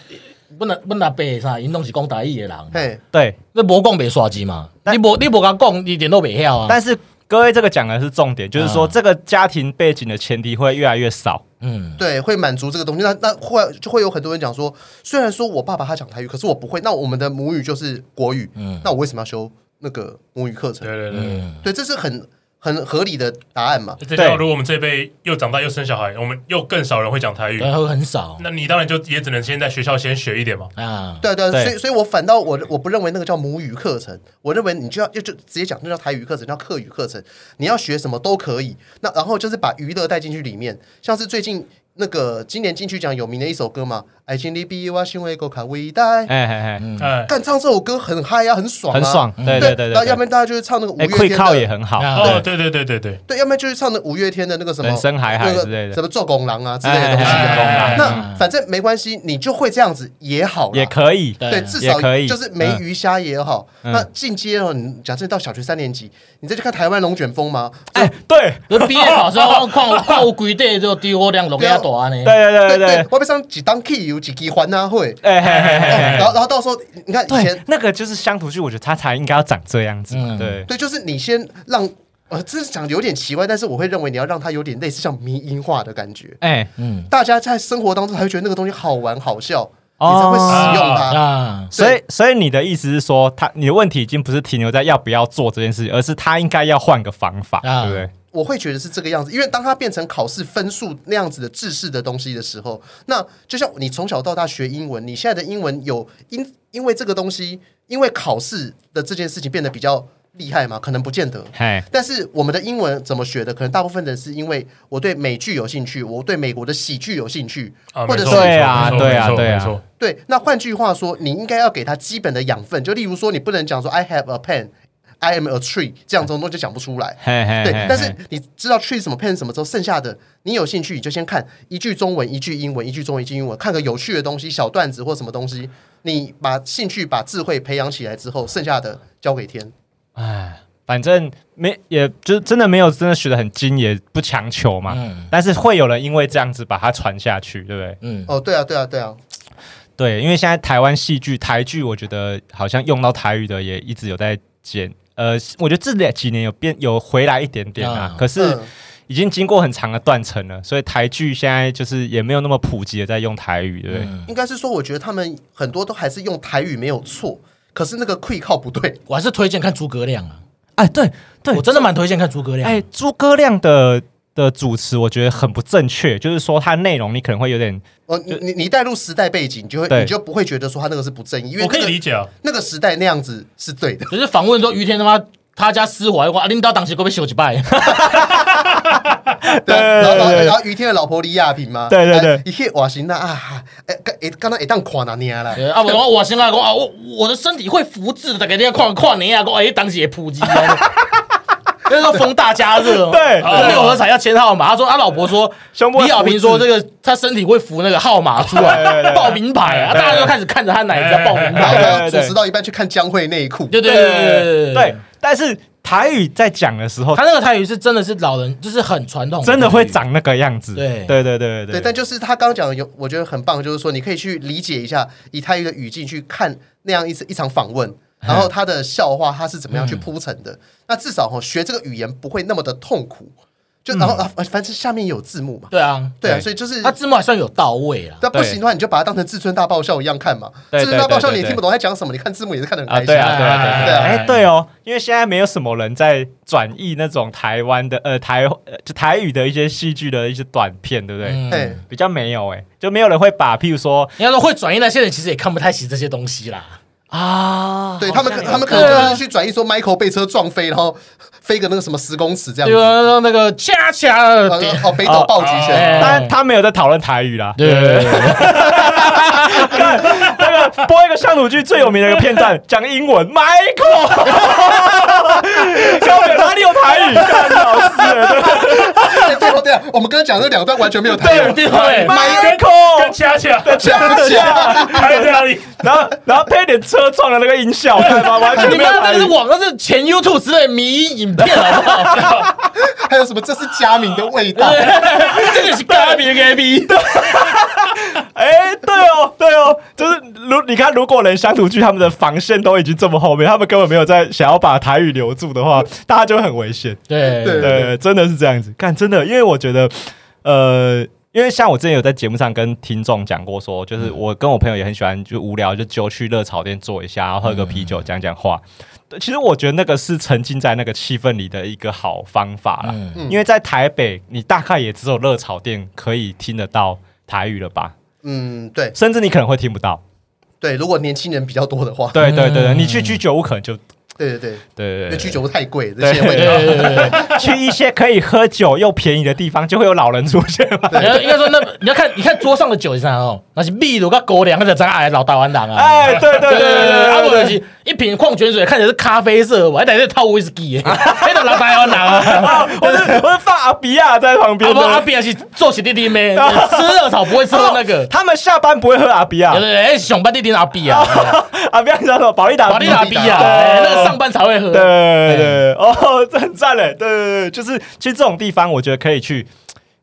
[SPEAKER 5] 阮阿阮阿伯啥，因拢是讲台语的人，
[SPEAKER 4] 嘿，
[SPEAKER 2] 对。
[SPEAKER 5] 你无讲袂煞机嘛，你无你无甲讲，你一点都袂晓啊。
[SPEAKER 2] 但是各位这个讲的是重点，就是说
[SPEAKER 5] 嗯
[SPEAKER 2] 这个家庭背景的前提会越来越少。
[SPEAKER 5] 嗯，
[SPEAKER 4] 对，会满足这个东西。那那会就会有很多人讲说，虽然说我爸爸他讲台语，可是我不会。那我们的母语就是国语，
[SPEAKER 5] 嗯
[SPEAKER 4] 那我为什么要修那个母语课程
[SPEAKER 3] 对？对
[SPEAKER 2] 嗯
[SPEAKER 3] 对。
[SPEAKER 4] 对，这是很很合理的答案嘛。
[SPEAKER 3] 这叫
[SPEAKER 2] 对
[SPEAKER 3] 如果我们这一辈又长大又生小孩，我们又更少人会讲台语
[SPEAKER 2] 嗯
[SPEAKER 5] 对，，会很少
[SPEAKER 3] 那你当然就也只能先在学校先学一点嘛。
[SPEAKER 5] 啊。
[SPEAKER 4] 对啊对啊，
[SPEAKER 2] 对
[SPEAKER 4] 所以所以我反倒我我不认为那个叫母语课程，我认为你就要就就直接讲那叫台语课程，叫客语课程，你要学什么都可以。那然后就是把娱乐带进去里面，像是最近那个今年金曲奖有名的一首歌嘛，《爱情里比我行为够卡伟大》，
[SPEAKER 2] 哎哎
[SPEAKER 3] 哎，
[SPEAKER 4] 干唱这首歌很嗨啊，很爽、
[SPEAKER 2] 哎，
[SPEAKER 4] 啊，
[SPEAKER 2] 很爽。。对对对
[SPEAKER 4] 然后要不
[SPEAKER 2] 对。
[SPEAKER 4] 然大家就是唱那个五
[SPEAKER 2] 哎，
[SPEAKER 4] 月
[SPEAKER 2] 会
[SPEAKER 4] 天
[SPEAKER 2] 靠也
[SPEAKER 4] 的，
[SPEAKER 2] 很好。
[SPEAKER 5] 啊
[SPEAKER 3] 哦，对对对对对，
[SPEAKER 4] 对，要不然就是唱的五月天的那个什么
[SPEAKER 2] 人生海海
[SPEAKER 4] 那个
[SPEAKER 2] 之类的
[SPEAKER 4] 什么做工狼啊之类的
[SPEAKER 2] 哎
[SPEAKER 4] 东
[SPEAKER 3] 哎
[SPEAKER 4] 西
[SPEAKER 3] 哎哎哎
[SPEAKER 4] 啊
[SPEAKER 3] 哎。
[SPEAKER 4] 那反正没关系，你就会这样子也好啦，
[SPEAKER 2] 也可以。
[SPEAKER 4] 对，
[SPEAKER 5] 对
[SPEAKER 4] 至
[SPEAKER 2] 也
[SPEAKER 4] 少
[SPEAKER 2] 可以
[SPEAKER 4] 就是梅鱼虾也好。
[SPEAKER 2] 嗯
[SPEAKER 4] 那进阶哦，你假设到小学三年级，你再去看台湾龙卷风吗？
[SPEAKER 2] 哎，对
[SPEAKER 5] 就毕业考试，我看看有几块就丢我两落个大安尼
[SPEAKER 2] 对。对对
[SPEAKER 4] 对
[SPEAKER 2] 对，
[SPEAKER 4] 我被上几当 key 有几级环啊会。
[SPEAKER 2] 哎嘿嘿嘿
[SPEAKER 4] 哦
[SPEAKER 2] 嘿
[SPEAKER 4] 然后，然后到时候你看以
[SPEAKER 2] 对
[SPEAKER 4] 前，，
[SPEAKER 2] 那个就是乡土剧，我觉得它才应该要长这样子嘛。
[SPEAKER 5] 嗯
[SPEAKER 2] 对
[SPEAKER 4] 对，就是你先让，呃，这是讲得有点奇怪，但是我会认为你要让它有点类似像迷音化的感觉。
[SPEAKER 2] 哎
[SPEAKER 5] 嗯，
[SPEAKER 4] 大家在生活当中才会觉得那个东西好玩好笑。你才会使用
[SPEAKER 3] 啊
[SPEAKER 4] 它。
[SPEAKER 5] 啊，
[SPEAKER 2] 所以，所以你的意思是说，他你的问题已经不是停留在要不要做这件事情，而是他应该要换个方法，
[SPEAKER 5] 啊
[SPEAKER 2] 对不对？
[SPEAKER 4] 我会觉得是这个样子，因为当它变成考试分数那样子的制式的东西的时候，那就像你从小到大学英文，你现在的英文有因因为这个东西，因为考试的这件事情变得比较厉害吗？可能不见得。
[SPEAKER 2] 嘿，
[SPEAKER 4] 但是我们的英文怎么学的？可能大部分人是因为我对美剧有兴趣，我对美国的喜剧有兴趣，
[SPEAKER 3] 啊
[SPEAKER 4] 或者
[SPEAKER 3] 没
[SPEAKER 4] 是
[SPEAKER 3] 错
[SPEAKER 2] 对啊
[SPEAKER 3] 没错
[SPEAKER 2] 对啊
[SPEAKER 3] 没错
[SPEAKER 2] 对啊
[SPEAKER 3] 没错
[SPEAKER 4] 对，那换句话说，你应该要给他基本的养分，就例如说，你不能讲说 I have a pen。I am a tree，这样这种东西就讲不出来。
[SPEAKER 2] 嘿嘿
[SPEAKER 4] 对
[SPEAKER 2] 嘿，
[SPEAKER 4] 但是
[SPEAKER 2] 嘿
[SPEAKER 4] 你知道 tree 什么 pen 什么之后，剩下的你有兴趣你就先看一句中文，一句英文，一句中文，一句英文，看个有趣的东西，小段子或什么东西。你把兴趣、把智慧培养起来之后，剩下的交给天。
[SPEAKER 2] 哎，反正没，也就是真的没有真的学的很精，也不强求嘛。
[SPEAKER 5] 嗯
[SPEAKER 2] 但是会有人因为这样子把它传下去，对不对？
[SPEAKER 5] 嗯，
[SPEAKER 4] 哦，对啊，对啊，对啊，
[SPEAKER 2] 对，因为现在台湾戏剧台剧，我觉得好像用到台语的也一直有在减。呃，我觉得这两几年有变有回来一点点啊
[SPEAKER 5] 啊，
[SPEAKER 2] 可是
[SPEAKER 4] 嗯
[SPEAKER 2] 已经经过很长的断层了，所以台剧现在就是也没有那么普及的在用台语，对不对？
[SPEAKER 4] 应该是说，我觉得他们很多都还是用台语没有错，可是那个 quick 靠不对。
[SPEAKER 5] 我还是推荐看诸葛亮啊，
[SPEAKER 2] 哎，对对
[SPEAKER 5] 我真的蛮推荐看诸葛亮。
[SPEAKER 2] 哎，诸葛亮的的主持我觉得很不正确，就是说它内容你可能会有点
[SPEAKER 4] 哦，你你你带入时代背景，你就会
[SPEAKER 2] 对
[SPEAKER 4] 你就不会觉得说他那个是不正义，因为
[SPEAKER 3] 我可以
[SPEAKER 4] 那个
[SPEAKER 3] 理解啊，
[SPEAKER 4] 那个时代那样子是对的。
[SPEAKER 5] 就是访问说于天他妈他啊家失火，哇，领导当时会被修一拜，
[SPEAKER 2] <laughs>
[SPEAKER 4] 对啊，然后然后然后于天的老婆李亚萍嘛，
[SPEAKER 2] 对对对
[SPEAKER 4] 哎一天哇行那啊，哎刚哎刚刚一当垮哪尼啦，
[SPEAKER 5] 对啊，我讲我先来讲啊，我我的身体会复制的，大概你要看看你啊，讲哎，当时也普及啊。那时候逢大家热，
[SPEAKER 2] 对
[SPEAKER 5] 啊六合彩要签号码。他说啊他老婆说，
[SPEAKER 2] 胸部会
[SPEAKER 5] 李小平
[SPEAKER 2] 浮
[SPEAKER 5] 说
[SPEAKER 2] 字
[SPEAKER 5] 这个他身体会浮那个号码出来，报名牌啊，
[SPEAKER 2] 对对对
[SPEAKER 5] 大家就开始看着他奶子在报名
[SPEAKER 4] 然后
[SPEAKER 5] 牌，
[SPEAKER 4] 然后
[SPEAKER 2] 对对
[SPEAKER 4] 主
[SPEAKER 2] 对
[SPEAKER 4] 持到一半去看江蕙内裤，
[SPEAKER 5] 对对对对
[SPEAKER 2] 对，但是台语在讲的时候
[SPEAKER 5] 他，那个台语是真的是老人，就是很传统的台语，
[SPEAKER 2] 真的会长那个样子。
[SPEAKER 5] 对
[SPEAKER 2] 对对对对
[SPEAKER 4] 对，但就是他刚刚讲的有，我觉得很棒，就是说你可以去理解一下以泰语的语境去看那样一次一场访问，然后他的笑话他是怎么样去铺陈的。那至少哈、哦、学这个语言不会那么的痛苦。就然后啊，反反正下面有字幕嘛，
[SPEAKER 5] 对啊，
[SPEAKER 4] 对啊，
[SPEAKER 2] 对
[SPEAKER 4] 所以就是
[SPEAKER 5] 他字幕还算有到位啊。
[SPEAKER 4] 那不
[SPEAKER 2] 对
[SPEAKER 4] 行的话，你就把它当成至尊大爆笑一样看嘛。
[SPEAKER 2] 对
[SPEAKER 4] 至
[SPEAKER 2] 对
[SPEAKER 4] 尊大爆笑你也
[SPEAKER 2] 对对
[SPEAKER 4] 听不懂他讲什么，你看字幕也是看得很
[SPEAKER 2] 啊，
[SPEAKER 4] 开
[SPEAKER 2] 对
[SPEAKER 4] 心。
[SPEAKER 2] 啊，对啊，对啊对啊！
[SPEAKER 4] 哎
[SPEAKER 2] 哎，对哦，因为现在没有什么人在转译那种台湾的呃台呃就台语的一些戏剧的一些短片，对不对？
[SPEAKER 5] 嗯
[SPEAKER 4] 哎，
[SPEAKER 2] 比较没有哎，就没有人会把，譬如说
[SPEAKER 5] 应该说会转移那些人其实也看不太起这些东西啦。
[SPEAKER 2] 啊，
[SPEAKER 4] 对他们可，他们可
[SPEAKER 5] 对
[SPEAKER 4] 能
[SPEAKER 5] 啊
[SPEAKER 4] 就是去转移说 Michael 被车撞飞，然后飞个那个什么十公尺这样
[SPEAKER 5] 对
[SPEAKER 4] 子。
[SPEAKER 5] 啊，让那个恰恰
[SPEAKER 4] 然后
[SPEAKER 5] 的点，
[SPEAKER 4] 哦，北斗暴击拳，
[SPEAKER 5] 哎
[SPEAKER 2] 当然他没有在讨论台语啦。
[SPEAKER 5] 对对对对
[SPEAKER 2] 看那个播一个乡土剧最有名的一个片 <laughs> 段，讲英文，Michael，根本哪里有台语？干老师欸，对
[SPEAKER 4] 哎 <laughs> 对哦对啊，我们刚刚讲的两段完全没有台
[SPEAKER 5] 对
[SPEAKER 4] 语，
[SPEAKER 5] 对对，
[SPEAKER 3] 跟
[SPEAKER 2] Michael，
[SPEAKER 3] 恰恰
[SPEAKER 4] 讲不下。
[SPEAKER 3] 还有在哪里？
[SPEAKER 2] 然后然后配点车撞的那个音效，看吧，完全
[SPEAKER 5] 你
[SPEAKER 2] 没
[SPEAKER 5] 们
[SPEAKER 2] 有
[SPEAKER 5] 那
[SPEAKER 2] 台
[SPEAKER 5] 个
[SPEAKER 2] 语
[SPEAKER 5] 是。网上是前 YouTube 之类迷因影片好不好？
[SPEAKER 4] 还有什么？这是佳明的味道。
[SPEAKER 5] 这个是咖比 A B，
[SPEAKER 2] 哎，对哦，对哦，就是如你看，如果连乡土剧他们的防线都已经这么后面，他们根本没有在想要把台语留住的话，大家就会很危险。
[SPEAKER 5] 对
[SPEAKER 4] 对
[SPEAKER 2] 对，真的是这样子。看，真的，因为我觉得，呃，因为像我之前有在节目上跟听众讲过说就是我跟我朋友也很喜欢，就无聊就揪去热炒店坐一下，然后喝个啤酒，讲讲话。对其实我觉得那个是沉浸在那个气氛里的一个好方法啦，
[SPEAKER 5] 嗯
[SPEAKER 2] 因为在台北，你大概也只有热炒店可以听得到台语了吧，
[SPEAKER 4] 嗯，对
[SPEAKER 2] 甚至你可能会听不到。
[SPEAKER 4] 对，如果年轻人比较多的话，
[SPEAKER 2] 对对对对，你去居酒屋可能就
[SPEAKER 4] 对对对，
[SPEAKER 2] 对
[SPEAKER 4] 因
[SPEAKER 2] 对
[SPEAKER 4] 为
[SPEAKER 2] 对
[SPEAKER 4] 居酒屋太贵，这些味道。
[SPEAKER 5] 对对对。
[SPEAKER 2] 对，去一些可以喝酒又便宜的地方，就会有老人出现嘛。
[SPEAKER 5] 你要应该说那你要看你看桌上的酒是啥哦，那是秘鲁跟狗粮，那是咱哎老台湾人啊。
[SPEAKER 2] 哎，对对
[SPEAKER 5] 对
[SPEAKER 2] 对
[SPEAKER 5] 对
[SPEAKER 2] 对
[SPEAKER 5] 对，
[SPEAKER 2] 对
[SPEAKER 5] 啊，
[SPEAKER 2] 对
[SPEAKER 5] 不
[SPEAKER 2] 对
[SPEAKER 5] 就是一瓶矿泉水，看起来是咖啡色，我还得是套威士忌，那种老台湾人啊。
[SPEAKER 2] 我是我是放阿比亚在旁边
[SPEAKER 5] 阿
[SPEAKER 2] 的，
[SPEAKER 5] 伯啊阿比也是做起弟
[SPEAKER 2] <laughs>
[SPEAKER 5] 弟妹，吃热炒不会吃
[SPEAKER 2] 然后
[SPEAKER 5] 到那个。
[SPEAKER 2] 他们下班不会喝阿比亚
[SPEAKER 5] 对，对，哎，熊班弟弟阿比啊，
[SPEAKER 2] 阿比亚叫什么？保利达，
[SPEAKER 5] 保利达比啊，哎那个上班才会喝。
[SPEAKER 2] 对对对对，哦，这很赞嘞，对对对，就是其实这种地方，我觉得可以去，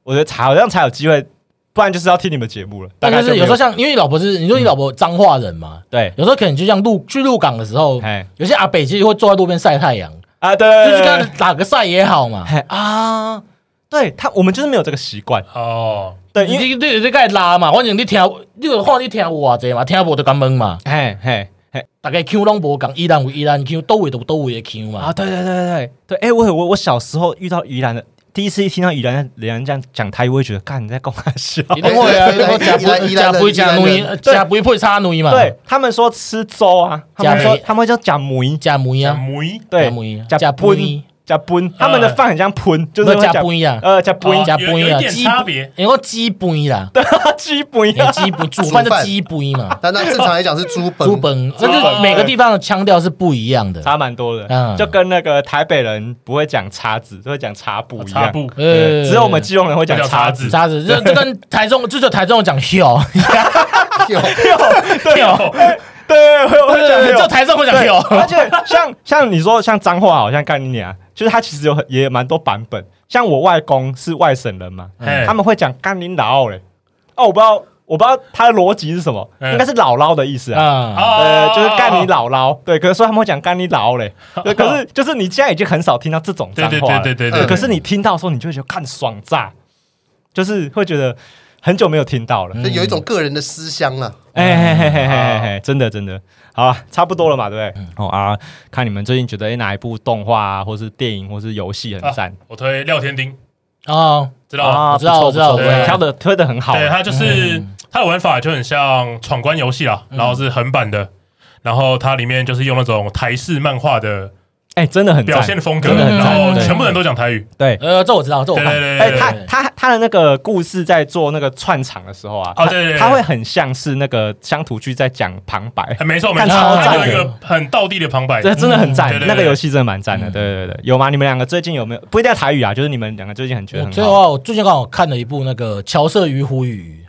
[SPEAKER 2] 我觉得才好像才有机会，不然就是要听你们节目了，大
[SPEAKER 5] 但
[SPEAKER 2] 概
[SPEAKER 5] 就是
[SPEAKER 2] 没
[SPEAKER 5] 有时候像，因为你老婆是你说你老婆彰化人嘛，
[SPEAKER 2] 对
[SPEAKER 5] 有时候可能就像路去鹿港的时候
[SPEAKER 2] 嘿，
[SPEAKER 5] 有些阿北其实会坐在路边晒太阳，
[SPEAKER 2] 啊，对，
[SPEAKER 5] 就是跟他打个晒也好嘛。
[SPEAKER 2] 哎啊，对他，我们就是没有这个习惯。
[SPEAKER 3] 哦，
[SPEAKER 2] 对，因为
[SPEAKER 5] 你你你该拉嘛，反正你听，你就看你听有偌济嘛，听无就敢问嘛。
[SPEAKER 2] 嘿嘿嘿
[SPEAKER 5] 大家腔拢无共，伊人有伊人腔，倒位就有倒位的腔嘛。
[SPEAKER 2] 啊，对对对对对，哎、我我我小时候遇到宜兰的，第一次一听到宜兰人这样讲台语，我会觉得，干你在跟我笑。
[SPEAKER 5] 一定会啊，你讲食
[SPEAKER 4] 伊人
[SPEAKER 5] 肥
[SPEAKER 4] 伊
[SPEAKER 5] 食
[SPEAKER 4] 人
[SPEAKER 5] 肥
[SPEAKER 4] 伊人
[SPEAKER 5] 食
[SPEAKER 4] 人
[SPEAKER 5] 卵，食肥配炒卵嘛。
[SPEAKER 2] 对，他们说吃粥啊，他们
[SPEAKER 5] 假
[SPEAKER 2] 说
[SPEAKER 5] 梅
[SPEAKER 2] 他们叫假梅，
[SPEAKER 5] 食梅啊，
[SPEAKER 3] 梅
[SPEAKER 2] 对
[SPEAKER 5] 假梅，
[SPEAKER 2] 假
[SPEAKER 5] 假
[SPEAKER 2] 喷
[SPEAKER 5] 梅
[SPEAKER 2] 假喷，他们的饭很像喷，就是
[SPEAKER 5] 不
[SPEAKER 2] 会
[SPEAKER 5] 是
[SPEAKER 2] 假
[SPEAKER 5] 假喷啊
[SPEAKER 2] 呃，假喷 <laughs>
[SPEAKER 3] 哦
[SPEAKER 5] 食
[SPEAKER 3] 有有
[SPEAKER 5] 肥
[SPEAKER 3] 一
[SPEAKER 5] 啊，
[SPEAKER 3] 点
[SPEAKER 5] 鸡
[SPEAKER 3] 差别
[SPEAKER 5] 因为鸡肥啦，
[SPEAKER 2] 鸡喷
[SPEAKER 5] 因为
[SPEAKER 2] 啊，
[SPEAKER 5] 鸡肥煮饭
[SPEAKER 4] 煮
[SPEAKER 5] 叫
[SPEAKER 4] 饭
[SPEAKER 5] 鸡肥嘛，
[SPEAKER 4] 但那正常来讲是猪本，
[SPEAKER 5] 煮本，那
[SPEAKER 3] 猪
[SPEAKER 5] 就
[SPEAKER 3] 本
[SPEAKER 5] 是每个地方的腔调是不一样的。
[SPEAKER 2] 差蛮多的，
[SPEAKER 5] 嗯
[SPEAKER 2] 就跟那个台北人不会讲叉子，都会讲叉布一
[SPEAKER 3] 擦
[SPEAKER 2] 样。
[SPEAKER 3] 哦布，
[SPEAKER 5] 呃
[SPEAKER 2] 只有我们基隆人会讲叉子，
[SPEAKER 5] 啥子，这这跟台中，这就台中人讲 hill
[SPEAKER 4] <laughs> 有
[SPEAKER 2] 对啊
[SPEAKER 3] <laughs> 哦
[SPEAKER 2] 嗯对，会会讲
[SPEAKER 5] 就台中会讲
[SPEAKER 2] 对， <laughs> 而
[SPEAKER 5] hill，
[SPEAKER 2] 且像像你说像脏话，好像干你娘，就是它其实有很也蛮多版本。像我外公是外省人嘛，
[SPEAKER 3] 嗯
[SPEAKER 2] 他们会讲干你老嘞。哦，我不知道，我不知道他的逻辑是什么，
[SPEAKER 3] 嗯
[SPEAKER 2] 应该是姥姥的意思啊。
[SPEAKER 3] 哦
[SPEAKER 5] 啊，
[SPEAKER 2] 呃，就是干你，姥姥，对，可是说他们会讲干你老
[SPEAKER 3] <laughs>
[SPEAKER 2] 嘞，对，可是就是你现在已经很少听到这种
[SPEAKER 3] 对
[SPEAKER 2] 脏
[SPEAKER 3] 对
[SPEAKER 2] 话
[SPEAKER 3] 对
[SPEAKER 2] 了，
[SPEAKER 3] 对对
[SPEAKER 2] 对
[SPEAKER 3] 对，
[SPEAKER 2] 可是你听到的时候，你就会觉得看爽炸，就是会觉得很久没有听到了，
[SPEAKER 5] 嗯
[SPEAKER 4] 就有一种个人的思乡啊。
[SPEAKER 2] 哎嘿嘿嘿嘿嘿，真的真的，好啊，差不多了嘛，对不对？哦啊，看你们最近觉得哎哪一部动画啊，或是电影，或是游戏很赞，
[SPEAKER 3] 我推廖天丁，
[SPEAKER 5] 哦，
[SPEAKER 3] 知道吗？
[SPEAKER 2] 啊
[SPEAKER 5] 我知道
[SPEAKER 2] 不错
[SPEAKER 5] 我知道
[SPEAKER 2] 不错
[SPEAKER 3] 对
[SPEAKER 2] 对挑的推的很好，啊
[SPEAKER 3] 对，它就是它的玩法就很像闯关游戏啦，然后是横版的，然后它里面就是用那种台式漫画的
[SPEAKER 2] 哎，真的很
[SPEAKER 3] 表
[SPEAKER 2] 赞，
[SPEAKER 3] 现风格，
[SPEAKER 2] 真的很
[SPEAKER 3] 然
[SPEAKER 2] 赞，
[SPEAKER 3] 后
[SPEAKER 2] 对
[SPEAKER 3] 全部人都讲台语，
[SPEAKER 2] 对。
[SPEAKER 5] 呃，这我知道，这我
[SPEAKER 3] 对
[SPEAKER 5] 看
[SPEAKER 3] 对对
[SPEAKER 5] 过。
[SPEAKER 2] 哎
[SPEAKER 3] 对，，
[SPEAKER 2] 他他他的那个故事在做那个串场的时候啊，
[SPEAKER 3] 哦对对对
[SPEAKER 2] 他会很像是那个乡土剧在讲旁白，
[SPEAKER 3] 哎没错没
[SPEAKER 2] 看
[SPEAKER 3] 错，
[SPEAKER 2] 超
[SPEAKER 3] 它
[SPEAKER 2] 赞
[SPEAKER 3] 有
[SPEAKER 2] 的
[SPEAKER 3] 一个很道地的旁白，
[SPEAKER 2] 这真的很赞
[SPEAKER 3] 对，对对
[SPEAKER 2] 那个游戏真的蛮赞的，对对对，有吗？你们两个最近有没有不一定要台语啊？就是你们两个最近很觉得
[SPEAKER 5] 我
[SPEAKER 2] 很
[SPEAKER 5] 最后
[SPEAKER 2] 好，
[SPEAKER 5] 啊，我最近刚好看了一部那个《乔瑟与虎与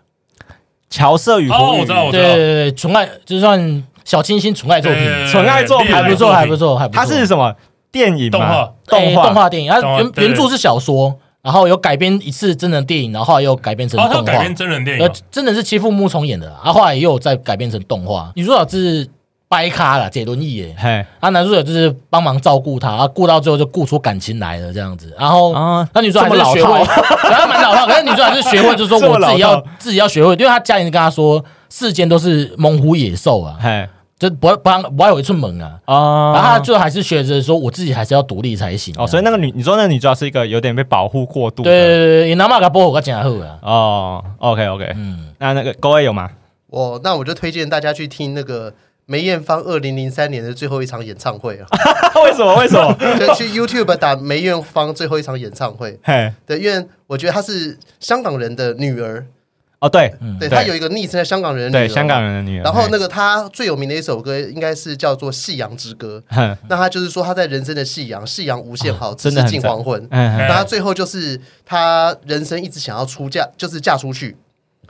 [SPEAKER 2] 乔瑟与
[SPEAKER 3] 哦
[SPEAKER 2] 胡
[SPEAKER 3] 我知道
[SPEAKER 5] 鱼》，
[SPEAKER 3] 我
[SPEAKER 2] 语，
[SPEAKER 5] 对对对，纯爱就算小清新纯爱作品，
[SPEAKER 2] 纯爱作品
[SPEAKER 5] 还不错，还不，错，还不错。
[SPEAKER 2] 它是什么电影吗？
[SPEAKER 3] 动画
[SPEAKER 5] 哎
[SPEAKER 2] 动画
[SPEAKER 5] 动画电影，它
[SPEAKER 3] 动画对
[SPEAKER 5] 原
[SPEAKER 3] 对
[SPEAKER 5] 原著是小说，然后有改编一次真人电影，然后后来又改编成
[SPEAKER 3] 哦，它有
[SPEAKER 5] 动
[SPEAKER 3] 改
[SPEAKER 5] 画
[SPEAKER 3] 编。真人电影
[SPEAKER 5] 呃
[SPEAKER 3] 哦，，
[SPEAKER 5] 真的是欺负木虫演的，啊，后来也有再改编成动画。女主角是掰咖啦，解轮椅耶，
[SPEAKER 2] 嘿，
[SPEAKER 5] 啊，男主角就是帮忙照顾她，啊，顾到最后就顾出感情来了这样子。然后，
[SPEAKER 2] 啊
[SPEAKER 5] 那女主角还
[SPEAKER 2] 这
[SPEAKER 5] 是
[SPEAKER 2] 么
[SPEAKER 5] 学
[SPEAKER 2] 老
[SPEAKER 5] 会，
[SPEAKER 2] 套
[SPEAKER 5] 然后她蛮 <laughs> 老套，可是女主角还是学会，就是说
[SPEAKER 2] 这么
[SPEAKER 5] 我自己
[SPEAKER 2] 老
[SPEAKER 5] 要
[SPEAKER 2] 套
[SPEAKER 5] 自己要学会，因为她家人跟她说，世间都是猛虎野兽啊，
[SPEAKER 2] 嘿
[SPEAKER 5] 就不不让不爱有一寸猛啊。
[SPEAKER 2] 啊
[SPEAKER 5] 然后她最后还是学着说，我自己还是要独立才行啊。
[SPEAKER 2] 哦，所以那个女，你说那个女主角是一个有点被保护过度的，
[SPEAKER 5] 对对对对，拿马卡波我讲后啊，
[SPEAKER 2] 哦，OK OK，
[SPEAKER 5] 嗯，
[SPEAKER 2] 那那个各位有吗？ <laughs>
[SPEAKER 4] 我哦那我就推荐大家去听那个梅艳芳二零零三年的最后一场演唱会啊，
[SPEAKER 2] 为什么？为什
[SPEAKER 4] <laughs>
[SPEAKER 2] 么？
[SPEAKER 4] 就去 YouTube 打梅艳芳最后一场演唱会。
[SPEAKER 2] 嘿，
[SPEAKER 4] 对，因为我觉得她是香港人的女儿，
[SPEAKER 2] 哦对，
[SPEAKER 4] 对她有一个昵称叫香港人嗯的女
[SPEAKER 2] 对
[SPEAKER 4] 儿，
[SPEAKER 2] 香港。人的女儿，
[SPEAKER 4] 然后那
[SPEAKER 2] 个
[SPEAKER 4] 个她最有名的一首歌应该是叫做《夕阳之歌》，
[SPEAKER 2] 哼，
[SPEAKER 4] 那她就是说她在人生的夕阳，夕阳无限好，
[SPEAKER 2] 哦真
[SPEAKER 4] 只
[SPEAKER 2] 的
[SPEAKER 4] 是
[SPEAKER 2] 很
[SPEAKER 4] 近
[SPEAKER 2] 赞
[SPEAKER 4] 黄昏。
[SPEAKER 2] 嗯
[SPEAKER 3] 哎
[SPEAKER 2] 嗯
[SPEAKER 4] 那她最后就是她人生一直想要出嫁，就是嫁出去，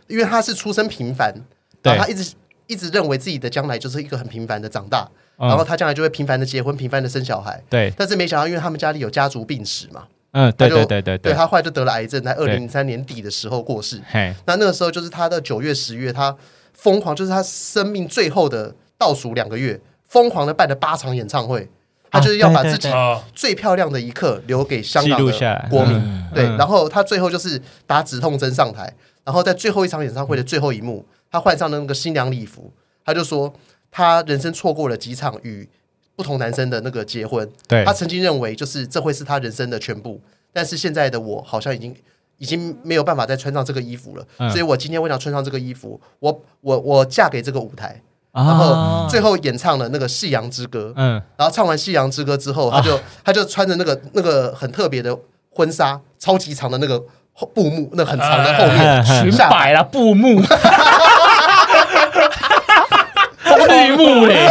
[SPEAKER 4] 因为她是出身平凡，
[SPEAKER 2] 对
[SPEAKER 4] 然后她一直一直认为自己的将来就是一个很平凡的长大，
[SPEAKER 2] 嗯
[SPEAKER 4] 然后她将来就会平凡的结婚，平凡的生小孩。
[SPEAKER 2] 对，
[SPEAKER 4] 但是没想到，因为他们家里有家族病史嘛，
[SPEAKER 2] 嗯，对
[SPEAKER 4] 她就
[SPEAKER 2] 对对对
[SPEAKER 4] 对，她后来就得了癌症，在二零零三年底的时候过世。
[SPEAKER 2] 嘿，
[SPEAKER 4] 那那个时候就是她的九月、十月，她疯狂，就是她生命最后的倒数两个月，疯狂的办了八场演唱会，她就是要
[SPEAKER 2] 啊
[SPEAKER 4] 把
[SPEAKER 2] 对
[SPEAKER 4] 自己
[SPEAKER 3] 啊，
[SPEAKER 4] 最漂亮的一刻留给香
[SPEAKER 2] 记
[SPEAKER 4] 港
[SPEAKER 2] 录下来
[SPEAKER 4] 的国民。
[SPEAKER 2] 嗯
[SPEAKER 4] 对，
[SPEAKER 2] 嗯
[SPEAKER 4] 然后他最后就是打止痛针上台，然后在最后一场演唱会的最后一幕，
[SPEAKER 2] 嗯
[SPEAKER 4] 他换上了那个新娘礼服，他就说他人生错过了几场与不同男生的那个结婚，
[SPEAKER 2] 对
[SPEAKER 4] 他曾经认为就是这会是他人生的全部，但是现在的我好像已经。已经没有办法再穿上这个衣服了，
[SPEAKER 2] 嗯
[SPEAKER 4] 所以我今天我想穿上这个衣服，我我我嫁给这个舞台，
[SPEAKER 2] 然
[SPEAKER 4] 然后最后演唱了那个《夕阳之歌》，
[SPEAKER 2] 嗯，
[SPEAKER 4] 然后唱完《夕阳之歌》之后，
[SPEAKER 2] 啊
[SPEAKER 4] 他就、他就穿着那个那个很特别的婚纱，超级长的那个后布幕，那个很长的后
[SPEAKER 2] 哎哎哎
[SPEAKER 4] 面
[SPEAKER 5] 裙
[SPEAKER 4] 下
[SPEAKER 5] 摆啦，布幕，绿幕嘞，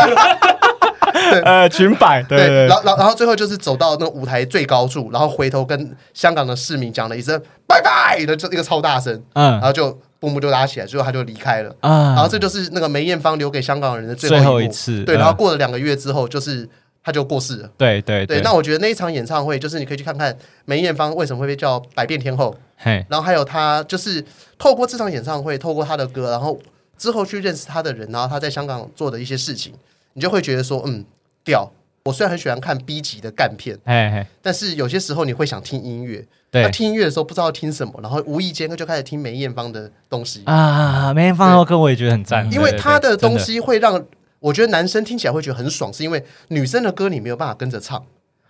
[SPEAKER 2] 呃，裙摆，对
[SPEAKER 4] 对
[SPEAKER 2] 对
[SPEAKER 4] 然后然后然后最后就是走到那个舞台最高处，然后回头跟香港的市民讲了一声“拜拜”的这一个超大声，
[SPEAKER 2] 嗯
[SPEAKER 4] 然后就布幕就拉起来，最后他就离开了。
[SPEAKER 2] 啊
[SPEAKER 4] 然后这就是那个梅艳芳留给香港人的最后
[SPEAKER 2] 最后
[SPEAKER 4] 一
[SPEAKER 2] 一
[SPEAKER 4] 幕
[SPEAKER 2] 次
[SPEAKER 4] 对，
[SPEAKER 2] 嗯
[SPEAKER 4] 然后过了两个月之后，就是他就过世了。
[SPEAKER 2] 对对
[SPEAKER 4] 对，那我觉得那一场演唱会，就是你可以去看看梅艳芳为什么会被叫百变天后，
[SPEAKER 2] 嘿，
[SPEAKER 4] 然后还有她就是透过这场演唱会，透过她的歌，然后之后去认识她的人，然后她在香港做的一些事情，你就会觉得说，嗯，屌，我虽然很喜欢看 B 级的干片，
[SPEAKER 2] 嘿嘿，
[SPEAKER 4] 但是有些时候你会想听音乐，
[SPEAKER 2] 对
[SPEAKER 4] 那听音乐的时候不知道听什么，然后无意间就开始听梅艳芳的
[SPEAKER 2] <laughs>
[SPEAKER 4] 东西，
[SPEAKER 2] 啊，梅艳芳的歌我也觉得很赞，
[SPEAKER 4] 因为
[SPEAKER 2] 嗯对
[SPEAKER 4] 她的东，
[SPEAKER 2] 对对真
[SPEAKER 4] 西会让我觉得男生听起来会觉得很爽，是因为女生的歌你没有办法跟着唱，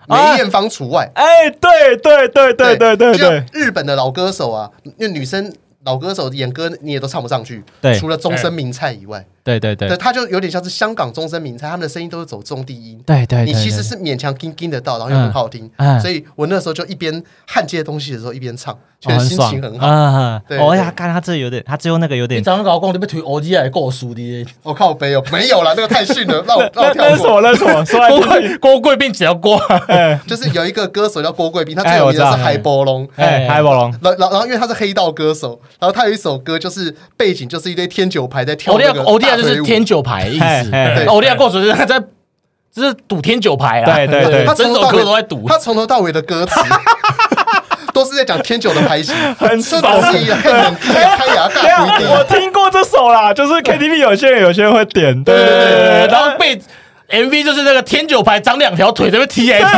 [SPEAKER 4] 梅
[SPEAKER 2] 啊
[SPEAKER 4] 艳芳除外。
[SPEAKER 2] 哎，对对对对对对
[SPEAKER 4] 就像
[SPEAKER 2] 对，
[SPEAKER 4] 日本的老歌手啊，因为女生老歌手演歌你也都唱不上去，
[SPEAKER 2] 对
[SPEAKER 4] 除了终身名菜以外，
[SPEAKER 2] 对对对
[SPEAKER 4] 对，他就有点像是香港终身名菜，他们的声音都是走中低音。
[SPEAKER 2] 对哎对，
[SPEAKER 4] 你
[SPEAKER 2] 对
[SPEAKER 4] 其实
[SPEAKER 2] 对
[SPEAKER 4] 是勉强听听得到，然后又很好听，
[SPEAKER 2] 嗯嗯
[SPEAKER 4] 所以我那时候就一边焊接东西的时候一边唱，
[SPEAKER 2] 哦
[SPEAKER 4] 觉得
[SPEAKER 2] 很
[SPEAKER 4] 心情
[SPEAKER 2] 爽
[SPEAKER 4] 很好。
[SPEAKER 2] 啊！
[SPEAKER 4] 对
[SPEAKER 2] 哦
[SPEAKER 4] 对
[SPEAKER 2] 呀，看他这有点，他最后那个有
[SPEAKER 5] 你
[SPEAKER 2] 点，
[SPEAKER 5] 常常跟我讲，你要推欧吉来故事的，
[SPEAKER 4] 我、哦靠，没有没有啦，那个太逊了，
[SPEAKER 2] <laughs>
[SPEAKER 4] 让我让
[SPEAKER 2] 那那
[SPEAKER 4] 我跳
[SPEAKER 2] 是什
[SPEAKER 4] 过。
[SPEAKER 2] 么？那是什 <laughs> 么？说来
[SPEAKER 5] 郭
[SPEAKER 2] 听
[SPEAKER 5] 贵
[SPEAKER 2] 听。
[SPEAKER 5] 郭贵变只要郭，
[SPEAKER 2] 哎
[SPEAKER 4] 就是有一个歌手叫郭贵斌，他最
[SPEAKER 2] 哎
[SPEAKER 4] 有
[SPEAKER 2] 我
[SPEAKER 4] 名
[SPEAKER 2] 知
[SPEAKER 4] 的
[SPEAKER 2] 道
[SPEAKER 4] 是海波龙。
[SPEAKER 2] 哎，海宝龙，
[SPEAKER 4] 然后然后然后因为他是黑道歌手，然后他有一首歌就是背景就是一堆天九牌在
[SPEAKER 2] 哦
[SPEAKER 4] 跳
[SPEAKER 5] 欧利
[SPEAKER 4] 那个
[SPEAKER 5] 亚欧利啊亚
[SPEAKER 4] 大
[SPEAKER 5] 就
[SPEAKER 4] 腿
[SPEAKER 5] 是
[SPEAKER 4] 舞
[SPEAKER 5] 天九牌的意
[SPEAKER 2] 嘿嘿
[SPEAKER 5] 思，
[SPEAKER 4] 嘿
[SPEAKER 5] 欧利亚啊故事就是他在就是赌天九牌啦，
[SPEAKER 2] 对对对
[SPEAKER 4] 他
[SPEAKER 5] 整
[SPEAKER 4] 从
[SPEAKER 5] 首
[SPEAKER 4] 头到
[SPEAKER 5] 歌
[SPEAKER 4] 尾
[SPEAKER 5] 都在赌。
[SPEAKER 4] 他从头到尾的
[SPEAKER 2] <laughs>
[SPEAKER 4] 歌词都是在讲天九的牌型，
[SPEAKER 2] 很
[SPEAKER 4] 这
[SPEAKER 2] 爽
[SPEAKER 4] 东西很冷低啊，开
[SPEAKER 2] <laughs>
[SPEAKER 4] 牙
[SPEAKER 2] 对啊
[SPEAKER 4] 尬不一，
[SPEAKER 2] 我
[SPEAKER 4] 定。
[SPEAKER 2] 听过这首啦，就是 KTV 有些人有些人会点，对对对对对，
[SPEAKER 5] 然后被 MV 就是那个天九牌长两条腿在那边踢来踢去，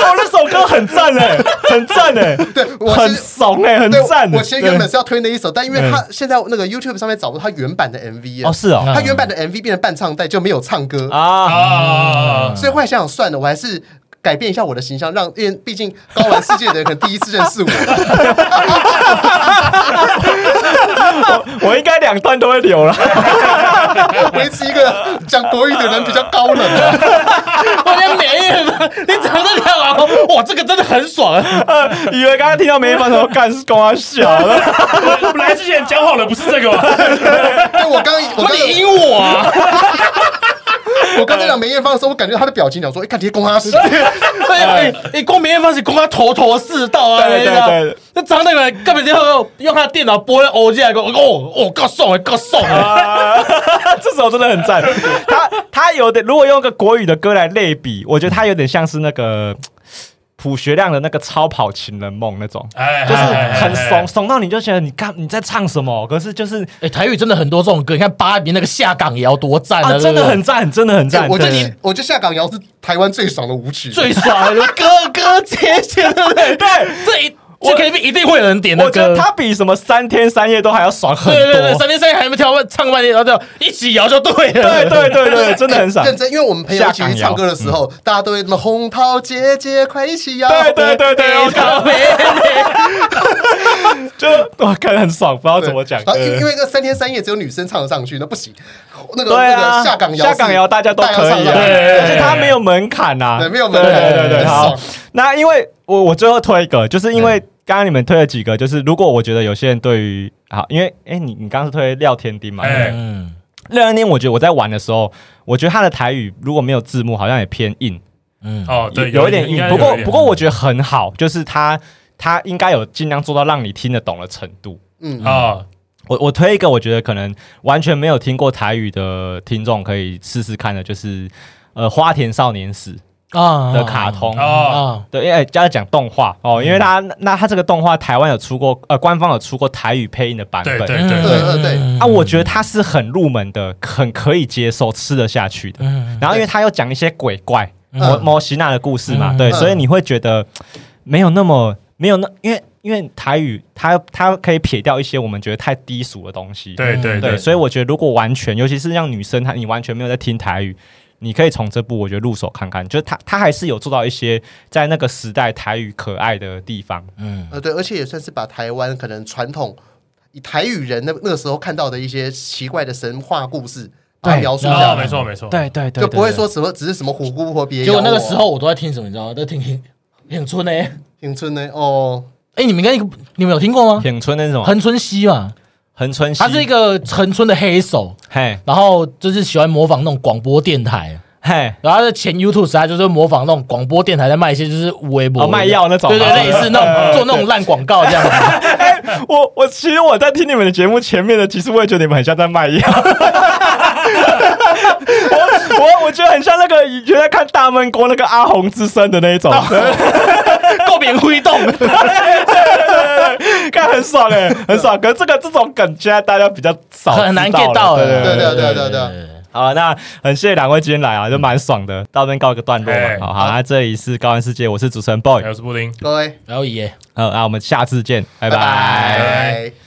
[SPEAKER 2] 哦，那首歌很赞 <laughs> 哎，很赞哎，
[SPEAKER 4] 我
[SPEAKER 2] 很
[SPEAKER 4] 是
[SPEAKER 2] 怂哎，很
[SPEAKER 4] 对，
[SPEAKER 2] 赞欸。
[SPEAKER 4] 我其实原本是要推那一首，但因为
[SPEAKER 2] 嗯
[SPEAKER 4] 他现在那个 YouTube 上面找不到他原版的 MV
[SPEAKER 2] 对哦
[SPEAKER 4] 了，
[SPEAKER 2] 是哦
[SPEAKER 4] 他原版的 MV 变成伴唱带，就没有唱歌，
[SPEAKER 2] 啊，
[SPEAKER 3] 啊，
[SPEAKER 4] 所以后来想想算了，我还是。改变一下我的形象，让因为毕竟高玩世界的人可能第一次认识我，
[SPEAKER 2] <laughs> 我应该两段都会留了，
[SPEAKER 4] 维持一个讲国语的人比较高冷啊。
[SPEAKER 5] 我连没有，你怎么在跳啊？哇，这个真的很爽啊！
[SPEAKER 2] <laughs> 以为刚刚听到梅艳芳说干是公安小了，
[SPEAKER 3] 我们来之前讲好了不是这个吗？
[SPEAKER 4] 对我刚
[SPEAKER 2] <laughs>
[SPEAKER 4] 我
[SPEAKER 5] 我
[SPEAKER 4] 刚
[SPEAKER 5] 你赢我啊！
[SPEAKER 4] 我刚在讲梅艳芳的时候，我感觉他的表情讲说：“哎，看你公他是。”
[SPEAKER 5] 哎哎，你光明艳方是光他头头是道啊！
[SPEAKER 2] 对对
[SPEAKER 5] 你知道
[SPEAKER 2] 对，
[SPEAKER 5] 那张那个根本就用他的电脑播欧进来个，哦哦，够爽的，够爽的！
[SPEAKER 2] 啊， <laughs> 这首真的很赞。他他有点，如果用个国语的歌来类比，我觉得他有点像是那个朴学亮的那个《超跑情人梦》那种，
[SPEAKER 3] 哎，
[SPEAKER 2] 就是
[SPEAKER 3] 哎
[SPEAKER 2] 很怂，
[SPEAKER 3] 哎
[SPEAKER 2] 怂到你就觉得你干你在唱什么，可是就是
[SPEAKER 5] 哎，台语真的很多这种歌，你看芭比那个下岗也要多赞
[SPEAKER 2] 啊，真
[SPEAKER 5] 对
[SPEAKER 2] 的
[SPEAKER 5] 不对
[SPEAKER 2] 很赞，真的很赞。
[SPEAKER 4] 哎我觉得
[SPEAKER 2] 对
[SPEAKER 4] 你，我觉得下岗摇是台湾最爽的舞曲。
[SPEAKER 5] 最爽的，哥哥姐姐，对不对？
[SPEAKER 2] 对，
[SPEAKER 5] 这一这 KTV 一定会有人点的
[SPEAKER 2] 我觉
[SPEAKER 5] 歌
[SPEAKER 2] 得。他比什么三天三夜都还要爽很
[SPEAKER 5] 对对对，
[SPEAKER 2] 多。
[SPEAKER 5] 三天三夜还没跳半唱半天，然后就一起摇就对了。
[SPEAKER 2] 对对对对，真的很
[SPEAKER 4] 哎
[SPEAKER 2] 爽。
[SPEAKER 4] 认真，因为我们朋友一起去唱歌的时候，大家都会什么红桃姐姐快一起摇。
[SPEAKER 2] 嗯对对对
[SPEAKER 5] <laughs>
[SPEAKER 2] 对，我靠
[SPEAKER 5] 靠北，
[SPEAKER 2] <laughs> 就我看得很爽，不知道
[SPEAKER 4] 对
[SPEAKER 2] 怎么讲。嗯
[SPEAKER 4] 然后因
[SPEAKER 2] 对
[SPEAKER 4] 因为那三天三夜只有女生唱得上去，那不行。那个
[SPEAKER 2] 对
[SPEAKER 4] 那
[SPEAKER 2] 啊，
[SPEAKER 4] 个下岗摇是，
[SPEAKER 2] 下岗摇大家都可
[SPEAKER 4] 大家唱
[SPEAKER 2] 以
[SPEAKER 4] 上
[SPEAKER 2] 啊，
[SPEAKER 4] 去
[SPEAKER 3] 对
[SPEAKER 2] 而且它没有门槛呐，
[SPEAKER 4] 对没有门槛
[SPEAKER 2] 对对对，
[SPEAKER 4] 很
[SPEAKER 2] 好
[SPEAKER 4] 爽。
[SPEAKER 2] 那因为我我最后推一个，就是因为刚刚你们推了几个，就是如果我觉得有些人对于好，因为哎，你你刚刚是推廖天丁嘛，
[SPEAKER 3] 哎
[SPEAKER 5] 嗯，
[SPEAKER 2] 廖天丁，我觉得我在玩的时候，我觉得他的台语如果没有字幕，好像也偏硬，
[SPEAKER 3] 哦，对，
[SPEAKER 2] 有一点
[SPEAKER 3] 应
[SPEAKER 2] 硬
[SPEAKER 3] 该。
[SPEAKER 2] 不
[SPEAKER 3] 有
[SPEAKER 2] 过
[SPEAKER 3] 一点
[SPEAKER 2] 不过我觉得很好，就是他他应该有尽量做到让你听得懂的程度。
[SPEAKER 4] 嗯，
[SPEAKER 3] 啊，
[SPEAKER 2] 我我推一个，我觉得可能完全没有听过台语的听众可以试试看的，就是呃《花田少年史》
[SPEAKER 5] 啊
[SPEAKER 2] 的卡通。
[SPEAKER 3] 哦
[SPEAKER 5] 啊，
[SPEAKER 2] 对，因为要讲动画哦，
[SPEAKER 5] 嗯
[SPEAKER 2] 因为它那它这个动画台湾有出过，呃，官方有出过台语配音的版
[SPEAKER 3] 对
[SPEAKER 2] 本。
[SPEAKER 3] 对
[SPEAKER 5] 嗯
[SPEAKER 3] 对
[SPEAKER 4] 对呃对对
[SPEAKER 5] 嗯
[SPEAKER 2] 啊，我觉得它是很入门的，很可以接受、吃得下去的。
[SPEAKER 5] 嗯
[SPEAKER 2] 然后因为它又讲一些鬼怪、
[SPEAKER 4] 嗯
[SPEAKER 2] 摩摩西娜的故事嘛，
[SPEAKER 5] 嗯
[SPEAKER 2] 对，
[SPEAKER 4] 嗯
[SPEAKER 2] 所以你会觉得没有那么没有那，因为因为台语它它可以撇掉一些我们觉得太低俗的东西。
[SPEAKER 3] 对对
[SPEAKER 2] 对，
[SPEAKER 3] 对，
[SPEAKER 2] 所以我觉得如果完全，尤其是让女生她你完全没有在听台语，你可以从这部我觉得入手看看，就是她她还是有做到一些在那个时代台语可爱的地方。
[SPEAKER 5] 嗯，
[SPEAKER 4] 呃，对，而且也算是把台湾可能传统以台语人那那个时候看到的一些奇怪的神话故事，把它
[SPEAKER 2] 对
[SPEAKER 4] 描述
[SPEAKER 3] 哦，
[SPEAKER 4] 下
[SPEAKER 3] 没
[SPEAKER 4] 来，
[SPEAKER 3] 错没错，
[SPEAKER 2] 对对对
[SPEAKER 4] 就不会说什么只是什么虎姑婆别。啊
[SPEAKER 5] 结果那个时候我都在听什么，你知道吗？在听听很春呢。
[SPEAKER 4] 青春呢，哦，
[SPEAKER 5] 哎，你们应该你们有听过吗？
[SPEAKER 2] 恒春那是什么
[SPEAKER 5] 恒春熙嘛，
[SPEAKER 2] 恒春溪，
[SPEAKER 5] 他是一个恒春的黑手，
[SPEAKER 2] 嘿
[SPEAKER 5] 然后就是喜欢模仿那种广播电台。
[SPEAKER 2] 嘿
[SPEAKER 5] 然后他的前 YouTube 时代就是模仿那种广播电台在卖一些就是微博、
[SPEAKER 2] 哦卖药那种
[SPEAKER 5] <laughs> 对对，
[SPEAKER 2] 哦
[SPEAKER 5] 类似那种做那种烂广告这样 <laughs> 子。
[SPEAKER 2] 我我其实我在听你们的节目前面的，其实我也觉得你们很像在卖药。我我我觉得很像那个以前在看大闷锅那个阿红之声的那一种， <laughs>
[SPEAKER 5] 够免挥 <laughs> 动，
[SPEAKER 2] 看很爽哎、很爽。可是这个这种梗，现在大家比较少
[SPEAKER 5] 很难
[SPEAKER 2] 知道
[SPEAKER 5] get 到
[SPEAKER 2] 了
[SPEAKER 5] 了
[SPEAKER 4] 对
[SPEAKER 2] 对
[SPEAKER 4] 对对对对，
[SPEAKER 2] 好，那很谢谢两位今天来啊，就蛮爽的，到这边告一个段落
[SPEAKER 3] 哎
[SPEAKER 2] 嘛。好，好，那这里是高玩世界，我是主持人 boy，
[SPEAKER 3] 还有是布丁。
[SPEAKER 4] 各位，
[SPEAKER 5] 然后也。
[SPEAKER 2] 呃，那我们下次见，拜
[SPEAKER 4] 拜
[SPEAKER 2] 拜。
[SPEAKER 4] 拜。